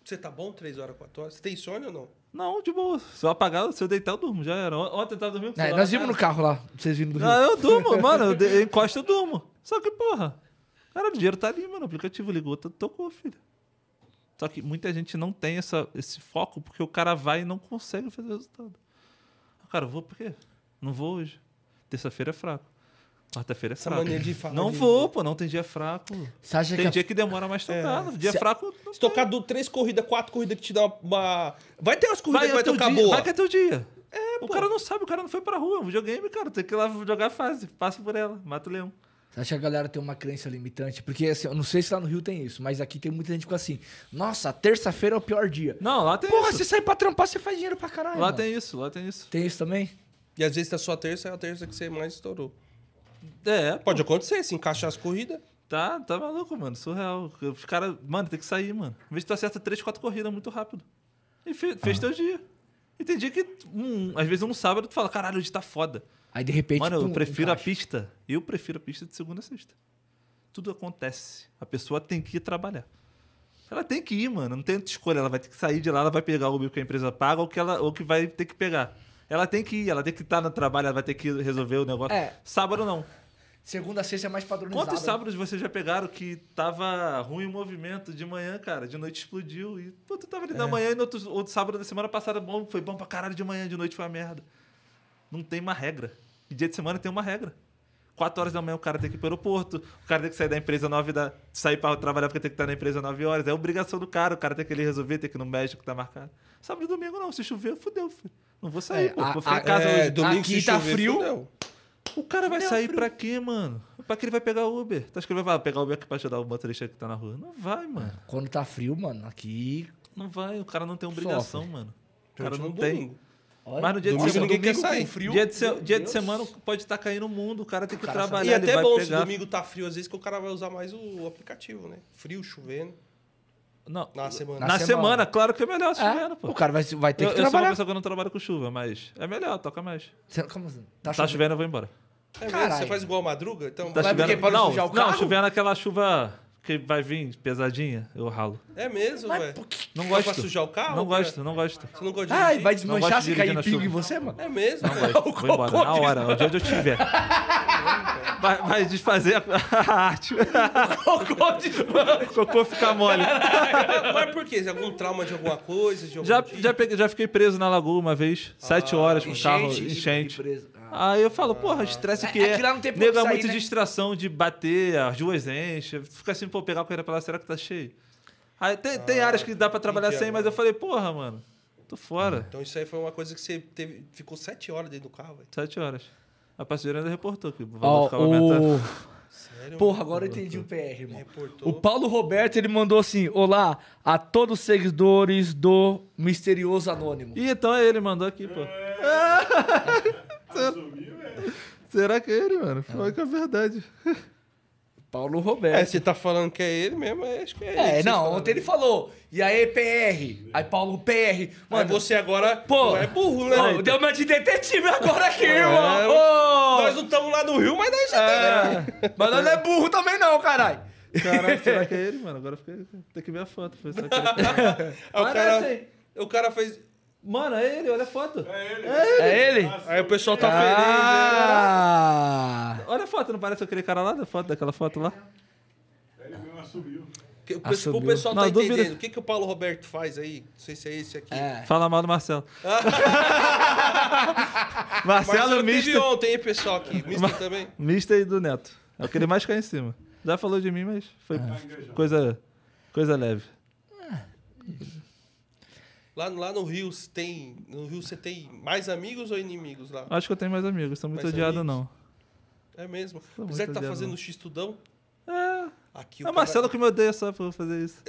A: Você tá bom 3 horas, 4 horas? Você tem sono ou não?
C: Não, de boa. Se eu apagar, se eu deitar, eu durmo. Já era. On- Ontem eu tava dormindo. com o
B: É,
C: celular
B: nós
C: na
B: vimos no
C: cara.
B: carro lá, vocês vindo do Rio.
C: Não, eu durmo, mano. Eu, de- eu encosto, eu durmo. Só que, porra. Cara, o dinheiro tá ali, mano. O aplicativo ligou, to- tocou, filho. Só que muita gente não tem essa, esse foco porque o cara vai e não consegue fazer resultado. Ah, Cara, eu vou por quê? Não vou hoje. Terça-feira é fraco. Quarta-feira é
A: Essa
C: fraco.
A: mania de falar
C: não
A: de-
C: vou, pô. Não tem dia fraco.
B: Você acha
C: Tem
B: que é
C: dia que demora mais tocado. Dia
B: Se-
C: fraco. não
A: É. Se
C: tem.
A: tocar do 3 corridas, 4 corridas que te dá uma. Vai ter umas corridas
C: Vai,
A: que
C: é
A: vai
C: teu
A: tocar
C: dia,
A: boa.
C: vai que é teu dia. É, o cara não sabe, o cara não foi pra rua. É um videogame, cara. Tem que ir lá jogar a fase. Passa por ela. Mata o leão.
B: Você acha que a galera tem uma crença limitante? Porque assim, eu não sei se lá no Rio tem isso, mas aqui tem muita gente que fica assim: nossa, terça-feira é o pior dia.
C: Não, lá tem
B: Porra,
C: isso.
B: você sai pra trampar, você faz dinheiro pra caralho.
C: Lá
B: É, mano.
C: tem isso, lá tem isso.
B: Tem isso também?
A: E às vezes tá só a terça, é a terça que você mais estourou.
C: É, pô,
A: Pode acontecer, se encaixar as corridas.
C: tá, tá maluco, mano. Surreal. Os caras, mano, tem que sair, mano. Às vezes tu acerta três, quatro corridas muito rápido. E fe-
B: Ah.
C: fez teu dia. E tem dia que, um, às vezes, um sábado tu fala, caralho, hoje tá foda.
B: Aí de repente.
C: Mano, eu
B: pum,
C: prefiro a
B: encaixa.
C: pista. Eu prefiro a pista de segunda a sexta. Tudo acontece. A pessoa tem que ir trabalhar. Ela tem que ir, mano. Não tem outra escolha. Ela vai ter que sair de lá, ela vai pegar o Uber que a empresa paga ou que, ela, ou que vai ter que pegar. Ela tem que ir, ela tem que estar no trabalho, ela vai ter que resolver o negócio.
B: É.
C: Sábado não.
B: Segunda a sexta é mais padronizada.
C: Quantos sábados vocês já pegaram que tava ruim o movimento de manhã, cara? De noite explodiu. E pô, tu tava ali
B: É.
C: da manhã e no outro, outro sábado da semana passada bom, foi bom pra caralho de manhã, de noite foi uma merda. Não tem uma regra. E dia de semana tem uma regra. Quatro horas da manhã o cara tem que ir pro aeroporto, o cara tem que sair da empresa nove da. sair pra trabalhar porque tem que estar na empresa nove horas. É obrigação do cara, o cara tem que ele resolver, tem que ir no médico que tá marcado. Sábado e domingo não, se chover, fudeu, filho. Não vou sair,
B: É,
C: pô.
B: a-
C: Vou ficar
B: a-
C: em casa
A: é,
C: hoje.
A: domingo
B: Aqui
A: se
B: tá
A: chover,
B: frio.
A: fudeu.
C: O cara vai sair pra quê, mano? Pra que ele vai pegar Uber? Tu acha que ele vai ah, pegar Uber aqui pra ajudar o motorista que tá na rua? Não vai, mano.
B: Quando tá frio, mano, aqui.
C: Não vai. O cara não tem obrigação, mano. O cara
A: Durante
C: não
A: um
C: tem.
A: domingo.
B: Olha,
C: Mas no dia
A: Domingo
C: de semana,
A: ninguém quer
C: com
A: sair.
C: frio, dia de, se- dia de semana pode estar caindo o mundo, o cara tem que trabalhar.
A: E
C: ele
A: até
C: vai
A: bom se
C: pegar...
A: domingo tá frio, às vezes que o cara vai usar mais o aplicativo, né? Frio, chovendo.
C: Não,
A: Na semana.
C: Na,
B: Na
C: semana.
B: semana,
C: claro que é melhor se
B: É,
C: chovendo, pô.
B: o cara vai, vai ter
C: eu,
B: que
C: eu sou uma
B: trabalhar.
C: pessoa que eu não trabalho com chuva, mas é melhor, toca mais.
B: Você- Como assim?
C: Tá, chovendo, eu vou embora.
A: É mesmo?
B: Caralho.
A: Você faz igual a madruga? Então,
C: Tá
B: Mas por quê?
C: chovendo.
B: Pra não
C: Não,
B: sujar o
C: não,
B: carro?
C: chovendo é aquela chuva que vai vir pesadinha, eu ralo.
A: É mesmo, velho.
C: Não
A: Mas
C: gosto.
A: pra sujar o carro,
C: Não
A: cara?
C: gosto, não gosto.
A: Você não gosta de É
B: Ai,
A: dirigir?
B: vai
C: Não
B: desmanchar
C: gosto de
B: se cair
C: dirigir na
B: pingo em
C: chuva.
B: você, mano?
A: É mesmo,
C: Não
A: velho.
C: gosto. Vou embora, na hora, onde eu estiver. Vai, vai desfazer a, a arte.
B: Cocô de mão.
C: O cocô fica mole.
A: Mas por quê? Algum trauma de alguma coisa? De algum
C: Já,
A: dia?
C: já, peguei- já fiquei preso na lagoa uma vez, sete
B: Ah,
C: horas com o um carro, enchente. Aí eu falo, porra, o estresse que
B: É- é
C: é.
B: que lá não tem pra
C: Nego é
B: onde sair,
C: muita
B: né?
C: distração de bater, as ruas enchem. Fica assim, pô, pegar a corrida pra lá, será que tá cheio? Aí tem, tem
B: Ah,
C: áreas que dá pra trabalhar
A: entendi
C: sem, mas eu
A: agora.
C: falei, porra, mano, tô fora.
A: Então isso aí foi uma coisa que você teve, ficou sete horas dentro do carro, velho.
C: Sete horas. A passageira ainda reportou que o valor
B: Ó,
C: ficava aumentando.
B: o...
A: Sério?
B: Porra, agora eu entendi o PR, irmão.
A: Reportou.
B: O Paulo Roberto, ele mandou assim, olá a todos os seguidores do Misterioso Anônimo.
C: Ih, então é ele, mandou aqui, pô. Será que é ele, mano? Foi que é verdade.
B: Paulo
A: É,
B: Roberto.
A: você tá falando que é ele mesmo, aí acho que é ele. que
B: É,
A: vocês
B: não,
A: falaram.
B: ontem ele falou. E aí, PR. Aí, Paulo, PR.
A: Mas
B: Mano,
A: você agora
B: Pô.
A: não é burro, né?
B: Ó,
A: Então,
B: deu uma de detetive agora aqui, irmão.
A: É,
B: Ô!
A: Nós não estamos lá no Rio, mas nós já
B: É, Mas nós não é burro também, não, caralho.
C: Caraca, será que é ele, mano? Agora eu fiquei... tem que ver a foto. Foi, será que é ele?
A: Aí o
C: Parece,
B: assim-
A: cara,
C: hein?
A: o cara fez.
C: Mano, é ele, olha a foto.
B: É ele?
A: Aí o pessoal tá né?
B: Ah!
C: Olha a foto, não parece aquele cara lá da foto, daquela foto lá?
A: feliz. né? Que o pessoal-
C: Assumiu.
A: O pessoal tá
C: Não,
A: entendendo.
C: dúvida-
A: O que, que o Paulo Roberto faz aí? Não sei se é esse aqui.
B: É.
C: Fala mal do Marcelo.
A: Marcelo
B: é
C: Marcelo
A: teve
C: Mister.
A: ontem, hein, pessoal aqui. Mister também.
C: Mister e do Neto. É o que ele mais cai em cima. Já falou de mim, mas foi coisa, coisa leve.
A: Lá, lá no Rio você tem. No Rio você tem mais amigos ou inimigos lá?
C: Acho que eu tenho mais amigos, sou muito
A: Mais
C: odiado,
A: amigos?
C: não.
A: É mesmo.
C: Tô
A: Apesar que
C: muito
A: tá
C: odiado,
A: fazendo
C: não.
A: o X-Tudão.
C: É,
A: Aqui
C: é
A: o cara-
C: o Marcelo que me odeia só por fazer isso.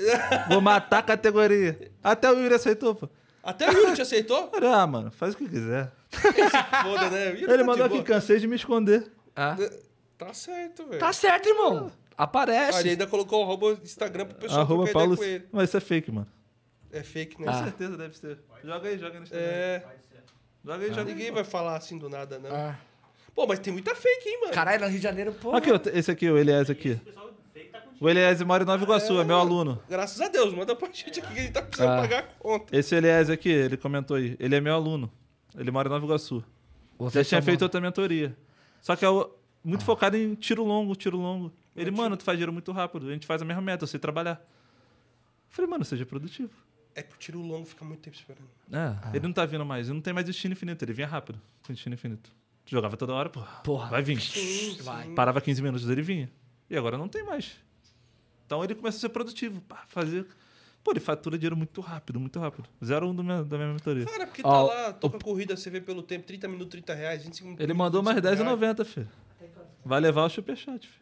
C: Vou matar a categoria. Até o Yuri aceitou, pô.
A: Até o Yuri te aceitou?
C: Olha, ah, mano, faz o que quiser.
A: Foda, né? O Yuri tá
C: Ele
A: de
C: mandou
A: boa.
C: aqui, cansei de me esconder.
A: Tá certo, velho.
B: Tá certo, irmão.
A: Ah, ele
B: Aparece.
A: ainda colocou o arroba do Instagram pro pessoal
C: Arroba
A: trocar
C: Paulo... Ah.
A: ideia com ele.
C: Mas isso é fake, mano.
A: É fake, né?
C: Com certeza deve ser. Joga aí, joga aí no Instagram.
A: É.
C: Joga aí, joga aí.
A: Ninguém vai falar assim do nada, não.
B: Ah.
A: Pô, mas tem muita fake, hein, mano?
B: Caralho, no Rio de Janeiro, pô.
C: Aqui, ó, esse aqui, o Elias aqui. O Elias mora em Nova Iguaçu, é meu aluno.
A: Graças a Deus, manda pra gente aqui que a gente tá precisando
B: Ah.
A: pagar a conta.
C: Esse Elias aqui, ele comentou aí. Ele é meu aluno. Ele mora em Nova
B: Você é
C: Iguaçu.
B: tá
C: Já tinha
B: chamou-
C: feito outra mentoria. Só que é o- muito focado em tiro longo, tiro longo. Ele, mano, tu faz dinheiro muito rápido. A gente faz a mesma meta, eu sei trabalhar. Eu falei, mano, seja produtivo.
A: É que o tiro longo fica muito tempo esperando.
C: É, ele não tá vindo mais. Ele não tem mais destino infinito. Ele vinha rápido com destino infinito. Jogava toda hora, pô.
B: Porra.
C: Vai vir.
B: Vai.
C: Parava 15 minutos, ele vinha. E agora não tem mais. Então ele começa a ser produtivo. Pá, fazer. Pô, ele fatura dinheiro muito rápido, muito rápido. 0,1 um do meu- da minha mentoria.
A: Cara, porque tá
B: Ó,
A: lá, toca corrida, você vê pelo tempo, 30 minutos, 30 reais, 25 minutos.
C: Ele mandou mais
A: 25 reais.
C: 10,90, filho. Vai levar o superchat, filho.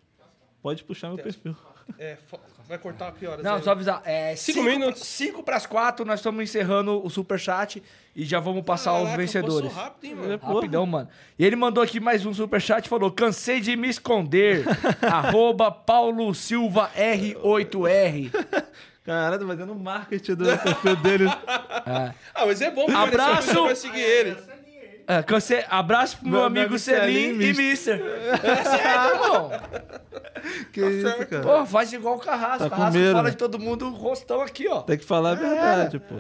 C: Pode puxar meu perfil.
A: É, fo- vai cortar que horas?
B: Não,
A: aí?
B: só avisar. É,
A: Cinco
B: cinco,
A: minutos.
B: minutos. Cinco pras quatro, nós estamos encerrando o superchat e já vamos passar
A: Caraca,
B: os
A: passou
B: vencedores.
A: rápido, hein, mano?
C: Porra.
B: Rapidão, mano. E ele mandou aqui mais um superchat e falou: cansei de me esconder. Arroba Paulo Silva R8R.
C: Caralho, fazendo marketing do perfil dele.
A: Ah, mas é bom porque
C: né?
A: apareceu
B: Abraço!
A: a pessoa que vai seguir ele.
B: É, cansei. Abraço pro meu,
C: Meu
B: amigo
C: amigo
B: Selim
C: Selim
B: e Mister. Tá certo, irmão.
C: Que isso, cara.
B: Pô, faz igual o Carrasco.
C: Tá com
B: Carrasco
C: medo,
B: fala
C: né?
B: de todo mundo, rostão aqui, ó.
C: Tem que falar a verdade, pô.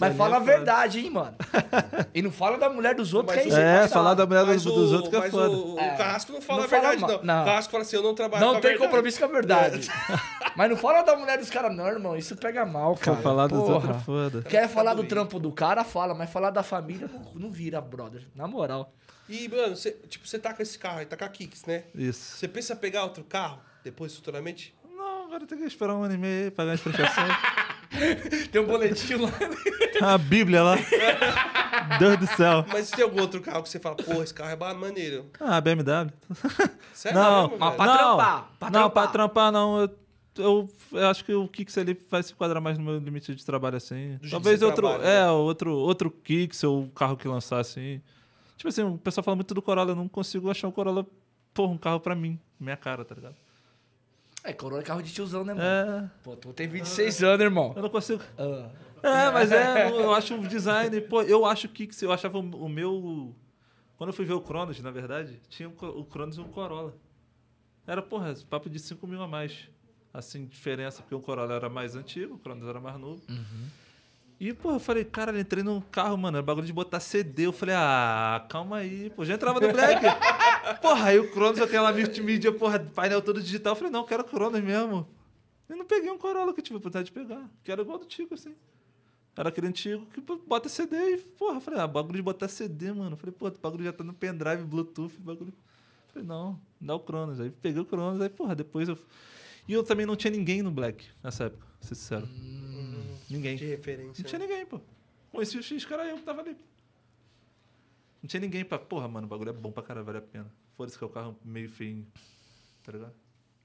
B: Mas
C: é
B: fala a verdade, hein, mano. e não fala da mulher dos outros, que
A: Mas o-
B: aí você
C: É,
B: passa
C: falar da mulher
A: Mas
C: dos, dos
A: o-
C: outros que é
A: mas
C: foda.
A: O, o Carrasco não fala
B: Não
A: a verdade,
B: fala
A: não.
B: ma- não.
A: O Carrasco fala assim, eu não trabalho com
B: Não
A: a
B: tem
A: verdade.
B: compromisso com a verdade. Mas não fala da mulher dos caras, não, irmão. Isso pega mal, cara.
C: Vou falar dos
B: Porra.
C: outros é foda.
B: Quer falar do trampo do cara, fala, mas falar da família não, não vira, brother. Na moral.
A: E, mano, você, tipo, você tá com esse carro aí, tá com a Kicks, né?
C: Isso.
A: Você pensa em pegar outro carro depois, futuramente?
C: Não, agora tem que esperar um ano e meio, pagar as prestações.
B: Tem um boletim lá.
C: a Bíblia lá. Deus do céu.
A: Mas tem algum outro carro que você fala, porra, esse carro é ba- maneiro.
C: Ah, BMW.
A: Sério
C: Não,
A: mesmo,
C: mas
A: velho?
B: pra
C: não,
B: trampar, pra
C: Não,
B: trampar.
C: pra trampar não. Eu, eu- eu acho que o Kix ali vai se enquadrar mais no meu limite de trabalho assim.
A: jeito que
C: Talvez
A: você
C: outro,
A: trabalha,
C: é, outro, outro Kix ou um carro que lançar assim. Tipo assim, o pessoal fala muito do Corolla, eu não consigo achar um Corolla, porra, um carro pra mim, minha cara, tá ligado?
B: É, Corolla é carro de tiozão, né, mano?
C: É,
B: Pô, tu tem 26 anos, irmão.
C: eu não consigo.
B: Ah,
C: É, mas é, eu acho um design. Pô, eu acho que que eu achava o o meu. Quando eu fui ver o Cronos, na verdade, tinha um Co- o Cronos e um Corolla. Era, porra, esse papo de 5 um mil a mais. Assim, diferença, porque o Corolla era mais antigo, o Cronos era mais novo. E, pô, eu falei, cara, entrei no carro, mano, é bagulho de botar CD. Eu falei, ah, calma aí, pô, já entrava no Black. porra, aí o Cronos, aquela multimídia, porra, painel todo digital. Eu falei, não, eu quero Cronos mesmo. Eu não peguei um Corolla que eu tive a oportunidade de pegar, que era igual do Tico, assim. Era aquele antigo que pô, bota CD e, porra, eu falei, ah, bagulho de botar CD, mano. Eu falei, pô, o bagulho já tá no pendrive, Bluetooth, bagulho. Eu falei, não, dá o Cronos. Aí peguei o Cronos, aí, porra, depois eu. E eu também não tinha ninguém no Black nessa época, pra ser sincero. ninguém.
A: De referência. né?
C: Não tinha ninguém, pô. Conheci o X, cara, eu que tava ali. Não tinha ninguém pra. Porra, mano, o bagulho é bom pra caralho, vale a pena. Foda-se que é o carro meio feio. Tá ligado?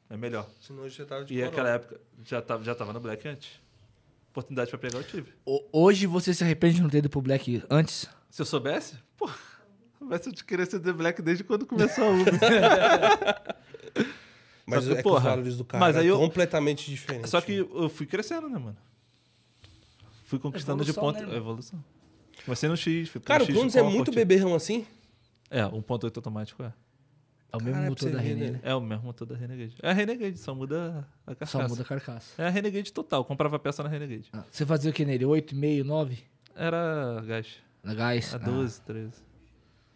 C: É melhor.
A: Senão hoje você tava de
C: E é
A: Corolla.
C: aquela época já tava, já tava no Black antes. Oportunidade pra pegar eu tive.
B: O- Hoje você se arrepende de não ter ido pro Black antes?
C: Se eu soubesse, porra. Mas eu queria ser The Black desde quando começou a Uber.
A: Mas
C: Só que,
A: é que
C: porra,
A: os valores do carro
C: mas aí
A: é
C: eu-
A: completamente diferente.
C: Só que eu fui crescendo, né, mano? Fui conquistando
B: Evolução,
C: de
B: né,
C: ponto. é
B: mano?
C: evolução. Comecei no X, fui pro
A: Cara, o
C: X,
A: Cronos
C: com
A: é
C: uma
A: muito
C: Forte.
A: beberrão assim.
C: É, 1.8 automático, é.
B: É o
A: Cara, é
B: mesmo
A: pra
B: motor
A: você
B: da
A: ver,
B: René,
A: né?
B: né?
C: É o mesmo motor da Renegade. É a Renegade, só muda a carcaça.
B: Só muda a carcaça.
C: É a Renegade total, comprava peça na Renegade.
B: Ah, Você fazia o que nele? 8,5, 9?
C: Era gás.
B: Na gás?
C: A
B: Ah,
C: 12, 13.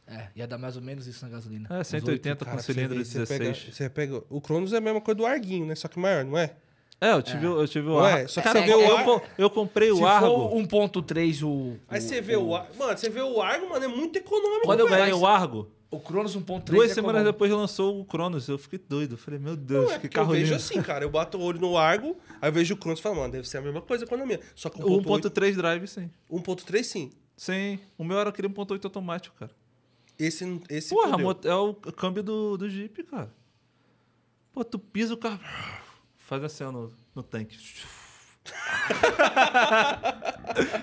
B: É, ia dar mais ou menos isso na gasolina.
C: É, 180 com
A: Cara, pra você
C: cilindro
A: ver,
C: de
A: você pega-
C: 16.
A: Você pega, O Cronos é a mesma coisa do Arguinho, né? Só que maior, não é?
C: É, eu tive, o- eu tive o
A: Ué,
C: Argo.
A: só que
C: Cara,
A: você vê
C: eu,
A: o
C: eu
A: Ar-
C: co- eu comprei
B: Se
C: o
B: for
C: Argo.
B: 1.3 o...
A: Aí você vê o Argo. Mano, você vê o Argo, mano, é muito econômico.
C: Quando eu
A: velho.
C: ganhei o Argo,
B: O Cronos 1.3
C: duas
B: é
C: semanas
B: econômico.
C: depois lançou o Cronos. Eu fiquei doido. Eu falei, meu Deus,
A: Não, é
C: que
A: porque eu
C: carro
A: vejo
C: lindo.
A: assim, cara. Eu bato o olho no Argo, aí eu vejo o Cronos e falo, mano, deve ser a mesma coisa a economia. Só que
C: O
A: o 1.8
C: 1.3 drive, sim.
A: 1.3, sim.
C: Sim. O meu era aquele 1.8 automático, cara.
A: Esse, esse
C: Porra,
A: fudeu.
C: mot- é o câmbio do, do Jeep, cara. Pô, tu pisa o carro. Faz assim ó, no, no tanque.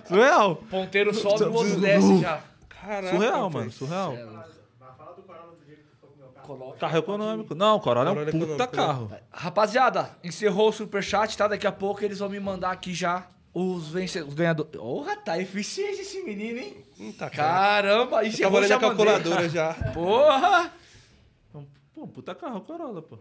C: Surreal!
B: Ponteiro sobe, o outro desce já.
C: Uhum.
A: Caraca,
C: Surreal,
A: velho. é
C: mano, surreal.
D: Mas fala do Corolla do jeito que ficou com o meu carro.
B: Coloca.
C: Carro econômico. Não, o Corolla é um
A: Corolla
C: puta
A: econômico, né?
C: carro.
B: Rapaziada, encerrou o superchat, tá? Daqui a pouco eles vão me mandar aqui já os vencedores, os ganhadores. Porra, tá eficiente esse menino, hein?
A: Eita, cara.
B: Caramba, isso
A: Eu tava
B: eu
A: olhando
B: já
A: a
B: mandei.
A: calculadora já.
B: Porra!
C: É um- Pô, um puta carro, o Corolla, pô.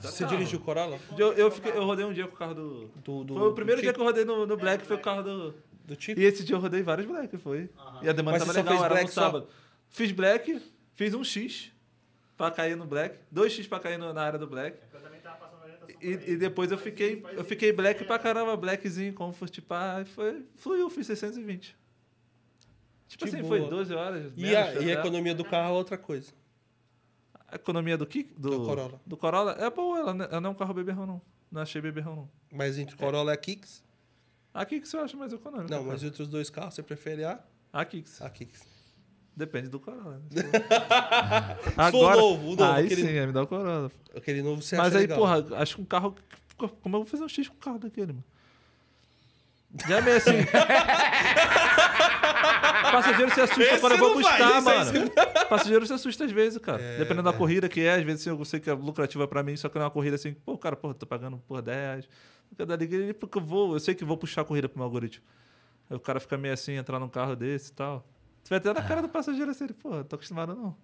A: Você dirigiu o Corolla?
C: Eu, eu, fiquei, eu rodei um dia com o carro do.
A: Do, do,
C: Foi o primeiro
A: do
C: dia
A: Tico,
C: que eu rodei no, no Black, foi o carro do.
A: Do Tico?
C: E é esse dia eu rodei vários black, foi. E a demanda
A: Mas
C: tava
A: você só
C: legal,
A: fez
C: era
A: black
C: no
A: só?
C: sábado. Fiz black, fiz um X pra cair no black, dois X pra cair no- na área do black. E, e depois eu fiquei, eu fiquei black pra caramba, blackzinho, comfort, pá, e foi, fluiu, fiz 620. Tipo
A: Que
C: assim,
A: boa.
C: foi 12 horas.
A: E, a, e
C: menos,
A: a
C: até.
A: economia do carro é outra coisa.
C: A economia do que? Do,
A: Do Corolla.
C: Do Corolla é boa, ela não- ela não é um carro beberrão, não. Não achei beberrão, não.
A: Mas entre Corolla e a Kicks?
C: A Kicks eu acho mais econômica.
A: Não, mas
C: cara.
A: entre os dois carros, você prefere a,
C: A Kicks.
A: a Kicks.
C: Depende do Corolla. né?
A: novo, o novo,
C: Aí
A: aquele-
C: sim, aí me dá o Corolla.
A: Aquele novo você
C: Mas
A: acha
C: aí,
A: legal.
C: porra, acho que um carro. Como eu vou fazer um X com um carro daquele, mano? Já é meio assim. passageiro se assusta
A: Esse
C: quando eu vou
A: não vai,
C: custar,
A: esse aí
C: mano. Passageiro se assusta às vezes, cara. Dependendo da corrida que é, às vezes assim, eu sei que é lucrativa pra mim, só que não é uma corrida assim, pô, cara, porra, tô pagando por 10 reais. Cada liga, porque eu vou, eu sei que vou puxar a corrida pro meu algoritmo. Aí o cara fica meio assim, entrar num carro desse e tal. Tu vai até na cara do passageiro assim, ele, porra, tô acostumado não.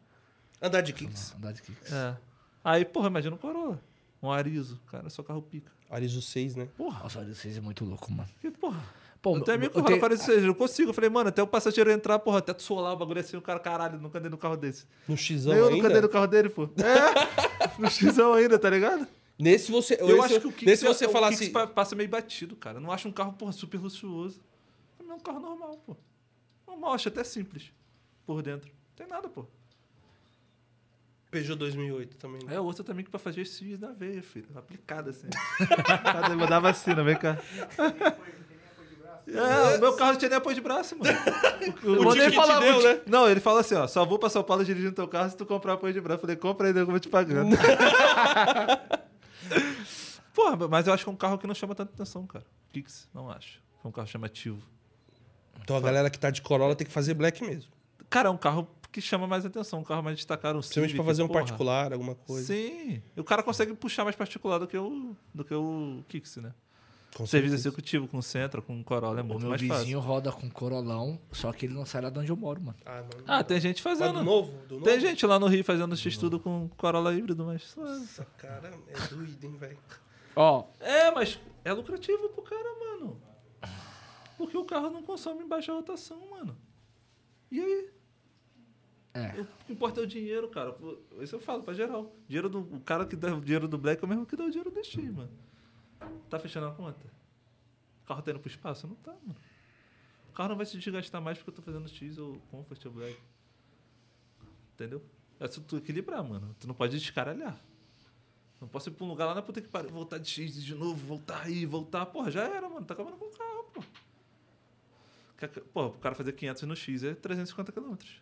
A: Andar de Kicks.
B: Andar de kicks.
C: É. Aí, porra, imagina um Corolla. Um Arizo. Cara, só carro pica.
A: Arizo 6, né?
B: Nossa, olha, vocês é muito louco, mano.
C: Porque, porra.
B: Pô,
C: eu tenho amigo que rola 46, assim, eu não consigo. Eu falei, mano, até o passageiro entrar, porra, teto solar, o bagulho assim, o cara, caralho, nunca andei no carro desse.
A: No X
C: eu nunca andei
A: ainda?
C: no carro dele, pô. É, no Xão ainda, tá ligado?
A: Nesse você...
C: Eu
A: esse-
C: acho que o Kicks,
A: Nesse
C: é-
A: você
C: o
A: falar
C: Kicks
A: assim...
C: pa- passa meio batido, cara. Eu não acho um carro, porra, super luxuoso. É um carro normal, pô. Normal, acho até simples. Por dentro. Não tem nada, pô.
A: Peugeot 2008 também. né?
C: É outra também que pra fazer esses na veia, filho. Aplicada assim. Cadê? Vou dar vacina, vem cá. É, o meu carro não tinha nem apoio de braço, mano. O,
A: O Tico
C: nem
A: te
C: falava,
A: deu,
C: o Tico-
A: né?
C: Não, ele fala assim, ó, só vou pra São Paulo dirigindo teu carro se tu comprar apoio de braço. Eu falei, compra aí, nego, eu vou te pagando. Porra, mas eu acho que é um carro que não chama tanta atenção, cara. Kicks, não acho. É um carro chamativo.
A: Então a galera que tá de Corolla tem que fazer black mesmo.
C: Cara, é um carro que chama mais atenção, um carro mais destacado, um
A: Principalmente pra
C: Civic,
A: fazer um
C: porra.
A: particular, alguma coisa.
C: Sim. E o cara consegue puxar mais particular do que o, do que o Kicks, né?
A: Com
C: Serviço
A: certeza.
C: executivo com Sentra, com Corolla é
B: O
C: muito
B: meu
C: mais
B: vizinho roda com Corolão, só que ele não sai lá de onde eu moro, mano.
A: Ah, mano.
C: fácil. Ah, tem gente
A: Mas
C: fazendo.
A: do novo? Do novo?
C: Tem gente lá no Rio fazendo X tudo com Corolla híbrido, mas. suave.
A: Nossa, cara, é doido, hein, velho.
B: Ó,
C: É, mas é lucrativo pro cara, mano. Porque o carro não consome em baixa rotação, mano. E aí?
B: É.
C: O que importa é o dinheiro, cara. Pô, Isso eu falo pra geral. Dinheiro do, o cara que dá o dinheiro do Black é o mesmo que dá o dinheiro do Steam, mano. Tá fechando a conta? O carro tá indo pro espaço? Não tá, mano. O carro não vai se desgastar mais porque eu tô fazendo X ou Comfort ou Black. Entendeu? É só tu equilibrar, mano. Tu não pode descaralhar. Não posso ir pra um lugar lá na puta que pariu, voltar de X de novo, voltar aí, voltar. Porra, já era, mano. Tá acabando com o carro, pô. Quer- Pô, o cara fazer 500 no X é 350 quilômetros.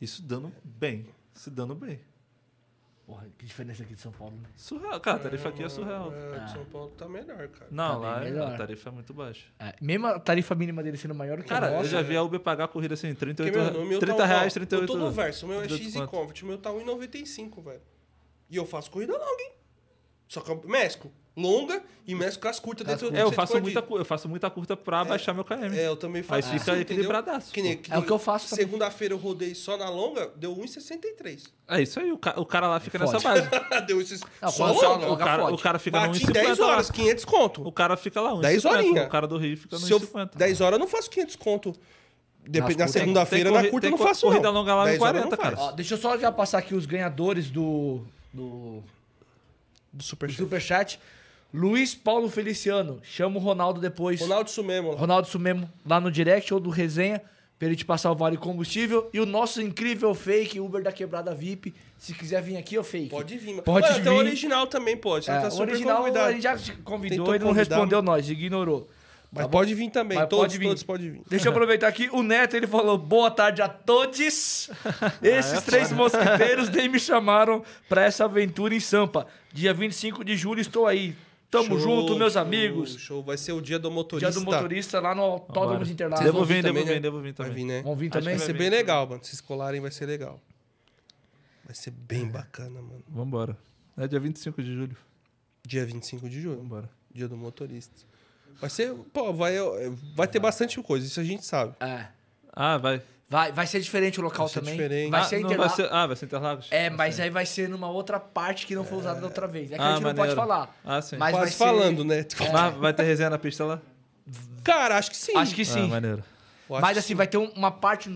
C: Isso dando bem. Se dando bem.
B: Porra, que diferença aqui de São Paulo, né?
C: Surreal. Cara, a tarifa aqui é surreal.
A: É, de São Paulo tá melhor, cara.
C: Não,
B: Tá bem
C: lá é-
B: melhor.
C: a tarifa é muito baixa.
B: É, mesmo a tarifa mínima dele sendo maior que
C: Cara,
B: a
C: eu
B: nossa,
C: já vi a Uber pagar a corrida assim, 38
A: Porque, mano, o meu
C: 30
A: tá um-
C: reais,
A: Eu
C: 38
A: tô no verso, o meu é
C: 38
A: X e
C: quanto?
A: Comfort, o meu tá 1,95, velho. E eu faço corrida longa, hein? Só que eu mesco longa e mesco com as curtas dentro
C: É, eu
A: 150
C: faço, muita,
A: dias.
C: cu- eu faço muita curta pra baixar meu KM.
A: É, eu também faço
C: Aí
A: isso,
C: fica
A: entendeu?
C: equilibradaço,
A: Que nem-
C: pô.
A: que
B: É o que eu faço também.
A: Segunda-feira eu rodei só na longa, deu 1,63.
C: É isso aí, o, ca- o cara lá fica nessa
B: Fode.
C: base.
A: deu 1,63.
B: Não,
A: Só
B: quando você
A: longa?
C: O
B: Joga
C: cara,
B: fode.
C: o cara fica no
B: um
A: Bati 10
C: 1,50 lá.
A: horas, 500 conto.
C: O cara fica lá, 1,50.
A: 10 horinha.
C: O cara do Rio fica no
A: Se eu,
C: 1,50.
A: 10 horas eu não faço 500 conto. Depende, na
B: curtas, tem-
A: segunda-feira,
C: né? tem
A: na
C: corri-
A: curta eu
C: tem
A: não
C: cor-
A: faço não.
C: corrida longa lá no
A: 10 horas eu não
C: 40, cara.
A: faço.
B: Ó, deixa eu só já passar aqui os ganhadores do. do.
A: Do Super
B: do Superchat. Luiz Paulo Feliciano, chama o Ronaldo depois.
A: Ronaldo,
B: Ronaldo,
A: isso mesmo. lá.
B: isso mesmo, lá no direct ou do resenha, pra ele te passar o vale combustível. E o nosso incrível fake, Uber da Quebrada VIP. Se quiser vir aqui, ô fake.
A: Pode vir, mano.
B: Pode
A: Mano, Até o
B: vir.
A: original também pode. Você
B: É,
A: tá
B: o
A: super
B: original
A: convidado.
B: a gente já te convidou
A: Tentou
B: ele não
A: convidar,
B: respondeu nós, ignorou. Tá
A: Mas pode vir também.
B: Mas
A: todos,
B: pode vir.
A: todos podem vir.
B: Deixa eu aproveitar aqui, o Neto ele falou boa tarde a todos. Esses três mosquiteiros nem me chamaram pra essa aventura em Sampa. Dia 25 de julho estou aí. Tamo
A: Show,
B: junto, meus
A: show,
B: amigos.
A: Show, vai ser o dia do motorista.
B: Dia do motorista lá no Autódromo de Interlagos.
C: Devo
A: vir
C: vir, devo
A: também, né?
C: vir, devo
A: Vai
C: vir também.
A: vir, né?
B: Vão vir também?
A: Vai ser bem legal, mano. Se vocês colarem, vai ser legal. Vai ser bem bacana, mano.
C: Vambora. É dia 25 de julho.
A: Dia 25 de julho,
C: Vambora.
A: dia do motorista. Vai ser, pô, vai, vai ter bastante coisa, isso a gente sabe.
B: É.
C: Ah, vai.
B: Vai, vai ser diferente o local
A: Vai ser
B: também.
A: diferente.
B: Vai
C: ah,
B: ser
C: não,
B: Interlagos.
C: vai ser- ah, vai ser Interlagos?
B: É, mas aí vai ser numa outra parte que não foi usada da outra vez. É que
C: Ah,
B: a gente não pode
C: maneiro.
B: falar.
C: Ah, sim.
B: Mas vai
A: Quase
B: ser-
A: falando,
C: É.
A: né?
C: Mas vai ter resenha na pista lá?
A: Cara, acho que sim.
B: Acho que sim.
C: Ah, maneiro.
A: Eu acho
B: Mas
A: que
B: assim,
A: sim.
B: vai ter um- uma parte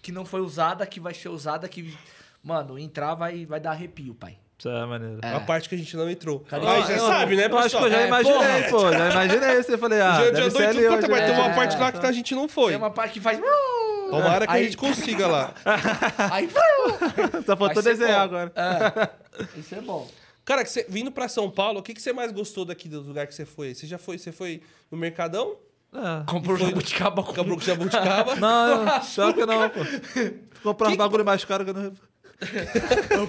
B: que não foi usada, que vai ser usada, que. Mano, entrar vai, vai dar arrepio, pai.
C: Isso é maneiro.
A: A parte que a gente não entrou.
B: Cadê?
A: Aí
B: Ah,
A: já
C: eu-
A: sabe, né,
C: Eu acho que
A: pessoal?
C: eu já
B: É,
C: imaginei, pô. Já imaginei isso. Eu falei, ah,
A: Dia, dia
C: deve ser
A: 2
C: ali
A: de conta,
C: hoje.
A: mas
C: né?
A: tem uma parte lá
B: tá-
A: que a gente não foi.
B: Tem uma parte que faz.
A: Tomara que a
B: Aí-
A: gente consiga lá.
B: Aí.
C: Só
B: Vai ser
C: faltou desenhar
B: bom.
C: agora.
B: É. Isso é bom.
A: Cara, que você- vindo pra São Paulo, o que, que você mais gostou daqui do lugar que você foi? Você já foi, você foi no Mercadão?
C: Ah.
B: Comprou o jabuticaba com.
A: Cabruco Jabuticaba?
C: Não, não, pior que não, pô. Comprar um bagulho mais caro que eu não.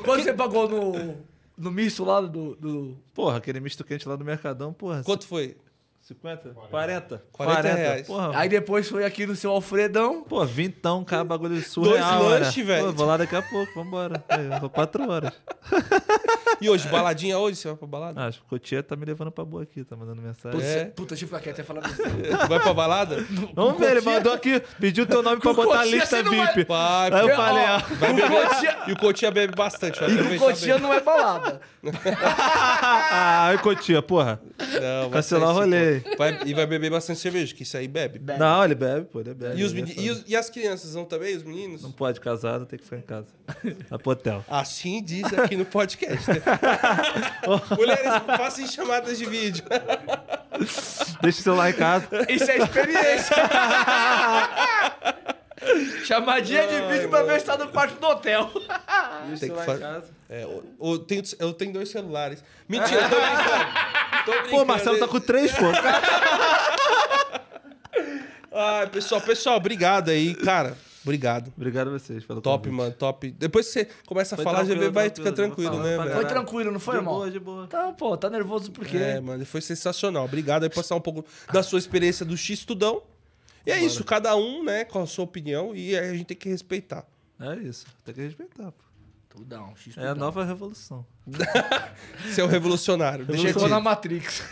B: Quanto você pagou no. No misto lá do. do...
C: Porra, aquele misto quente lá do Mercadão, porra.
A: Quanto foi?
C: 50? 40?
A: 40 reais.
C: Porra,
B: Aí depois foi aqui no seu Alfredão.
C: Pô, vintão, cara, bagulho surreal.
A: Hum. Dois
C: né?
A: lanches, velho.
C: Pô, vou lá daqui a pouco, vambora. Aí, Só quatro horas.
A: E hoje, baladinha hoje? Você vai pra balada?
C: Ah, acho que o Tia tá me levando pra boa aqui, tá mandando mensagem.
B: Puta,
C: É.
A: É.
B: Puta, deixa eu ficar quieto até falar
A: Vai pra balada?
C: Vamos ver, ele mandou aqui, pediu teu nome pra
B: Com
C: botar a
B: coxinha
C: lista
B: assim não
C: VIP.
A: Vai,
C: Aí eu
A: pô.
C: falei,
B: ó,
C: ah,
A: Vai beber. E o Cotia bebe bastante. Vai
B: O
A: aproveitar
B: coxinha
A: bem.
B: não é balada.
C: ah, aí Cotia, porra.
A: Não, vai
C: Cancelar o
A: sair sim, pô.
C: rolê.
A: Vai- e vai beber bastante cerveja, que isso aí bebe.
B: Bebe.
C: Não, ele bebe, pô, ele bebe.
A: E, os
C: ele é
A: meni-
C: foda.
A: e os- e as crianças vão também, os meninos?
C: Não pode casar, não tem que ficar em casa. Vai pro hotel.
A: Assim diz aqui no podcast. Né? Mulheres, façam chamadas de vídeo.
C: Deixa o celular em casa.
B: Isso é experiência. Chamadinha de vídeo pra ver se tá no quarto do hotel.
C: Deixa o celular
A: fa-
C: em casa.
A: É, eu, eu tenho, eu tenho dois celulares. Mentira, eu tô brincando. Tô brincando.
C: Pô, Marcelo tá com três, pô.
A: Ah, pessoal, pessoal, obrigado aí, cara. Obrigado.
C: Obrigado a vocês pelo
A: Top,
C: convite.
A: mano, top. Depois que você começa a
C: Foi
A: falar, já
C: tranquilo,
A: vai ficar
C: tranquilo,
A: tranquilo,
C: vou
A: né,
C: falar pra
A: velho?
B: Foi tranquilo, não foi,
C: De
B: irmão?
C: boa, de boa.
B: Tá, pô, tá nervoso por quê?
A: É, mano, foi sensacional. Obrigado aí por passar um pouco da sua experiência do X-Tudão. E é isso, cada um, né, com a sua opinião e a gente tem que respeitar.
C: É isso, tem que respeitar, pô.
B: Tudão, X
A: Então.
C: É a nova revolução.
A: Você é o revolucionário. Deixa
B: Chegou
A: eu
B: na Matrix.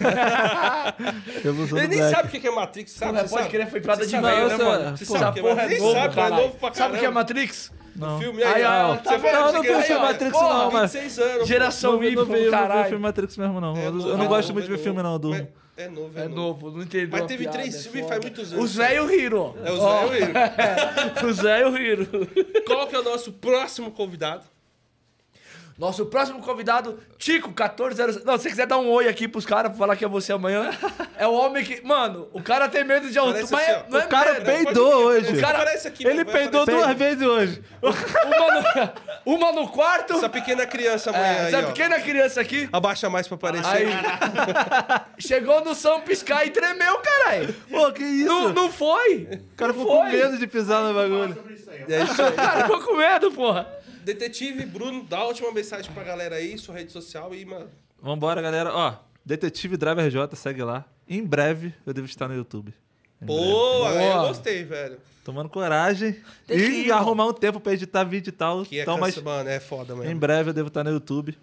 C: Revolução
A: Ele
C: do
A: nem
C: Black.
A: sabe o que é Matrix, sabe?
B: Pode
A: Você sabe?
B: crer, foi entrada
A: Você
B: de
A: sabe?
B: velho, né,
C: Essa-
B: mano?
C: Você
A: sabe
B: Essa
A: que é
B: porra é
A: Matrix?
B: novo,
A: Sabe que é
B: caralho.
A: novo pra
B: Sabe o que é
A: caramba.
B: Matrix?
A: No
C: Não.
A: filme aí, ó.
B: tá
A: você
B: vendo?
A: fala
C: Não,
A: que você
C: não vi o
A: ganha,
C: filme
A: ó,
C: Matrix
A: porra,
C: não, mas-
A: 26 anos. pô.
B: Geração
C: vi,
B: Y,
C: não vi, eu não vi o
B: caralho.
C: filme Matrix mesmo, não.
A: É
C: Eu, não-
A: novo,
C: eu
A: é
C: não gosto
A: novo,
C: muito de
A: é
C: ver filme, não.
A: novo.
C: Do...
A: Mas É novo, é
B: É
A: novo.
B: novo, não entendeu.
A: Mas
B: a
A: teve
B: piada,
A: três
B: é
A: filmes
B: foda.
A: faz muitos
B: O
A: anos.
B: Zé e o Hiro.
A: É o Zé e o Igor.
B: O Zé e o Hiro.
A: Qual que é o nosso próximo convidado?
B: Nosso próximo convidado, Tico, 1407. Não, se você quiser dar um oi aqui pros caras pra falar que é você amanhã. É o homem que. Mano, o cara tem medo de altura.
A: Parece
B: Mas
A: assim,
B: é-
A: ó.
B: não é
C: O cara
B: medo.
C: peidou hoje.
A: O cara aparece aqui.
C: Ele
A: vai
C: peidou
A: aparecer.
C: duas vezes hoje.
B: Uma no, uma no quarto.
A: Essa pequena criança amanhã
B: é,
A: aí,
B: essa
A: ó.
B: pequena criança aqui.
A: Abaixa mais pra aparecer.
B: Aí. Chegou no São Piscar e tremeu, caralho.
C: Pô, que isso?
B: Não, não foi?
C: o cara ficou
B: foi.
C: com medo né? de pisar no bagulho.
D: Sobre isso aí, ó.
A: É isso aí.
B: O cara ficou com medo, porra.
A: Detetive Bruno, dá a última mensagem pra galera aí, sua rede social e, mano.
C: Vambora, galera. Ó, Detetive Driver J, segue lá. Em breve eu devo estar no YouTube.
A: Boa, eu
B: Boa.
A: gostei, velho.
C: Tomando coragem
B: Tem que
C: e
B: ir,
C: arrumar um tempo pra editar vídeo e tal.
A: Que é
C: então, mas
A: cansa, mano, é foda,
C: em
A: mano.
C: breve eu devo estar no YouTube.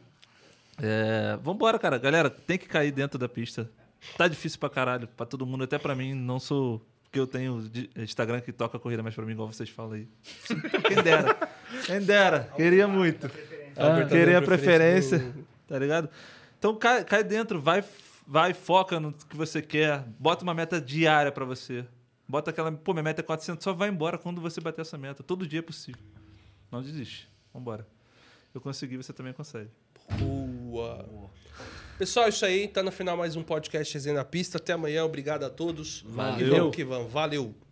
C: É, vambora, cara. Galera, tem que cair dentro da pista. Tá difícil pra caralho, pra todo mundo, até pra mim. Não sou. Porque eu tenho de- Instagram que toca corrida, mas pra mim, igual vocês falam aí. Quem dera. Quem dera. Queria muito. Ah, querer a preferência, tá ligado? Então cai, cai dentro, vai, vai, foca no que você quer, bota uma meta diária pra você. Bota aquela, pô, minha meta é 400, só vai embora quando você bater essa meta. Todo dia é possível. Não desiste. Vambora. Eu consegui, você também consegue.
A: Boa. Pessoal, isso aí. Tá no final mais um podcast Resenha na Pista. Até amanhã. Obrigado a todos. E
B: Valeu.
A: vamos que vamos. Valeu.